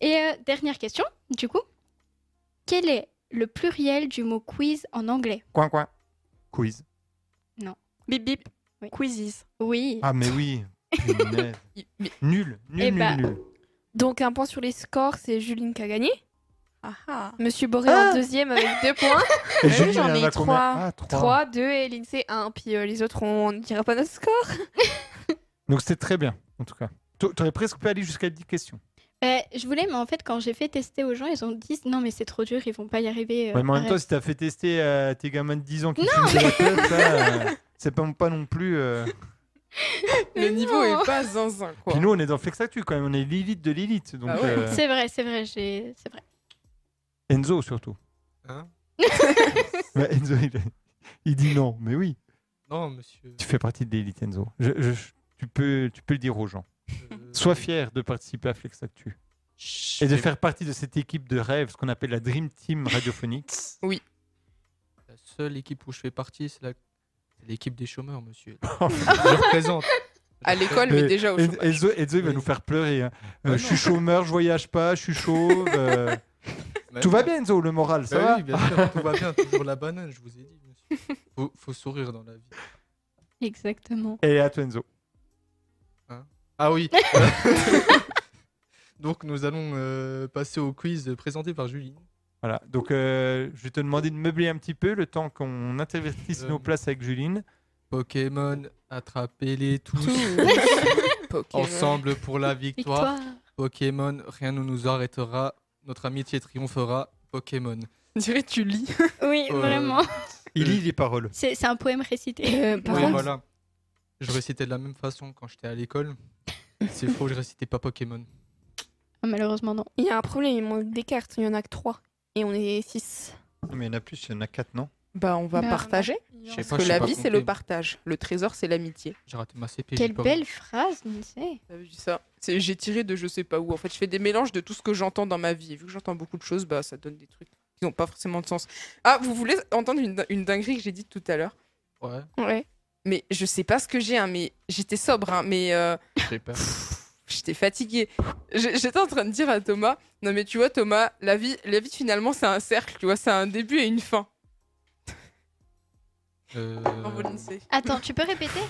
Speaker 2: Et euh, dernière question, du coup. Quel est le pluriel du mot quiz en anglais
Speaker 1: Coin, coin. Quiz.
Speaker 4: Bip bip.
Speaker 2: Oui.
Speaker 4: Quizzes.
Speaker 2: Oui.
Speaker 1: Ah, mais oui. Punaise.
Speaker 3: Il- mais-
Speaker 1: Nul, nul,
Speaker 2: Eh
Speaker 1: nul,
Speaker 2: bah,
Speaker 1: nul.
Speaker 8: Donc un point sur les scores, c'est Juline qui a gagné.
Speaker 4: Ah ah.
Speaker 8: Monsieur Boré en deuxième avec deux points.
Speaker 1: Et
Speaker 8: Oui,
Speaker 1: Juline,
Speaker 8: j'en
Speaker 1: elle en
Speaker 8: ai
Speaker 1: a combien
Speaker 8: trois.
Speaker 1: Ah, trois.
Speaker 8: 3, 2 et l'INSEE 1. Puis euh, les autres, on ne dira pas notre score.
Speaker 1: Donc c'était très bien, en tout cas. T'a- T'aurais presque pu aller jusqu'à 10 questions.
Speaker 2: Bah, je voulais, mais en fait, quand j'ai fait tester aux gens, ils ont dit non, mais c'est trop dur, ils vont pas y arriver. euh,
Speaker 1: Ouais, mais en même temps,
Speaker 2: arrête.
Speaker 1: si t'as fait tester à tes gamins de 10 ans qui fument de la clope, ça, euh, c'est pas, pas non plus. euh.
Speaker 3: Le niveau
Speaker 2: non.
Speaker 3: est pas zinzin, quoi.
Speaker 1: Puis nous, on est dans Flex Actu quand même, on est l'élite de l'élite. Donc,
Speaker 3: Ah ouais.
Speaker 1: euh,
Speaker 2: C'est vrai, c'est vrai, j'ai- c'est vrai.
Speaker 1: Enzo surtout.
Speaker 5: Hein
Speaker 1: Ouais, Enzo, il, il dit non, mais oui,
Speaker 5: Non, monsieur.
Speaker 1: tu fais partie de l'élite, Enzo. Je- je- tu, peux, tu peux le dire aux gens.
Speaker 5: euh,
Speaker 1: Sois fier de participer à Flex Actu.
Speaker 5: Chut,
Speaker 1: Et de
Speaker 5: mais
Speaker 1: faire partie de cette équipe de rêve, ce qu'on appelle la Dream Team radiophonique.
Speaker 5: La seule équipe où je fais partie, c'est la- c'est l'équipe des chômeurs, monsieur. je représente.
Speaker 3: À
Speaker 5: Je
Speaker 3: l'école,
Speaker 1: Mais-
Speaker 3: mais déjà au
Speaker 1: Et-
Speaker 3: chômage.
Speaker 1: Enzo, Enzo, il va
Speaker 5: Oui.
Speaker 1: nous faire pleurer. hein. Euh,
Speaker 5: Ah
Speaker 1: je suis chômeur, je voyage pas, je suis chauve. euh,
Speaker 5: représente. Bah
Speaker 1: Tout va bien, Enzo, le moral, ça va
Speaker 5: oui, bien sûr, tout va bien. Toujours la banane, je vous ai dit, monsieur. Faut, faut sourire dans la vie.
Speaker 2: Exactement.
Speaker 1: Et à toi, Enzo.
Speaker 5: Ah oui. Donc nous allons euh, passer au quiz présenté par Julie.
Speaker 1: Voilà, donc euh, je vais te demander de meubler un petit peu le temps qu'on intervertisse
Speaker 5: Euh.
Speaker 1: nos places avec Juline.
Speaker 5: Pokémon, attrapez-les tous
Speaker 3: Pokémon.
Speaker 5: ensemble pour la victoire.
Speaker 2: Victoire.
Speaker 5: Pokémon, rien ne nous arrêtera. Notre amitié triomphera. Pokémon.
Speaker 3: On dirait que tu lis.
Speaker 2: Oui,
Speaker 5: Euh,
Speaker 2: vraiment.
Speaker 1: Il lit les paroles.
Speaker 2: C'est c'est un poème récité.
Speaker 4: Euh, par
Speaker 5: Oui,
Speaker 4: contre,
Speaker 5: voilà. Je récitais de la même façon quand j'étais à l'école. C'est faux, je récitais pas Pokémon.
Speaker 2: Ah, Malheureusement, non.
Speaker 8: Il y a un problème, il manque des cartes. Il y en a que 3. Et on est 6.
Speaker 1: Mais il y en a plus, il y en a quatre, non
Speaker 3: Bah, on va
Speaker 4: Bah,
Speaker 3: partager.
Speaker 5: Je sais
Speaker 3: Parce
Speaker 5: pas,
Speaker 3: que
Speaker 5: je sais
Speaker 3: la
Speaker 5: pas
Speaker 3: vie, c'est le
Speaker 5: compter.
Speaker 3: partage. Le trésor, c'est l'amitié.
Speaker 5: J'ai raté ma CP. j'ai
Speaker 2: Quelle
Speaker 5: pas-
Speaker 2: belle phrase, Lindsay.
Speaker 3: T'avais vu ça C'est- J'ai tiré de je sais pas où. En fait, je fais des mélanges de tout ce que j'entends dans ma vie. Et vu que j'entends beaucoup de choses, bah, ça donne des trucs qui n'ont pas forcément de sens. Ah, vous voulez entendre une, une dinguerie que j'ai dite tout à l'heure
Speaker 5: Ouais,
Speaker 8: Ouais.
Speaker 3: Mais je sais pas ce que j'ai, hein, mais j'étais sobre, hein, mais euh,
Speaker 5: j'ai peur.
Speaker 3: j'étais fatiguée. J'- J'étais en train de dire à Thomas, non mais tu vois Thomas, la vie, la vie finalement c'est un cercle, tu vois, c'est un début et une fin.
Speaker 5: Euh,
Speaker 3: Bravo, Lindsay.
Speaker 2: Attends, tu peux répéter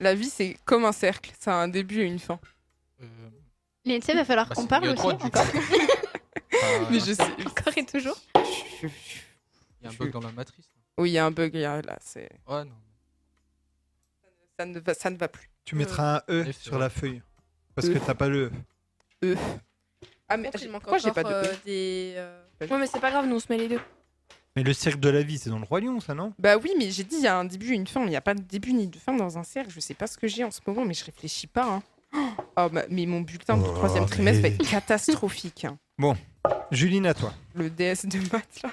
Speaker 3: La vie c'est comme un cercle, ça a un début et une fin.
Speaker 5: euh,
Speaker 2: Lindsay, va falloir
Speaker 5: bah,
Speaker 2: qu'on
Speaker 5: c'est
Speaker 2: parle aussi.
Speaker 5: Ligue 3, du
Speaker 2: Encore,
Speaker 5: coup. Ah,
Speaker 3: Mais je sais.
Speaker 2: encore et toujours.
Speaker 5: Il y a un bug dans la matrice.
Speaker 3: Oui, il y a un bug il y a- là, c'est
Speaker 5: Ouais, non.
Speaker 3: ça ne va, ça ne va plus.
Speaker 1: Tu mettras un E
Speaker 5: Et
Speaker 1: sur
Speaker 5: sur
Speaker 1: la
Speaker 5: la
Speaker 1: feuille. Parce
Speaker 3: E.
Speaker 1: que t'as pas le E.
Speaker 3: Ah mais
Speaker 6: il manque
Speaker 3: pourquoi j'ai pas de
Speaker 6: encore,
Speaker 3: E
Speaker 6: euh, des, euh,
Speaker 8: Ouais, mais c'est pas grave, nous on se met les deux.
Speaker 1: Mais le cercle de la vie, c'est dans le Roi Lion, ça, non
Speaker 3: Bah oui, mais j'ai dit il y a un début et une fin, mais il n'y a pas de début ni de fin dans un cercle. Je sais pas ce que j'ai en ce moment, mais je réfléchis pas. hein. Oh, bah, mais mon bulletin du
Speaker 1: Oh,
Speaker 3: troisième
Speaker 1: mais-
Speaker 3: trimestre va être catastrophique. hein.
Speaker 1: Juline, à toi.
Speaker 3: Le DS de maths là.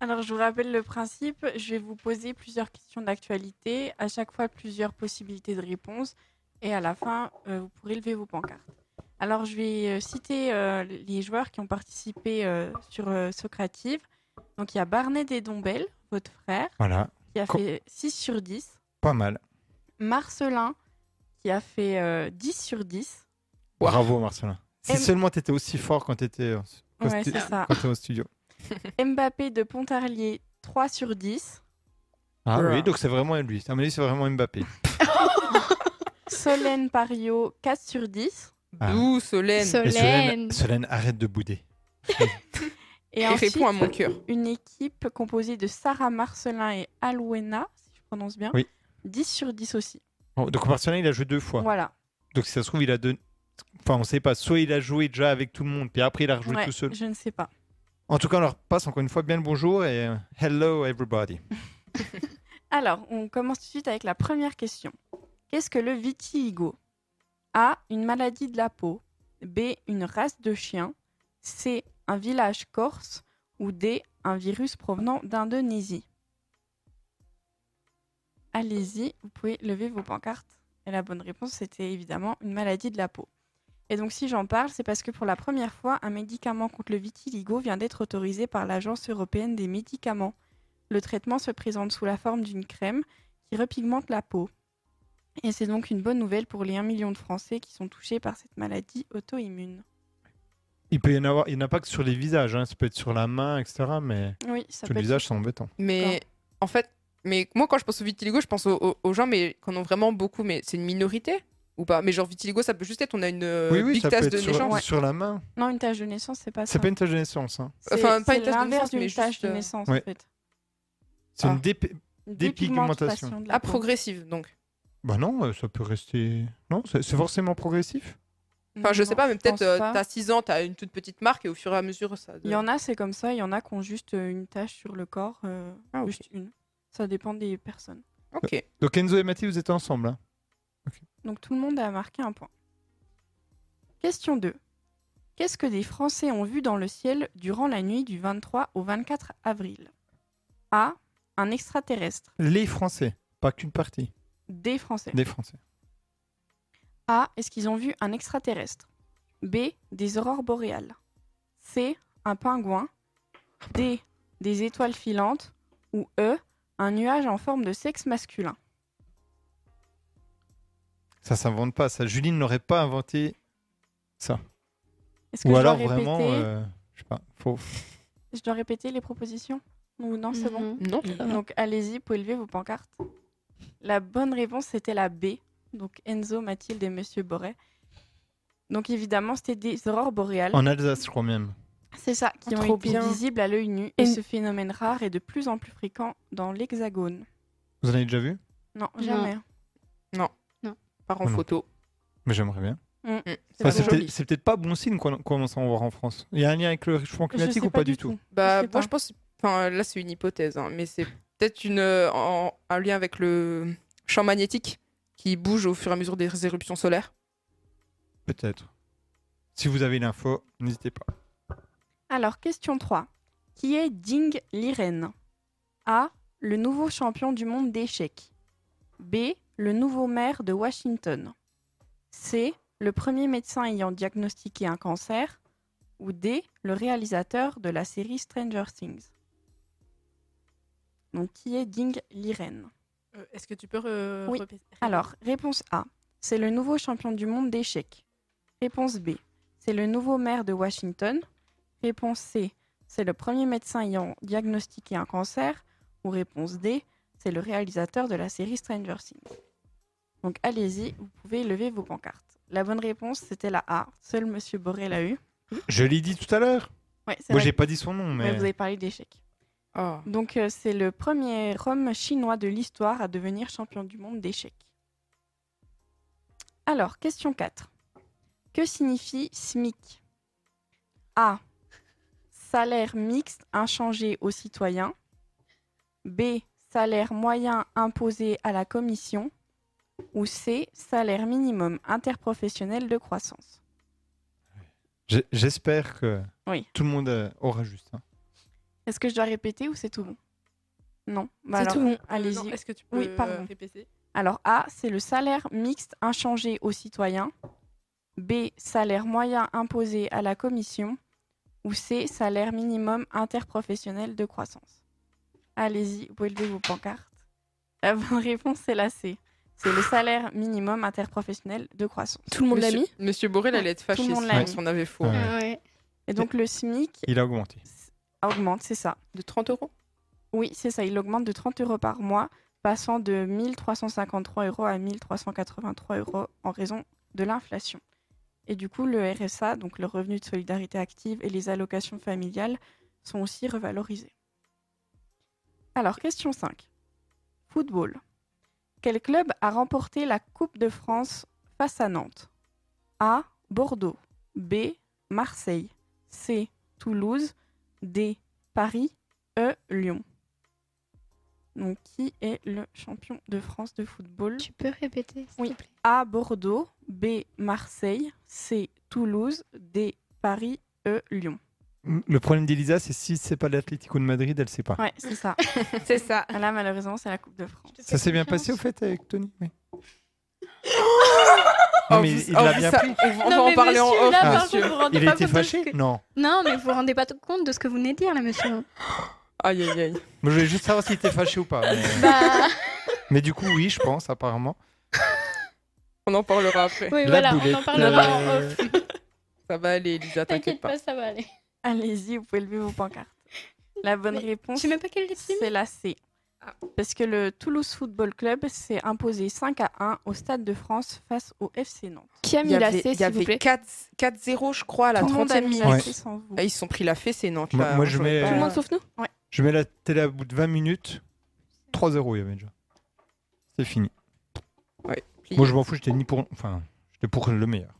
Speaker 4: Alors, je vous rappelle le principe. Je vais vous poser plusieurs questions d'actualité, à chaque fois plusieurs possibilités de réponse, et à la fin, euh, vous pourrez lever vos pancartes. Alors, je vais euh, citer euh, les joueurs qui ont participé euh, sur euh, Socrative. Donc, il y a Barnet Desdombelles, votre frère,
Speaker 1: Voilà,
Speaker 4: qui a
Speaker 1: Co-
Speaker 4: fait 6 sur 10.
Speaker 1: pas mal.
Speaker 4: Marcelin, qui a fait euh, 10 sur 10.
Speaker 3: Wow.
Speaker 1: Bravo, Marcelin. Si
Speaker 4: M-
Speaker 1: seulement t'étais aussi fort quand t'étais euh, quand
Speaker 4: Ouais,
Speaker 1: t'étais-
Speaker 4: c'est ça.
Speaker 1: quand t'étais au studio.
Speaker 4: Mbappé de Pontarlier, 3 sur 10.
Speaker 1: Ah
Speaker 3: Bruh.
Speaker 1: oui, donc c'est vraiment lui. À mon avis, c'est vraiment Mbappé.
Speaker 4: Solène Pario, 4 sur 10.
Speaker 1: Ah.
Speaker 3: D'où Solène
Speaker 1: Et
Speaker 2: Solène. Mhm.
Speaker 1: Solène, Solène, arrête de bouder.
Speaker 4: Et
Speaker 3: Et
Speaker 4: ensuite,
Speaker 3: répond à mon cœur.
Speaker 4: une équipe composée de Sarah Marcelin et Alouena, si je prononce bien.
Speaker 1: Oui.
Speaker 4: 10 sur 10 aussi.
Speaker 1: Bon, Oh, donc Marcelin, il a joué deux fois.
Speaker 4: Voilà.
Speaker 1: Donc si ça se trouve, il a deux. Enfin, on sait pas. Soit il a joué déjà avec tout le monde, puis après il a rejoué
Speaker 4: Ouais,
Speaker 1: tout seul.
Speaker 4: je ne sais pas.
Speaker 1: En tout cas, on leur passe encore une fois bien le bonjour et euh, hello everybody.
Speaker 4: Alors, on commence tout de suite avec la première question. Qu'est-ce que le vitiligo A. Une maladie de la peau. B. Une race de chien. C. Un village corse. Ou D. Un virus provenant d'Indonésie. Allez-y, vous pouvez lever vos pancartes. Et la bonne réponse, c'était évidemment une maladie de la peau. Et donc, si j'en parle, c'est parce que pour la première fois, un médicament contre le vitiligo vient d'être autorisé par l'Agence européenne des médicaments. Le traitement se présente sous la forme d'une crème qui repigmente la peau. Et c'est donc une bonne nouvelle pour les 1 million de Français qui sont touchés par cette maladie auto-immune.
Speaker 1: Il peut y en avoir, il n'y en a pas que sur les visages, hein. ça peut être sur la main, etc. Mais
Speaker 4: Oui, ça
Speaker 1: sur le
Speaker 4: peut être-
Speaker 1: visage, c'est embêtant.
Speaker 3: Mais en fait, mais moi quand je pense au vitiligo, je pense au- au- aux, gens mais qu'on en ont vraiment beaucoup, mais c'est une minorité. ou pas. Mais genre vitiligo, ça peut juste être on a une euh,
Speaker 1: Oui, oui,
Speaker 3: big
Speaker 1: ça peut
Speaker 3: tasse de
Speaker 1: être sur,
Speaker 3: naissance.
Speaker 4: ouais.
Speaker 1: sur la main.
Speaker 4: Non, une tache de naissance, c'est pas ça.
Speaker 1: C'est pas une tache de naissance. hein.
Speaker 4: C'est-
Speaker 3: enfin, pas
Speaker 4: c'est
Speaker 3: une tache de
Speaker 4: l'inverse
Speaker 3: naissance, mais
Speaker 4: d'une
Speaker 3: juste,
Speaker 4: tache de
Speaker 3: euh,
Speaker 4: naissance,
Speaker 1: ouais.
Speaker 4: en fait.
Speaker 1: C'est
Speaker 3: Ah.
Speaker 1: une dép...
Speaker 4: Une
Speaker 1: Dépigmentation.
Speaker 4: dépigmentation de la
Speaker 3: Ah,
Speaker 4: peau.
Speaker 3: progressive donc.
Speaker 1: Bah non, euh, ça peut rester. Non, c'est c'est forcément progressif.
Speaker 3: Enfin, je
Speaker 4: Non,
Speaker 3: sais pas, mais peut-être
Speaker 4: pense
Speaker 3: euh,
Speaker 4: pas.
Speaker 3: t'as 6 ans, t'as une toute petite marque et au fur et à mesure ça.
Speaker 4: Il y en a, c'est comme ça. Il y en a qui ont juste euh, une tache sur le corps. euh,
Speaker 3: Ah, ok.
Speaker 4: Juste une. Ça dépend des personnes.
Speaker 3: Ok.
Speaker 1: Donc Enzo et Mathis, vous êtes ensemble. hein.
Speaker 4: Donc tout le monde a marqué un point. Question 2. Qu'est-ce que des Français ont vu dans le ciel durant la nuit du 23 au 24 avril A. Un extraterrestre.
Speaker 1: Les Français, pas qu'une partie.
Speaker 4: Des Français.
Speaker 1: Des Français.
Speaker 4: A. Est-ce qu'ils ont vu un extraterrestre B. Des aurores boréales. C. Un pingouin. D. Des étoiles filantes. Ou E. Un nuage en forme de sexe masculin.
Speaker 1: Ça s'invente pas. Ça, Juline n'aurait pas inventé.
Speaker 4: Est-ce que
Speaker 1: Ou
Speaker 4: je,
Speaker 1: alors
Speaker 4: dois répéter,
Speaker 1: vraiment, euh, je sais pas. Faut...
Speaker 4: je dois répéter les propositions Ou non,
Speaker 2: Mhm.
Speaker 4: c'est bon
Speaker 3: Non.
Speaker 4: Donc allez-y, vous pouvez lever vos pancartes. La bonne réponse c'était la B. Donc Enzo, Mathilde et Monsieur Boré. Donc évidemment, c'était des aurores boréales.
Speaker 1: En Alsace, je crois même.
Speaker 4: C'est ça, qui ont
Speaker 3: Trop
Speaker 4: été
Speaker 3: bien.
Speaker 4: visibles à l'œil nu.
Speaker 8: Et-
Speaker 4: Et ce phénomène rare est de plus en plus fréquent dans l'Hexagone.
Speaker 1: Vous en avez déjà vu
Speaker 4: Non,
Speaker 2: Non.
Speaker 4: jamais.
Speaker 3: Part en
Speaker 1: Non.
Speaker 3: photo. Mm.
Speaker 1: Mais j'aimerais bien.
Speaker 3: C'est
Speaker 1: Enfin,
Speaker 3: pas
Speaker 1: C'est
Speaker 3: joli.
Speaker 1: peut-être- c'est peut-être pas bon signe qu'on commence à en voir en France. Il y a un lien avec le réchauffement
Speaker 4: Je sais
Speaker 1: climatique ou pas, du tout,
Speaker 3: Bah,
Speaker 4: sais
Speaker 3: moi,
Speaker 4: pas.
Speaker 3: je pense. Enfin, là, c'est une hypothèse, hein, mais c'est peut-être une euh, en- un lien avec le champ magnétique qui bouge au fur et à mesure des éruptions solaires.
Speaker 1: Peut-être. Si vous avez l'info, n'hésitez pas.
Speaker 4: Alors, question 3. Qui est Ding Liren A. Le nouveau champion du monde d'échecs. B. Le nouveau maire de Washington. C. Le premier médecin ayant diagnostiqué un cancer. Ou D. Le réalisateur de la série Stranger Things. Donc, qui est Ding Liren
Speaker 6: Euh, Est-ce que tu peux re-
Speaker 4: Oui.
Speaker 6: repé-
Speaker 4: Alors, réponse A. C'est le nouveau champion du monde d'échecs. Réponse B. C'est le nouveau maire de Washington. Réponse C. C'est le premier médecin ayant diagnostiqué un cancer. Ou réponse D. C'est le réalisateur de la série Stranger Things. Donc allez-y, vous pouvez lever vos pancartes. La bonne réponse, c'était la A. Seul Monsieur Boré l'a eu.
Speaker 1: Je l'ai dit tout à l'heure.
Speaker 4: Ouais, c'est
Speaker 1: Moi,
Speaker 4: vrai.
Speaker 1: j'ai pas dit son nom,
Speaker 4: Ouais,
Speaker 1: mais.
Speaker 4: vous avez parlé d'échecs.
Speaker 3: Ah.
Speaker 4: Donc euh, c'est le premier homme chinois de l'histoire à devenir champion du monde d'échecs. Alors, question 4. Que signifie SMIC A. Salaire mixte inchangé aux citoyens. B. Salaire moyen imposé à la commission. Ou C. Salaire minimum interprofessionnel de croissance.
Speaker 1: J'ai- J'espère que
Speaker 4: Oui.
Speaker 1: tout le monde euh, aura juste. hein.
Speaker 4: Est-ce que je dois répéter ou c'est tout bon Non. Bah
Speaker 8: C'est
Speaker 4: alors,
Speaker 8: tout bon.
Speaker 6: Euh, non,
Speaker 4: Allez-y.
Speaker 6: Est-ce que tu peux
Speaker 4: Oui,
Speaker 6: euh,
Speaker 4: pardon.
Speaker 6: répéter
Speaker 4: Alors A, c'est le salaire mixte inchangé aux citoyens. B, salaire moyen imposé à la commission. Ou C, salaire minimum interprofessionnel de croissance. Allez-y, vous pouvez lever vos pancartes. La bonne réponse, c'est la C. C'est le salaire minimum interprofessionnel de croissance.
Speaker 8: Tout le monde l'a
Speaker 3: Monsieur,
Speaker 8: mis
Speaker 3: Monsieur Borrell allait être fâché
Speaker 4: Tout le monde
Speaker 3: si
Speaker 4: l'a
Speaker 3: on-
Speaker 4: mis.
Speaker 3: si on avait faux.
Speaker 1: Ouais.
Speaker 2: Ah ouais.
Speaker 4: Et donc le SMIC
Speaker 1: Il a augmenté.
Speaker 4: augmente, c'est ça.
Speaker 3: De 30 euros
Speaker 4: Oui, c'est ça, il augmente de 30 euros par mois, passant de 1353 euros à 1383 euros en raison de l'inflation. Et du coup, le RSA, donc le revenu de solidarité active et les allocations familiales sont aussi revalorisées. Alors, question 5. Football. Quel club a remporté la Coupe de France face à Nantes A. Bordeaux. B. Marseille. C. Toulouse. D. Paris. E. Lyon. Donc, qui est le champion de France de football
Speaker 2: Tu peux répéter, s'il
Speaker 4: Oui.
Speaker 2: te plaît
Speaker 4: A. Bordeaux. B. Marseille. C. Toulouse. D. Paris. E. Lyon.
Speaker 1: Le problème d'Elisa, c'est si c'est pas l'Atlético de Madrid, elle sait pas.
Speaker 4: Ouais, c'est ça.
Speaker 3: C'est ça.
Speaker 4: Là, malheureusement, c'est la Coupe de France.
Speaker 1: Ça s'est bien passé au fait avec Tony Oui.
Speaker 3: Oh,
Speaker 1: non, mais
Speaker 3: vous-
Speaker 1: il
Speaker 3: oh,
Speaker 1: l'a
Speaker 3: vous
Speaker 1: bien
Speaker 3: ça-
Speaker 1: pris.
Speaker 3: On va- on
Speaker 2: Non,
Speaker 3: va en
Speaker 2: mais
Speaker 3: parler en
Speaker 2: monsieur,
Speaker 3: off,
Speaker 2: là, par
Speaker 3: monsieur.
Speaker 2: contre, vous vous rendez
Speaker 1: Il
Speaker 2: pas
Speaker 1: était
Speaker 2: compte de ce
Speaker 1: fâché
Speaker 2: que-
Speaker 1: Non.
Speaker 2: Non, mais vous vous rendez pas compte de ce que vous venez de dire, là, monsieur.
Speaker 3: Aïe, aïe, aïe.
Speaker 1: Moi, je voulais juste savoir s'il était fâché ou pas. Mais...
Speaker 2: bah,
Speaker 1: mais du coup, oui, je pense, apparemment.
Speaker 3: On en parlera après.
Speaker 2: oui,
Speaker 1: La
Speaker 2: voilà, on en
Speaker 1: boulette,
Speaker 2: parlera en
Speaker 1: euh,
Speaker 2: off.
Speaker 3: Ça va aller, Elisa, t'inquiète
Speaker 2: T'inquiète
Speaker 3: pas.
Speaker 2: pas, ça va aller.
Speaker 4: Allez-y, vous pouvez lever vos pancartes. La bonne
Speaker 2: Mais
Speaker 4: réponse,
Speaker 2: Je sais même pas quelle est
Speaker 4: c'est la C. Parce que le Toulouse Football Club s'est imposé 5 à 1 au Stade de France face au FC Nantes.
Speaker 8: Qui a
Speaker 3: Il
Speaker 8: mis
Speaker 3: y
Speaker 8: la
Speaker 3: avait,
Speaker 8: C,
Speaker 3: il y
Speaker 8: s'il vous
Speaker 3: avait
Speaker 8: plaît
Speaker 3: 4 4-0, je crois, à la
Speaker 4: Tout le monde a
Speaker 3: 30e
Speaker 4: mis
Speaker 3: minute.
Speaker 4: la
Speaker 1: Ouais.
Speaker 4: C sans vous.
Speaker 3: Ah, Ils se sont pris la fée, c'est Nantes.
Speaker 1: Moi,
Speaker 3: là,
Speaker 1: moi, je
Speaker 3: j'aurais
Speaker 1: mets-
Speaker 3: pas-
Speaker 8: Tout le monde
Speaker 4: Euh,
Speaker 8: sauf nous
Speaker 1: Je mets la télé à bout de 20 minutes. 3-0, il y avait déjà. C'est fini.
Speaker 3: plié.
Speaker 1: Moi, je m'en fous, j'étais ni pour. Enfin, j'étais pour le meilleur.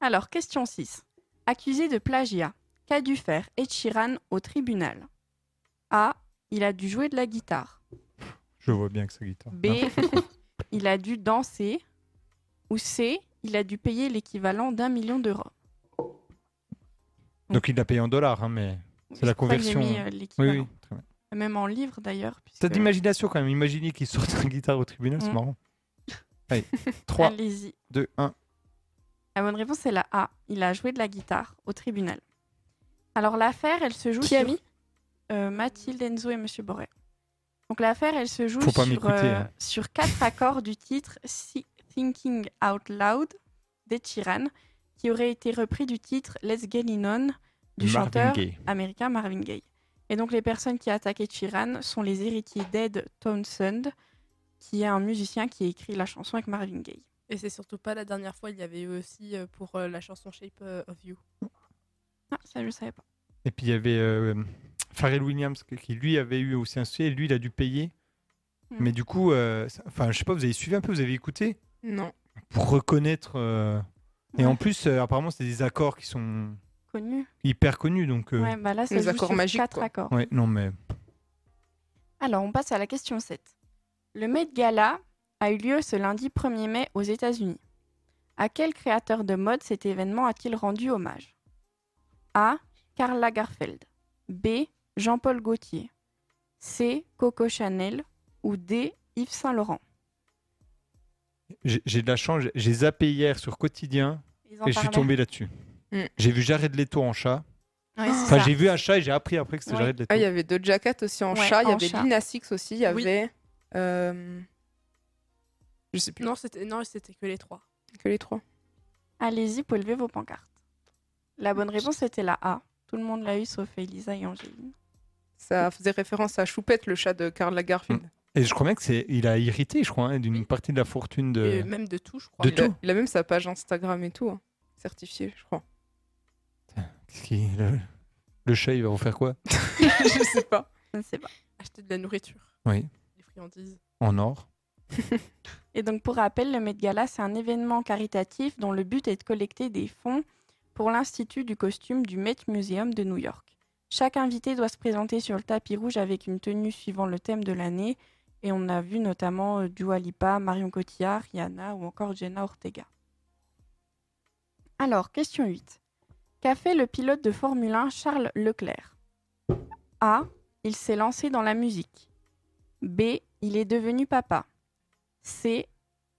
Speaker 4: Alors, question 6. Accusé de plagiat, qu'a dû faire Ed Sheeran au tribunal A. Il a dû jouer de la guitare.
Speaker 1: Je vois bien que ça guitare.
Speaker 4: B. Il a dû danser. Ou C. Il a dû payer l'équivalent d'un million d'euros.
Speaker 1: Donc, il l'a payé en dollars, hein, mais. C'est la
Speaker 4: Je crois que j'ai
Speaker 1: conversion.
Speaker 4: mis, euh,
Speaker 1: Oui,
Speaker 4: l'équivalent.
Speaker 1: oui. Très bien.
Speaker 4: Même en livre d'ailleurs.
Speaker 1: T'as
Speaker 4: puisque-
Speaker 1: de l'imagination quand même. Imaginez qu'il sorte une guitare au tribunal, c'est
Speaker 4: Mm.
Speaker 1: marrant. Allez, 3,
Speaker 4: Allez-y.
Speaker 1: 2, 1.
Speaker 4: La bonne réponse c'est la A. Il a joué de la guitare au tribunal. Alors l'affaire, elle se joue
Speaker 8: Qui
Speaker 4: sur
Speaker 8: a mis
Speaker 4: euh, Mathilde Enzo et Monsieur Boré. Donc l'affaire, elle se joue
Speaker 1: Faut pas
Speaker 4: sur,
Speaker 1: m'écouter,
Speaker 4: euh,
Speaker 1: hein.
Speaker 4: sur quatre accords du titre Si- Thinking Out Loud des Chiran, qui aurait été repris du titre Let's Get It On du chanteur
Speaker 1: Gaye.
Speaker 4: américain Marvin Gaye. Et donc les personnes qui attaquaient Chiran sont les héritiers d'Ed Townsend, qui est un musicien qui a écrit la chanson avec Marvin Gaye.
Speaker 6: Et c'est surtout pas la dernière fois, il y avait eu aussi euh, pour euh, la chanson Shape euh, of You.
Speaker 4: Ah, ça je savais pas.
Speaker 1: Et puis il y avait euh, Pharrell Williams qui- qui lui avait eu aussi un sujet. Lui, il a dû payer.
Speaker 4: Mm.
Speaker 1: Mais du coup, euh, ça- enfin, je sais pas, vous avez suivi un peu, vous avez écouté
Speaker 3: Non.
Speaker 1: pour reconnaître. euh, Et
Speaker 4: Ouais.
Speaker 1: en plus, euh, apparemment, c'est des accords qui sont
Speaker 4: Connu.
Speaker 1: hyper connus. Donc, euh,
Speaker 4: Ouais, bah là, ça
Speaker 3: les
Speaker 4: se joue
Speaker 3: accords
Speaker 4: sur
Speaker 3: magiques,
Speaker 4: quatre
Speaker 3: quoi.
Speaker 4: accords.
Speaker 1: ouais, non, mais
Speaker 4: Alors, on passe à la question 7. Le Met Gala a eu lieu ce lundi 1er mai aux États-Unis. À quel créateur de mode cet événement a-t-il rendu hommage A. Karl Lagerfeld. B. Jean-Paul Gaultier. C. Coco Chanel. Ou D. Yves Saint Laurent.
Speaker 1: j'ai j'ai de la chance. j'ai- J'ai zappé hier sur Quotidien
Speaker 4: Ils
Speaker 1: et je suis tombé là-dessus.
Speaker 3: Mm.
Speaker 1: J'ai vu Jared Leto en chat.
Speaker 4: Ouais, c'est
Speaker 1: Enfin,
Speaker 4: ça.
Speaker 1: j'ai vu un chat et j'ai appris après que c'était
Speaker 4: Ouais.
Speaker 1: Jared Leto.
Speaker 3: Ah, il y avait deux Jackets aussi en
Speaker 4: Ouais,
Speaker 3: chat. Il y
Speaker 4: en
Speaker 3: avait
Speaker 4: chat.
Speaker 3: Lina Six aussi. Il y
Speaker 6: Oui.
Speaker 3: avait. euh, Je sais plus.
Speaker 6: Non, c'était non, c'était que les trois.
Speaker 3: Que les trois.
Speaker 4: Allez-y pour lever vos pancartes. La bonne réponse était la A. Tout le monde l'a eu sauf Elisa et Angéline.
Speaker 3: Ça faisait référence à Choupette, le chat de Karl Lagerfeld.
Speaker 1: Et je crois bien que c'est, il a irrité, je crois, hein, d'une partie de la fortune de.
Speaker 6: Et même de tout, je crois.
Speaker 1: Euh, de
Speaker 3: il, a,
Speaker 1: tout.
Speaker 3: il a même sa page Instagram et tout. hein. Certifié, je crois.
Speaker 1: Qu'est-ce qui- le... le chat, il va vous faire quoi
Speaker 3: je sais pas.
Speaker 4: Je ne sais pas.
Speaker 6: Acheter de la nourriture,
Speaker 1: Oui,
Speaker 6: des friandises.
Speaker 1: en or.
Speaker 4: Et donc, pour rappel, le Met Gala, c'est un événement caritatif dont le but est de collecter des fonds pour l'Institut du costume du Met Museum de New York. Chaque invité doit se présenter sur le tapis rouge avec une tenue suivant le thème de l'année. Et on a vu notamment euh, Dua Lipa, Marion Cotillard, Rihanna ou encore Jenna Ortega. Alors, question 8. Qu'a fait le pilote de Formule 1 Charles Leclerc A. Il s'est lancé dans la musique. B. Il est devenu papa. C.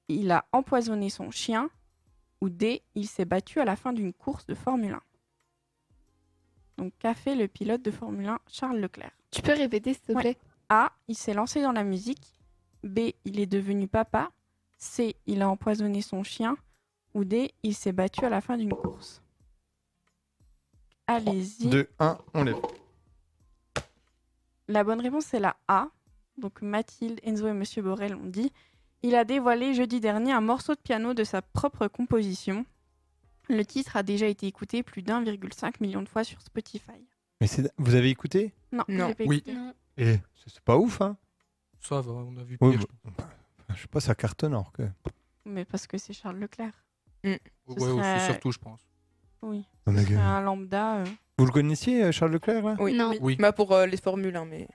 Speaker 4: Il a empoisonné son chien. Ou D. Il s'est battu à la fin d'une course de Formule 1. Donc, qu'a fait le pilote de Formule 1 Charles Leclerc
Speaker 7: Tu peux répéter, s'il te
Speaker 4: Ouais.
Speaker 7: plaît
Speaker 4: A. Il s'est lancé dans la musique. B. Il est devenu papa. C. Il a empoisonné son chien. Ou D. Il s'est battu à la fin d'une course. Allez-y.
Speaker 1: 2, 1, on lève.
Speaker 4: La bonne réponse c'est la A. Donc Mathilde, Enzo et Monsieur Borel ont dit. Il a dévoilé jeudi dernier un morceau de piano de sa propre composition. Le titre a déjà été écouté plus d'1,5 million de fois sur Spotify.
Speaker 1: Mais c'est... vous avez écouté
Speaker 4: Non,
Speaker 3: Non.
Speaker 4: j'ai pas
Speaker 5: Oui.
Speaker 4: écouté.
Speaker 2: Non.
Speaker 1: Et c'est c'est pas ouf, hein
Speaker 5: Ça va, on a vu
Speaker 1: Oui,
Speaker 5: pire.
Speaker 1: bah, Je sais pas, ça cartonne alors que.
Speaker 4: Mais parce que c'est Charles Leclerc.
Speaker 5: Ouais,
Speaker 4: ce
Speaker 5: ouais,
Speaker 4: serait-
Speaker 5: c'est surtout, je pense.
Speaker 4: Oui.
Speaker 1: Oh, mais
Speaker 4: Ce serait
Speaker 1: que-
Speaker 4: un lambda. euh.
Speaker 1: Vous le connaissiez, euh, Charles Leclerc là
Speaker 3: Oui.
Speaker 2: Non.
Speaker 5: Oui.
Speaker 3: Bah, pour euh, les formules, hein, mais.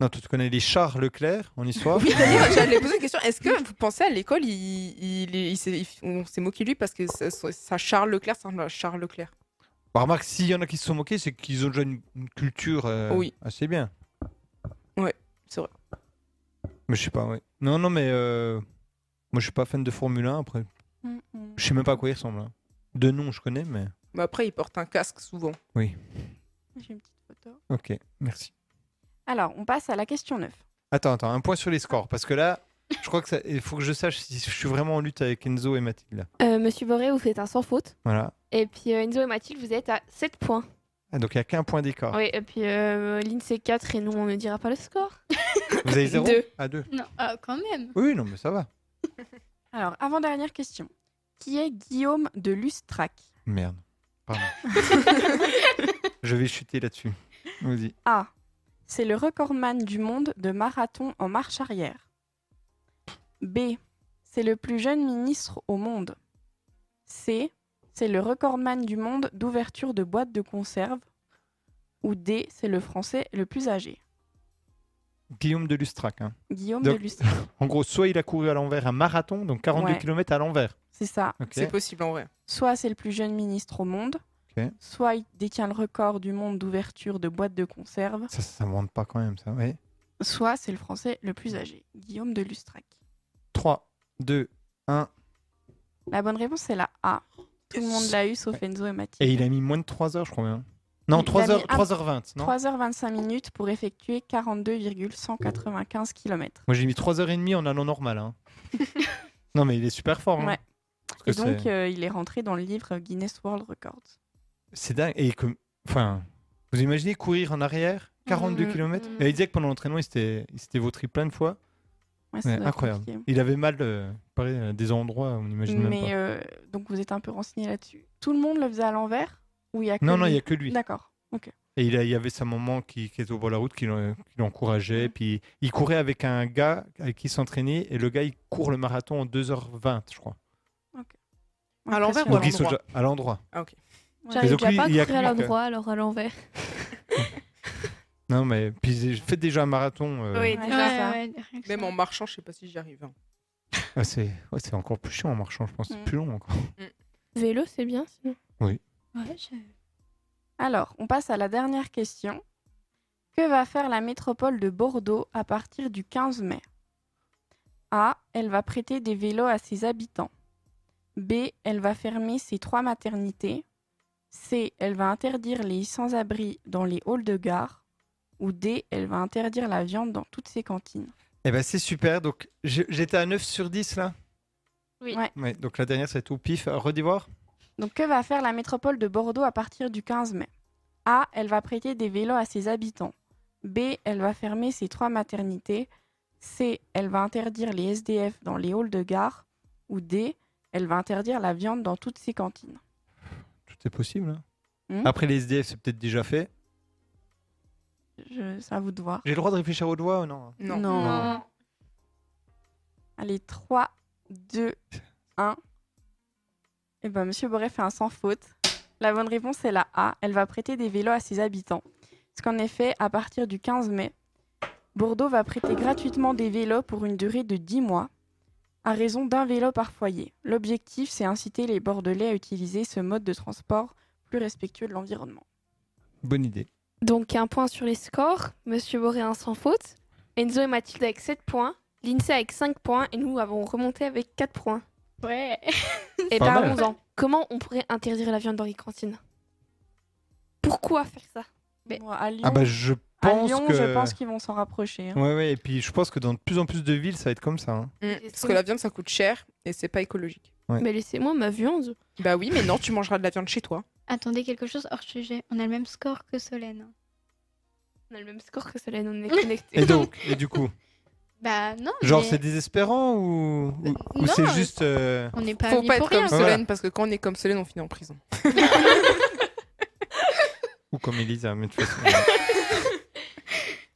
Speaker 1: Non, toi, tu connais les Charles Leclerc en histoire
Speaker 3: Oui, d'ailleurs, j'allais poser une question. Est-ce que vous pensez à l'école, il, il, il s'est- il- on s'est moqué de lui parce que ça, ça Charles Leclerc, ça Charles Leclerc.
Speaker 1: Bah, remarque, s'il y en a qui se sont moqués, c'est qu'ils ont déjà une, une culture euh,
Speaker 3: Oui.
Speaker 1: assez bien.
Speaker 3: Ouais, c'est vrai.
Speaker 1: Mais je sais pas, ouais. Non, non, mais euh, moi je suis pas fan de Formule 1. Après,
Speaker 4: Mm, mm.
Speaker 1: je sais même pas à quoi il ressemble. hein. De nom, je connais, mais.
Speaker 3: Mais après, il porte un casque souvent.
Speaker 4: J'ai une petite photo.
Speaker 1: Ok, merci.
Speaker 4: Alors, on passe à la question 9.
Speaker 1: Attends, attends, un point sur les scores. Parce que là, je crois que ça. Il faut que je sache si je suis vraiment en lutte avec Enzo et Mathilde.
Speaker 8: Euh, Monsieur Boré, vous faites un sans faute.
Speaker 1: Voilà.
Speaker 8: Et puis euh, Enzo et Mathilde, vous êtes à 7 points.
Speaker 1: Ah, donc il n'y a qu'un point d'écart.
Speaker 8: Oui, et puis euh, Lynn c'est 4 et nous on ne dira pas le score.
Speaker 1: Vous avez zéro
Speaker 8: Deux.
Speaker 1: Ah, deux.
Speaker 2: Non, ah, quand même.
Speaker 1: Oui, non, mais ça va.
Speaker 4: Alors, avant-dernière question. Qui est Guillaume de Lustrac
Speaker 1: Merde. Pardon. Je vais chuter là-dessus. Vas-y.
Speaker 4: A. C'est le recordman du monde de marathon en marche arrière. B. C'est le plus jeune ministre au monde. C. C'est le recordman du monde d'ouverture de boîtes de conserve. Ou D. C'est le français le plus âgé.
Speaker 1: Guillaume de Lustrac. hein.
Speaker 4: Guillaume
Speaker 1: Donc-
Speaker 4: de Lustrac.
Speaker 1: En gros, soit il a couru à l'envers un marathon, donc 42
Speaker 4: Ouais.
Speaker 1: km à l'envers.
Speaker 4: C'est ça.
Speaker 1: Ok.
Speaker 3: C'est possible en vrai.
Speaker 4: Soit c'est le plus jeune ministre au monde.
Speaker 1: Ok.
Speaker 4: Soit il détient le record du monde d'ouverture de boîtes de conserve.
Speaker 1: Ça, ça monte pas quand même, ça. Oui.
Speaker 4: Soit c'est le français le plus âgé. Guillaume de Lustrac.
Speaker 1: 3, 2,
Speaker 4: La bonne réponse, c'est la A. Tout le monde l'a eu sauf Enzo et Mathilde.
Speaker 1: et il a mis moins de 3 heures, je crois bien. Non,
Speaker 4: Il- il
Speaker 1: 3
Speaker 4: a
Speaker 1: heures,
Speaker 4: mis un-
Speaker 1: 3h20, non
Speaker 4: 3h25 minutes pour effectuer 42,195 km.
Speaker 1: Moi, j'ai mis 3h30 en allant normal. hein. non, mais il est super fort. hein.
Speaker 4: Ouais.
Speaker 1: Parce que
Speaker 4: Et donc,
Speaker 1: c'est-
Speaker 4: euh, il est rentré dans le livre Guinness World Records.
Speaker 1: c'est dingue. Et comme... enfin, vous imaginez courir en arrière 42
Speaker 4: Mhm,
Speaker 1: km
Speaker 2: mhm.
Speaker 1: Et il disait que pendant l'entraînement, il s'était il s'était vautré plein de fois.
Speaker 4: Ouais, ça
Speaker 1: Ouais,
Speaker 4: doit être
Speaker 1: incroyable.
Speaker 4: compliqué.
Speaker 1: Il avait mal euh, pareil, à des endroits, on n'imagine même
Speaker 4: Mais
Speaker 1: pas.
Speaker 4: euh, donc, vous êtes un peu renseigné là-dessus. Tout le monde le faisait à l'envers Ou il y a que
Speaker 1: Non, non, il
Speaker 4: lui
Speaker 1: n'y a que lui.
Speaker 4: D'accord. Ok.
Speaker 1: Et il, a- il y avait sa maman qui, qui était au bord de la route, qui l'en- qui
Speaker 4: Mm.
Speaker 1: l'encourageait. Puis il courait avec un gars avec qui il s'entraînait. Et le gars, il court le marathon en 2h20, je crois.
Speaker 3: À l'envers
Speaker 4: Ah,
Speaker 3: ou
Speaker 1: Donc
Speaker 3: à
Speaker 1: ils sont
Speaker 3: l'endroit
Speaker 1: déjà à l'endroit.
Speaker 3: Ah ok.
Speaker 1: Mais
Speaker 7: J'arrive
Speaker 1: donc,
Speaker 7: déjà
Speaker 1: lui,
Speaker 7: pas à
Speaker 1: il y a
Speaker 7: courir à
Speaker 1: que lui que-
Speaker 7: l'endroit, alors à l'envers.
Speaker 1: Non, mais puis faites déjà un marathon. euh,
Speaker 4: Oui,
Speaker 2: Ouais,
Speaker 4: déjà ça.
Speaker 2: ouais, rien que
Speaker 3: Même
Speaker 2: ça.
Speaker 3: en marchant, je sais pas si j'y arrive. hein.
Speaker 1: ah, c'est ouais, c'est encore plus chiant en marchant, je pense. C'est
Speaker 4: Mm.
Speaker 1: plus long encore.
Speaker 8: Vélo, c'est bien. sinon.
Speaker 2: Ouais, je-
Speaker 4: Alors, on passe à la dernière question. Que va faire la métropole de Bordeaux à partir du 15 mai A. Elle va prêter des vélos à ses habitants. B. Elle va fermer ses trois maternités. C. Elle va interdire les sans-abri dans les halls de gare. Ou D. Elle va interdire la viande dans toutes ses cantines.
Speaker 1: Eh ben, c'est super. Donc j'ai- j'étais à 9 sur 10 là.
Speaker 2: Oui.
Speaker 4: Ouais.
Speaker 1: Ouais, donc la dernière, c'est tout pif. Euh, Redévoir
Speaker 4: Donc, que va faire la métropole de Bordeaux à partir du 15 mai A. Elle va prêter des vélos à ses habitants. B. Elle va fermer ses trois maternités. C. Elle va interdire les SDF dans les halls de gare. Ou D. Elle va interdire la viande dans toutes ses cantines.
Speaker 1: Tout est possible. hein.
Speaker 4: Mm.
Speaker 1: Après les SDF, c'est peut-être déjà fait.
Speaker 4: Je... C'est à vous de voir.
Speaker 1: J'ai le droit de réfléchir aux doigts ou non
Speaker 3: Non.
Speaker 1: Non.
Speaker 4: Allez, 3, 2, 1. Eh ben, Monsieur Boré fait un sans faute. La bonne réponse est la A. Elle va prêter des vélos à ses habitants. Parce qu'en effet, à partir du 15 mai, Bordeaux va prêter gratuitement des vélos pour une durée de 10 mois, à raison d'un vélo par foyer. L'objectif, c'est inciter les Bordelais à utiliser ce mode de transport plus respectueux de l'environnement.
Speaker 1: Bonne idée.
Speaker 8: Donc, un point sur les scores. Monsieur Boré, un sans faute. Enzo et Mathilde avec 7 points. Lindsay avec 5 points. Et nous avons remonté avec 4 points.
Speaker 2: Ouais.
Speaker 8: Et
Speaker 1: Pas
Speaker 8: ben,
Speaker 1: mal.
Speaker 8: parlons-en. Comment on pourrait interdire la viande dans les cantines Pourquoi faire ça
Speaker 2: Mais-
Speaker 4: Moi, à Lyon,
Speaker 1: Ah bah je
Speaker 4: à
Speaker 1: pense
Speaker 4: Lyon,
Speaker 1: que.
Speaker 4: je pense qu'ils vont s'en rapprocher. hein.
Speaker 1: Ouais, ouais, et puis je pense que dans de plus en plus de villes, ça va être comme ça. hein.
Speaker 3: Mm, Parce que la viande, ça coûte cher et c'est pas écologique.
Speaker 1: Ouais.
Speaker 8: Mais laissez-moi ma viande.
Speaker 3: Bah oui, mais non, tu mangeras de la viande chez toi.
Speaker 2: Attendez quelque chose hors sujet. On a le même score que Solène.
Speaker 8: On a le même score que Solène, on est connectés.
Speaker 1: Et donc, et du coup,
Speaker 2: Bah non.
Speaker 1: genre
Speaker 2: mais
Speaker 1: c'est désespérant ou, ou, ou
Speaker 2: non,
Speaker 1: c'est
Speaker 2: mais-
Speaker 1: juste. euh,
Speaker 2: On n'est pas
Speaker 3: Faut
Speaker 2: amis
Speaker 3: pas
Speaker 2: pour
Speaker 3: être
Speaker 2: rien.
Speaker 3: comme
Speaker 1: Voilà.
Speaker 3: Solène parce que quand on est comme Solène, on finit en prison.
Speaker 1: Ou comme Elisa, mais de toute façon. euh,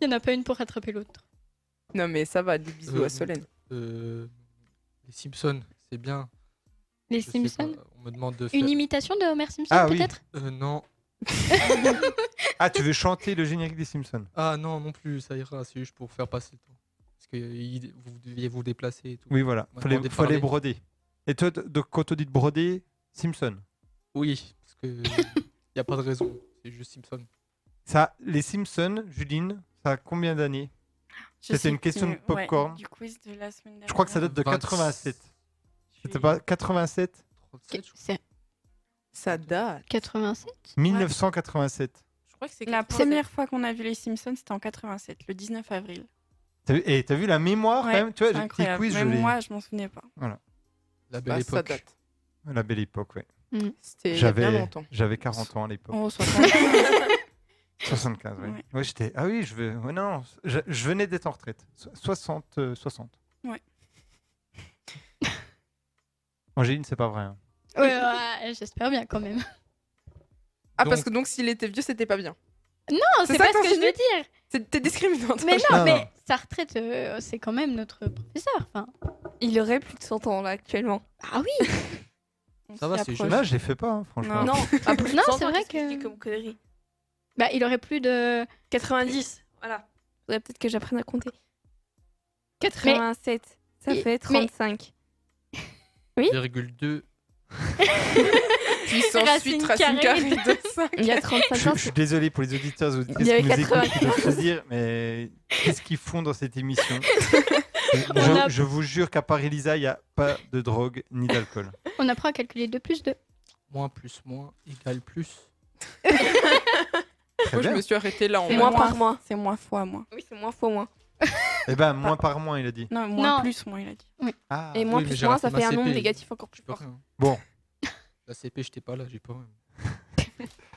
Speaker 2: Il n'y en a pas une pour rattraper l'autre.
Speaker 3: Non mais ça va, des bisous
Speaker 5: Euh,
Speaker 3: à Solène.
Speaker 5: Euh, les Simpsons, c'est bien.
Speaker 2: Les
Speaker 5: Je sais pas,
Speaker 2: Simpsons.
Speaker 5: On me demande de faire.
Speaker 2: Une imitation de Homer Simpson
Speaker 1: Ah oui.
Speaker 2: peut-être
Speaker 5: Euh, non.
Speaker 1: Ah, tu veux chanter le générique des Simpsons
Speaker 5: Ah non, non plus, ça ira. C'est juste pour faire passer le temps. Parce que euh, il- vous deviez vous déplacer et tout.
Speaker 1: Oui, voilà.
Speaker 5: On va
Speaker 1: Faut les,
Speaker 5: demander de
Speaker 1: faut les
Speaker 5: parler.
Speaker 1: broder. Et toi, t- donc, quand on dit de broder, Simpson.
Speaker 5: Oui, parce que il y a pas de raison. C'est juste Simpson.
Speaker 1: Ça, les Simpsons, Juline, ça a combien d'années
Speaker 4: Je
Speaker 1: C'était
Speaker 4: sais
Speaker 1: une question de
Speaker 4: que- ouais,
Speaker 1: popcorn.
Speaker 4: du quiz de la semaine dernière.
Speaker 1: Je crois que ça date de 87. C'était pas 87
Speaker 5: 37, je crois.
Speaker 2: C'est
Speaker 3: Ça date.
Speaker 2: 87
Speaker 1: 1987.
Speaker 6: Je crois que c'est
Speaker 4: La
Speaker 6: 87.
Speaker 4: première fois qu'on a vu les Simpsons, c'était en 87, le 19 avril.
Speaker 1: T'as vu, et t'as vu la mémoire
Speaker 4: Ouais,
Speaker 1: quand même Tu vois,
Speaker 4: C'est
Speaker 1: j'ai petit
Speaker 4: incroyable.
Speaker 1: quiz, je
Speaker 4: Même
Speaker 1: l'ai.
Speaker 4: moi, je m'en souvenais pas.
Speaker 5: La belle
Speaker 3: Bah, ça
Speaker 5: époque.
Speaker 3: date.
Speaker 1: La belle époque, ouais.
Speaker 3: C'était il y a bien
Speaker 1: J'avais
Speaker 3: longtemps.
Speaker 1: j'avais 40 ans à l'époque.
Speaker 4: Oh,
Speaker 1: 75, oui.
Speaker 4: Ouais.
Speaker 1: Ouais, j'étais. Ah oui, je, veux... ouais, non, je, je venais d'être en retraite. So- 60, euh, 60.
Speaker 4: Ouais.
Speaker 1: Angéline, c'est pas vrai. hein.
Speaker 2: Ouais, ouais, J'espère bien quand même.
Speaker 3: Ah, parce que donc s'il était vieux, c'était pas bien. C'est
Speaker 2: Non, Oh, c'est
Speaker 3: ça
Speaker 2: pas ce
Speaker 3: qu'on
Speaker 2: que
Speaker 3: se
Speaker 2: je
Speaker 3: dit
Speaker 2: veux dire.
Speaker 3: C'est- T'es discriminante.
Speaker 2: Mais
Speaker 1: Non,
Speaker 2: non,
Speaker 1: non.
Speaker 2: mais sa retraite, euh, c'est quand même notre professeur. Enfin,
Speaker 8: Il aurait plus de 100 ans là actuellement.
Speaker 2: ah oui,
Speaker 4: On
Speaker 5: Ça va,
Speaker 4: s'y
Speaker 5: c'est
Speaker 4: approche.
Speaker 5: Ouais. jeune.
Speaker 1: Là, je l'ai fait pas, hein, franchement.
Speaker 4: Non.
Speaker 8: Non, à plus de
Speaker 2: Non,
Speaker 8: 100 ans,
Speaker 2: c'est vrai
Speaker 8: qu'est-ce je
Speaker 2: que-
Speaker 8: dis comme connerie.
Speaker 2: bah il aurait plus de.
Speaker 8: 90, voilà. Faudrait peut-être que j'apprenne à compter.
Speaker 2: 87,
Speaker 8: 87, ça
Speaker 2: Mais-
Speaker 8: fait 35. Oui.
Speaker 5: 0,2.
Speaker 3: Puis ensuite
Speaker 2: Racine
Speaker 3: racine carrée
Speaker 2: carrée
Speaker 3: de 5.
Speaker 8: Il y a 35
Speaker 1: Je,
Speaker 8: ans.
Speaker 1: je suis désolé pour les auditeurs et auditrices
Speaker 8: Il y avait
Speaker 1: qui nous écoutent,
Speaker 8: 80.
Speaker 1: qui doivent se dire, mais qu'est-ce qu'ils font dans cette émission
Speaker 2: On
Speaker 1: je,
Speaker 2: a-
Speaker 1: je vous jure qu'à Paris-Lisa, il n'y a pas de drogue ni d'alcool.
Speaker 2: On apprend à calculer 2 plus 2.
Speaker 5: Moins plus moins égale plus.
Speaker 1: Très
Speaker 3: Moi, je
Speaker 1: bien.
Speaker 3: me suis arrêtée là en
Speaker 8: C'est
Speaker 4: C'est
Speaker 3: vrai.
Speaker 8: moins
Speaker 4: moins.
Speaker 8: par mois.
Speaker 4: C'est moins fois moins.
Speaker 8: Oui, c'est moins fois moins.
Speaker 1: Eh ben, moins par moins, il a dit.
Speaker 4: Non, moins
Speaker 2: Non.
Speaker 4: plus moins, il a dit.
Speaker 1: Ah,
Speaker 8: Et moins
Speaker 5: oui, mais
Speaker 8: plus
Speaker 5: j'ai
Speaker 8: moins,
Speaker 5: raté
Speaker 8: ça
Speaker 5: ma
Speaker 8: fait un nombre
Speaker 5: CP.
Speaker 8: négatif encore
Speaker 5: Je
Speaker 8: plus
Speaker 5: peux
Speaker 8: fort.
Speaker 5: rien.
Speaker 1: Bon.
Speaker 5: La CP, j'étais pas là, j'ai pas.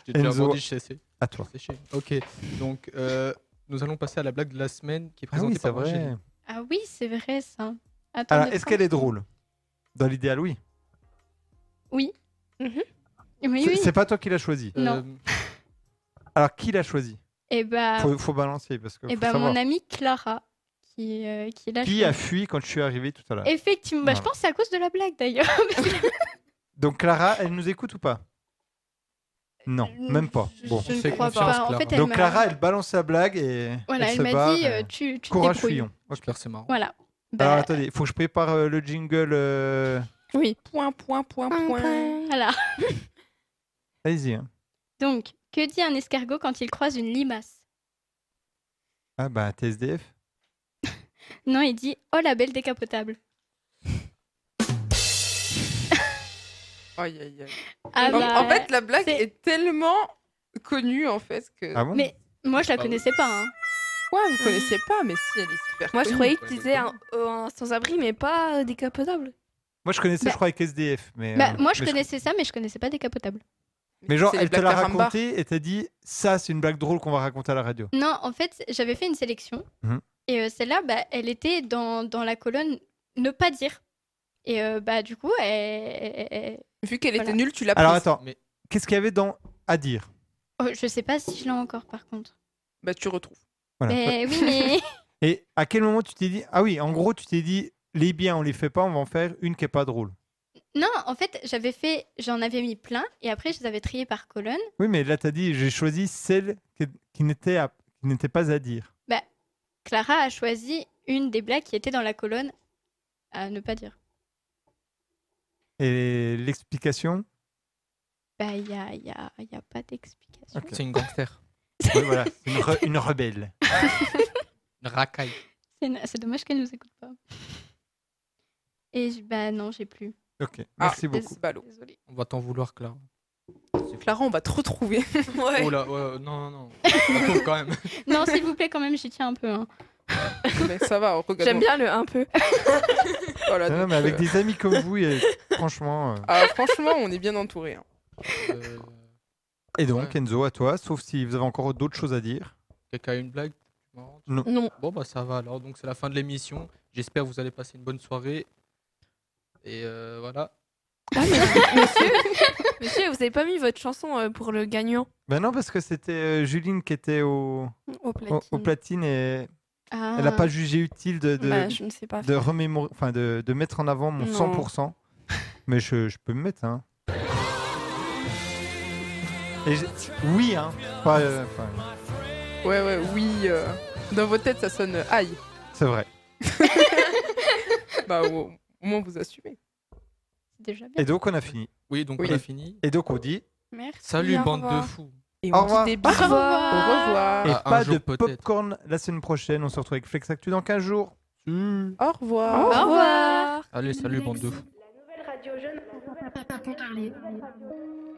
Speaker 5: J'ai déjà
Speaker 1: Enzo.
Speaker 5: vendu, je sais, c'est-
Speaker 1: à toi.
Speaker 5: c'est chier. Ok, donc euh, nous allons passer à la blague de la semaine qui est
Speaker 1: Ah
Speaker 5: présentée
Speaker 1: oui, c'est
Speaker 5: par
Speaker 1: vrai.
Speaker 5: Angélique.
Speaker 2: Ah oui, c'est vrai ça. Attends,
Speaker 1: Alors, est-ce qu'elle est drôle Dans l'idéal, oui.
Speaker 2: Oui.
Speaker 8: Mhm.
Speaker 2: Oui,
Speaker 1: C'est-
Speaker 2: oui.
Speaker 1: C'est pas toi qui l'as choisi.
Speaker 2: Non.
Speaker 5: Euh,
Speaker 1: Alors, qui l'a choisi
Speaker 2: Et bah,
Speaker 1: faut, faut balancer parce que.
Speaker 2: et
Speaker 1: faut
Speaker 2: bah
Speaker 1: savoir.
Speaker 2: mon amie Clara, qui, euh, qui est là.
Speaker 1: Qui a fui quand je suis arrivé tout à l'heure
Speaker 2: Effectivement, bah, je
Speaker 1: Voilà.
Speaker 2: pense que c'est à cause de la blague d'ailleurs.
Speaker 1: Donc, Clara, elle nous écoute ou pas Non, même pas.
Speaker 2: Euh, Je,
Speaker 1: Bon.
Speaker 2: je
Speaker 5: On
Speaker 2: ne
Speaker 5: fait
Speaker 2: crois
Speaker 5: confiance,
Speaker 2: pas. En
Speaker 5: Clara.
Speaker 2: fait, elle
Speaker 1: Donc,
Speaker 2: m'a-
Speaker 1: Clara, elle balance la blague et.
Speaker 2: voilà,
Speaker 1: elle
Speaker 2: elle
Speaker 1: se
Speaker 2: m'a
Speaker 1: barre,
Speaker 2: dit
Speaker 1: euh,
Speaker 2: euh, tu, tu te
Speaker 1: Courage,
Speaker 2: débrouilles.
Speaker 1: fuyons. Ok.
Speaker 5: J'espère que c'est marrant.
Speaker 2: Voilà.
Speaker 1: Alors,
Speaker 2: Bah,
Speaker 1: attendez, faut que je prépare euh, le jingle. euh,
Speaker 3: Point, point, point, point.
Speaker 2: voilà.
Speaker 1: Allez-y. hein.
Speaker 2: Donc, que dit un escargot quand il croise une limace
Speaker 1: Ah, bah, t'es SDF
Speaker 2: Non, il dit Oh la belle décapotable.
Speaker 3: Aïe, aïe, aïe.
Speaker 2: Ah
Speaker 3: en,
Speaker 2: bah,
Speaker 3: en fait, la blague
Speaker 2: c'est-
Speaker 3: est... tellement connue en fait que.
Speaker 1: Ah bon
Speaker 2: Euh, Mais- moi je la
Speaker 5: Ah oui.
Speaker 2: connaissais pas. hein.
Speaker 3: Quoi, vous connaissez pas, mais si, elle est super
Speaker 8: Moi, je
Speaker 3: connue.
Speaker 8: croyais
Speaker 5: quoi,
Speaker 8: que tu disais un, un sans-abri, mais pas euh, décapotable.
Speaker 1: Moi, je connaissais,
Speaker 2: Bah-
Speaker 1: je crois, avec SDF. Mais,
Speaker 2: Bah,
Speaker 1: euh,
Speaker 2: moi je
Speaker 1: mais
Speaker 2: connaissais ça, mais je connaissais pas décapotable.
Speaker 1: Mais genre,
Speaker 3: C'est les
Speaker 1: elle te
Speaker 3: blagues
Speaker 1: l'a
Speaker 3: Karamba.
Speaker 1: raconté et t'as dit, ça, c'est une blague drôle qu'on va raconter à la radio.
Speaker 2: Non, en fait, j'avais fait une sélection.
Speaker 1: Mhm.
Speaker 2: Et euh, celle-là, bah, elle était dans, dans la colonne ne pas dire. Et euh, bah, du coup, elle- elle- elle-
Speaker 3: Vu qu'elle
Speaker 2: Voilà.
Speaker 3: était nulle, tu l'as
Speaker 1: Alors,
Speaker 3: prise.
Speaker 1: attends,
Speaker 5: Mais-
Speaker 1: qu'est-ce qu'il y avait dans à dire
Speaker 2: oh, je sais pas si je l'ai encore par contre.
Speaker 3: Bah, tu retrouves.
Speaker 1: Voilà.
Speaker 2: Mais oui, mais.
Speaker 1: Et à quel moment tu t'es dit, ah oui, en gros, tu t'es dit, les biens, on les fait pas, on va en faire une qui est pas drôle.
Speaker 2: non, en fait, j'avais fait. J'en avais mis plein. Et après, je les avais triés par colonne.
Speaker 1: Oui, mais là, t'as dit, j'ai choisi celle qui, qui n'était à- qui n'était pas à dire.
Speaker 2: Clara a choisi une des blagues qui était dans la colonne à ne pas dire.
Speaker 1: Et l'explication
Speaker 2: Bah, il n'y a, y a, y a pas d'explication.
Speaker 1: Ok.
Speaker 5: C'est une gangster.
Speaker 1: Oui, voilà, c'est une, re- une rebelle.
Speaker 5: Une racaille.
Speaker 2: C'est na- C'est dommage qu'elle nous écoute pas. Et je- bah, non, j'ai plus.
Speaker 1: Ok, merci
Speaker 3: ah,
Speaker 1: beaucoup.
Speaker 3: c'est ballot.
Speaker 2: Désolée.
Speaker 5: On va t'en vouloir, Clara. C'est-
Speaker 3: Clara, on va te retrouver.
Speaker 5: Oh là, ouais, ouais, non, non, non. La pauvre, quand même.
Speaker 2: Non, s'il vous plaît, quand même, j'y tiens un peu. hein.
Speaker 3: mais ça va, regarde.
Speaker 8: J'aime bien le un peu.
Speaker 3: Voilà,
Speaker 1: Non,
Speaker 3: donc,
Speaker 1: mais avec
Speaker 3: euh,
Speaker 1: des amis comme vous, et franchement. euh,
Speaker 3: ah, franchement, on est bien entouré. hein.
Speaker 5: Euh,
Speaker 1: Et donc,
Speaker 5: Ouais.
Speaker 1: Enzo, à toi, sauf si vous avez encore d'autres choses à dire.
Speaker 5: Quelqu'un a une blague marrante
Speaker 8: Non.
Speaker 5: Bon, bah ça va alors. Donc, c'est la fin de l'émission. J'espère que vous allez passer une bonne soirée. Et euh, voilà.
Speaker 8: Monsieur, vous avez pas mis votre chanson euh, pour le gagnant
Speaker 1: Ben non, parce que c'était euh, Juline qui était au,
Speaker 4: Au
Speaker 1: au-
Speaker 4: platine.
Speaker 1: au platine et
Speaker 2: Ah.
Speaker 1: elle n'a pas jugé utile de, de,
Speaker 4: Bah, je ne sais pas.
Speaker 1: de, remémor- enfin, de, de mettre en avant mon
Speaker 4: Non.
Speaker 1: 100%. Mais je, je peux me mettre, hein. Et je- Oui, hein. Pas, euh, enfin,
Speaker 3: Ouais, ouais, oui. euh, Dans vos têtes, ça sonne euh, aïe.
Speaker 1: c'est vrai.
Speaker 3: Bah, au au moins, vous assumez.
Speaker 2: C'est déjà bien.
Speaker 1: Et donc, on a fini.
Speaker 5: Oui, donc
Speaker 3: Oui.
Speaker 5: on a fini.
Speaker 1: Et donc, on dit.
Speaker 4: Merci.
Speaker 5: Salut,
Speaker 4: au
Speaker 5: bande de
Speaker 4: revoir.
Speaker 5: fous.
Speaker 3: Et
Speaker 1: Au
Speaker 3: on
Speaker 1: revoir.
Speaker 3: dit des bisous. Au revoir.
Speaker 1: Et
Speaker 5: Ah, un
Speaker 1: pas
Speaker 5: jour,
Speaker 1: de
Speaker 5: peut-être.
Speaker 1: popcorn la semaine prochaine. On se retrouve avec Flex Actu dans 15 jours.
Speaker 3: Au revoir.
Speaker 2: Au revoir.
Speaker 5: Allez, salut, bande de fous.
Speaker 10: La nouvelle radio jeune. Pas parler.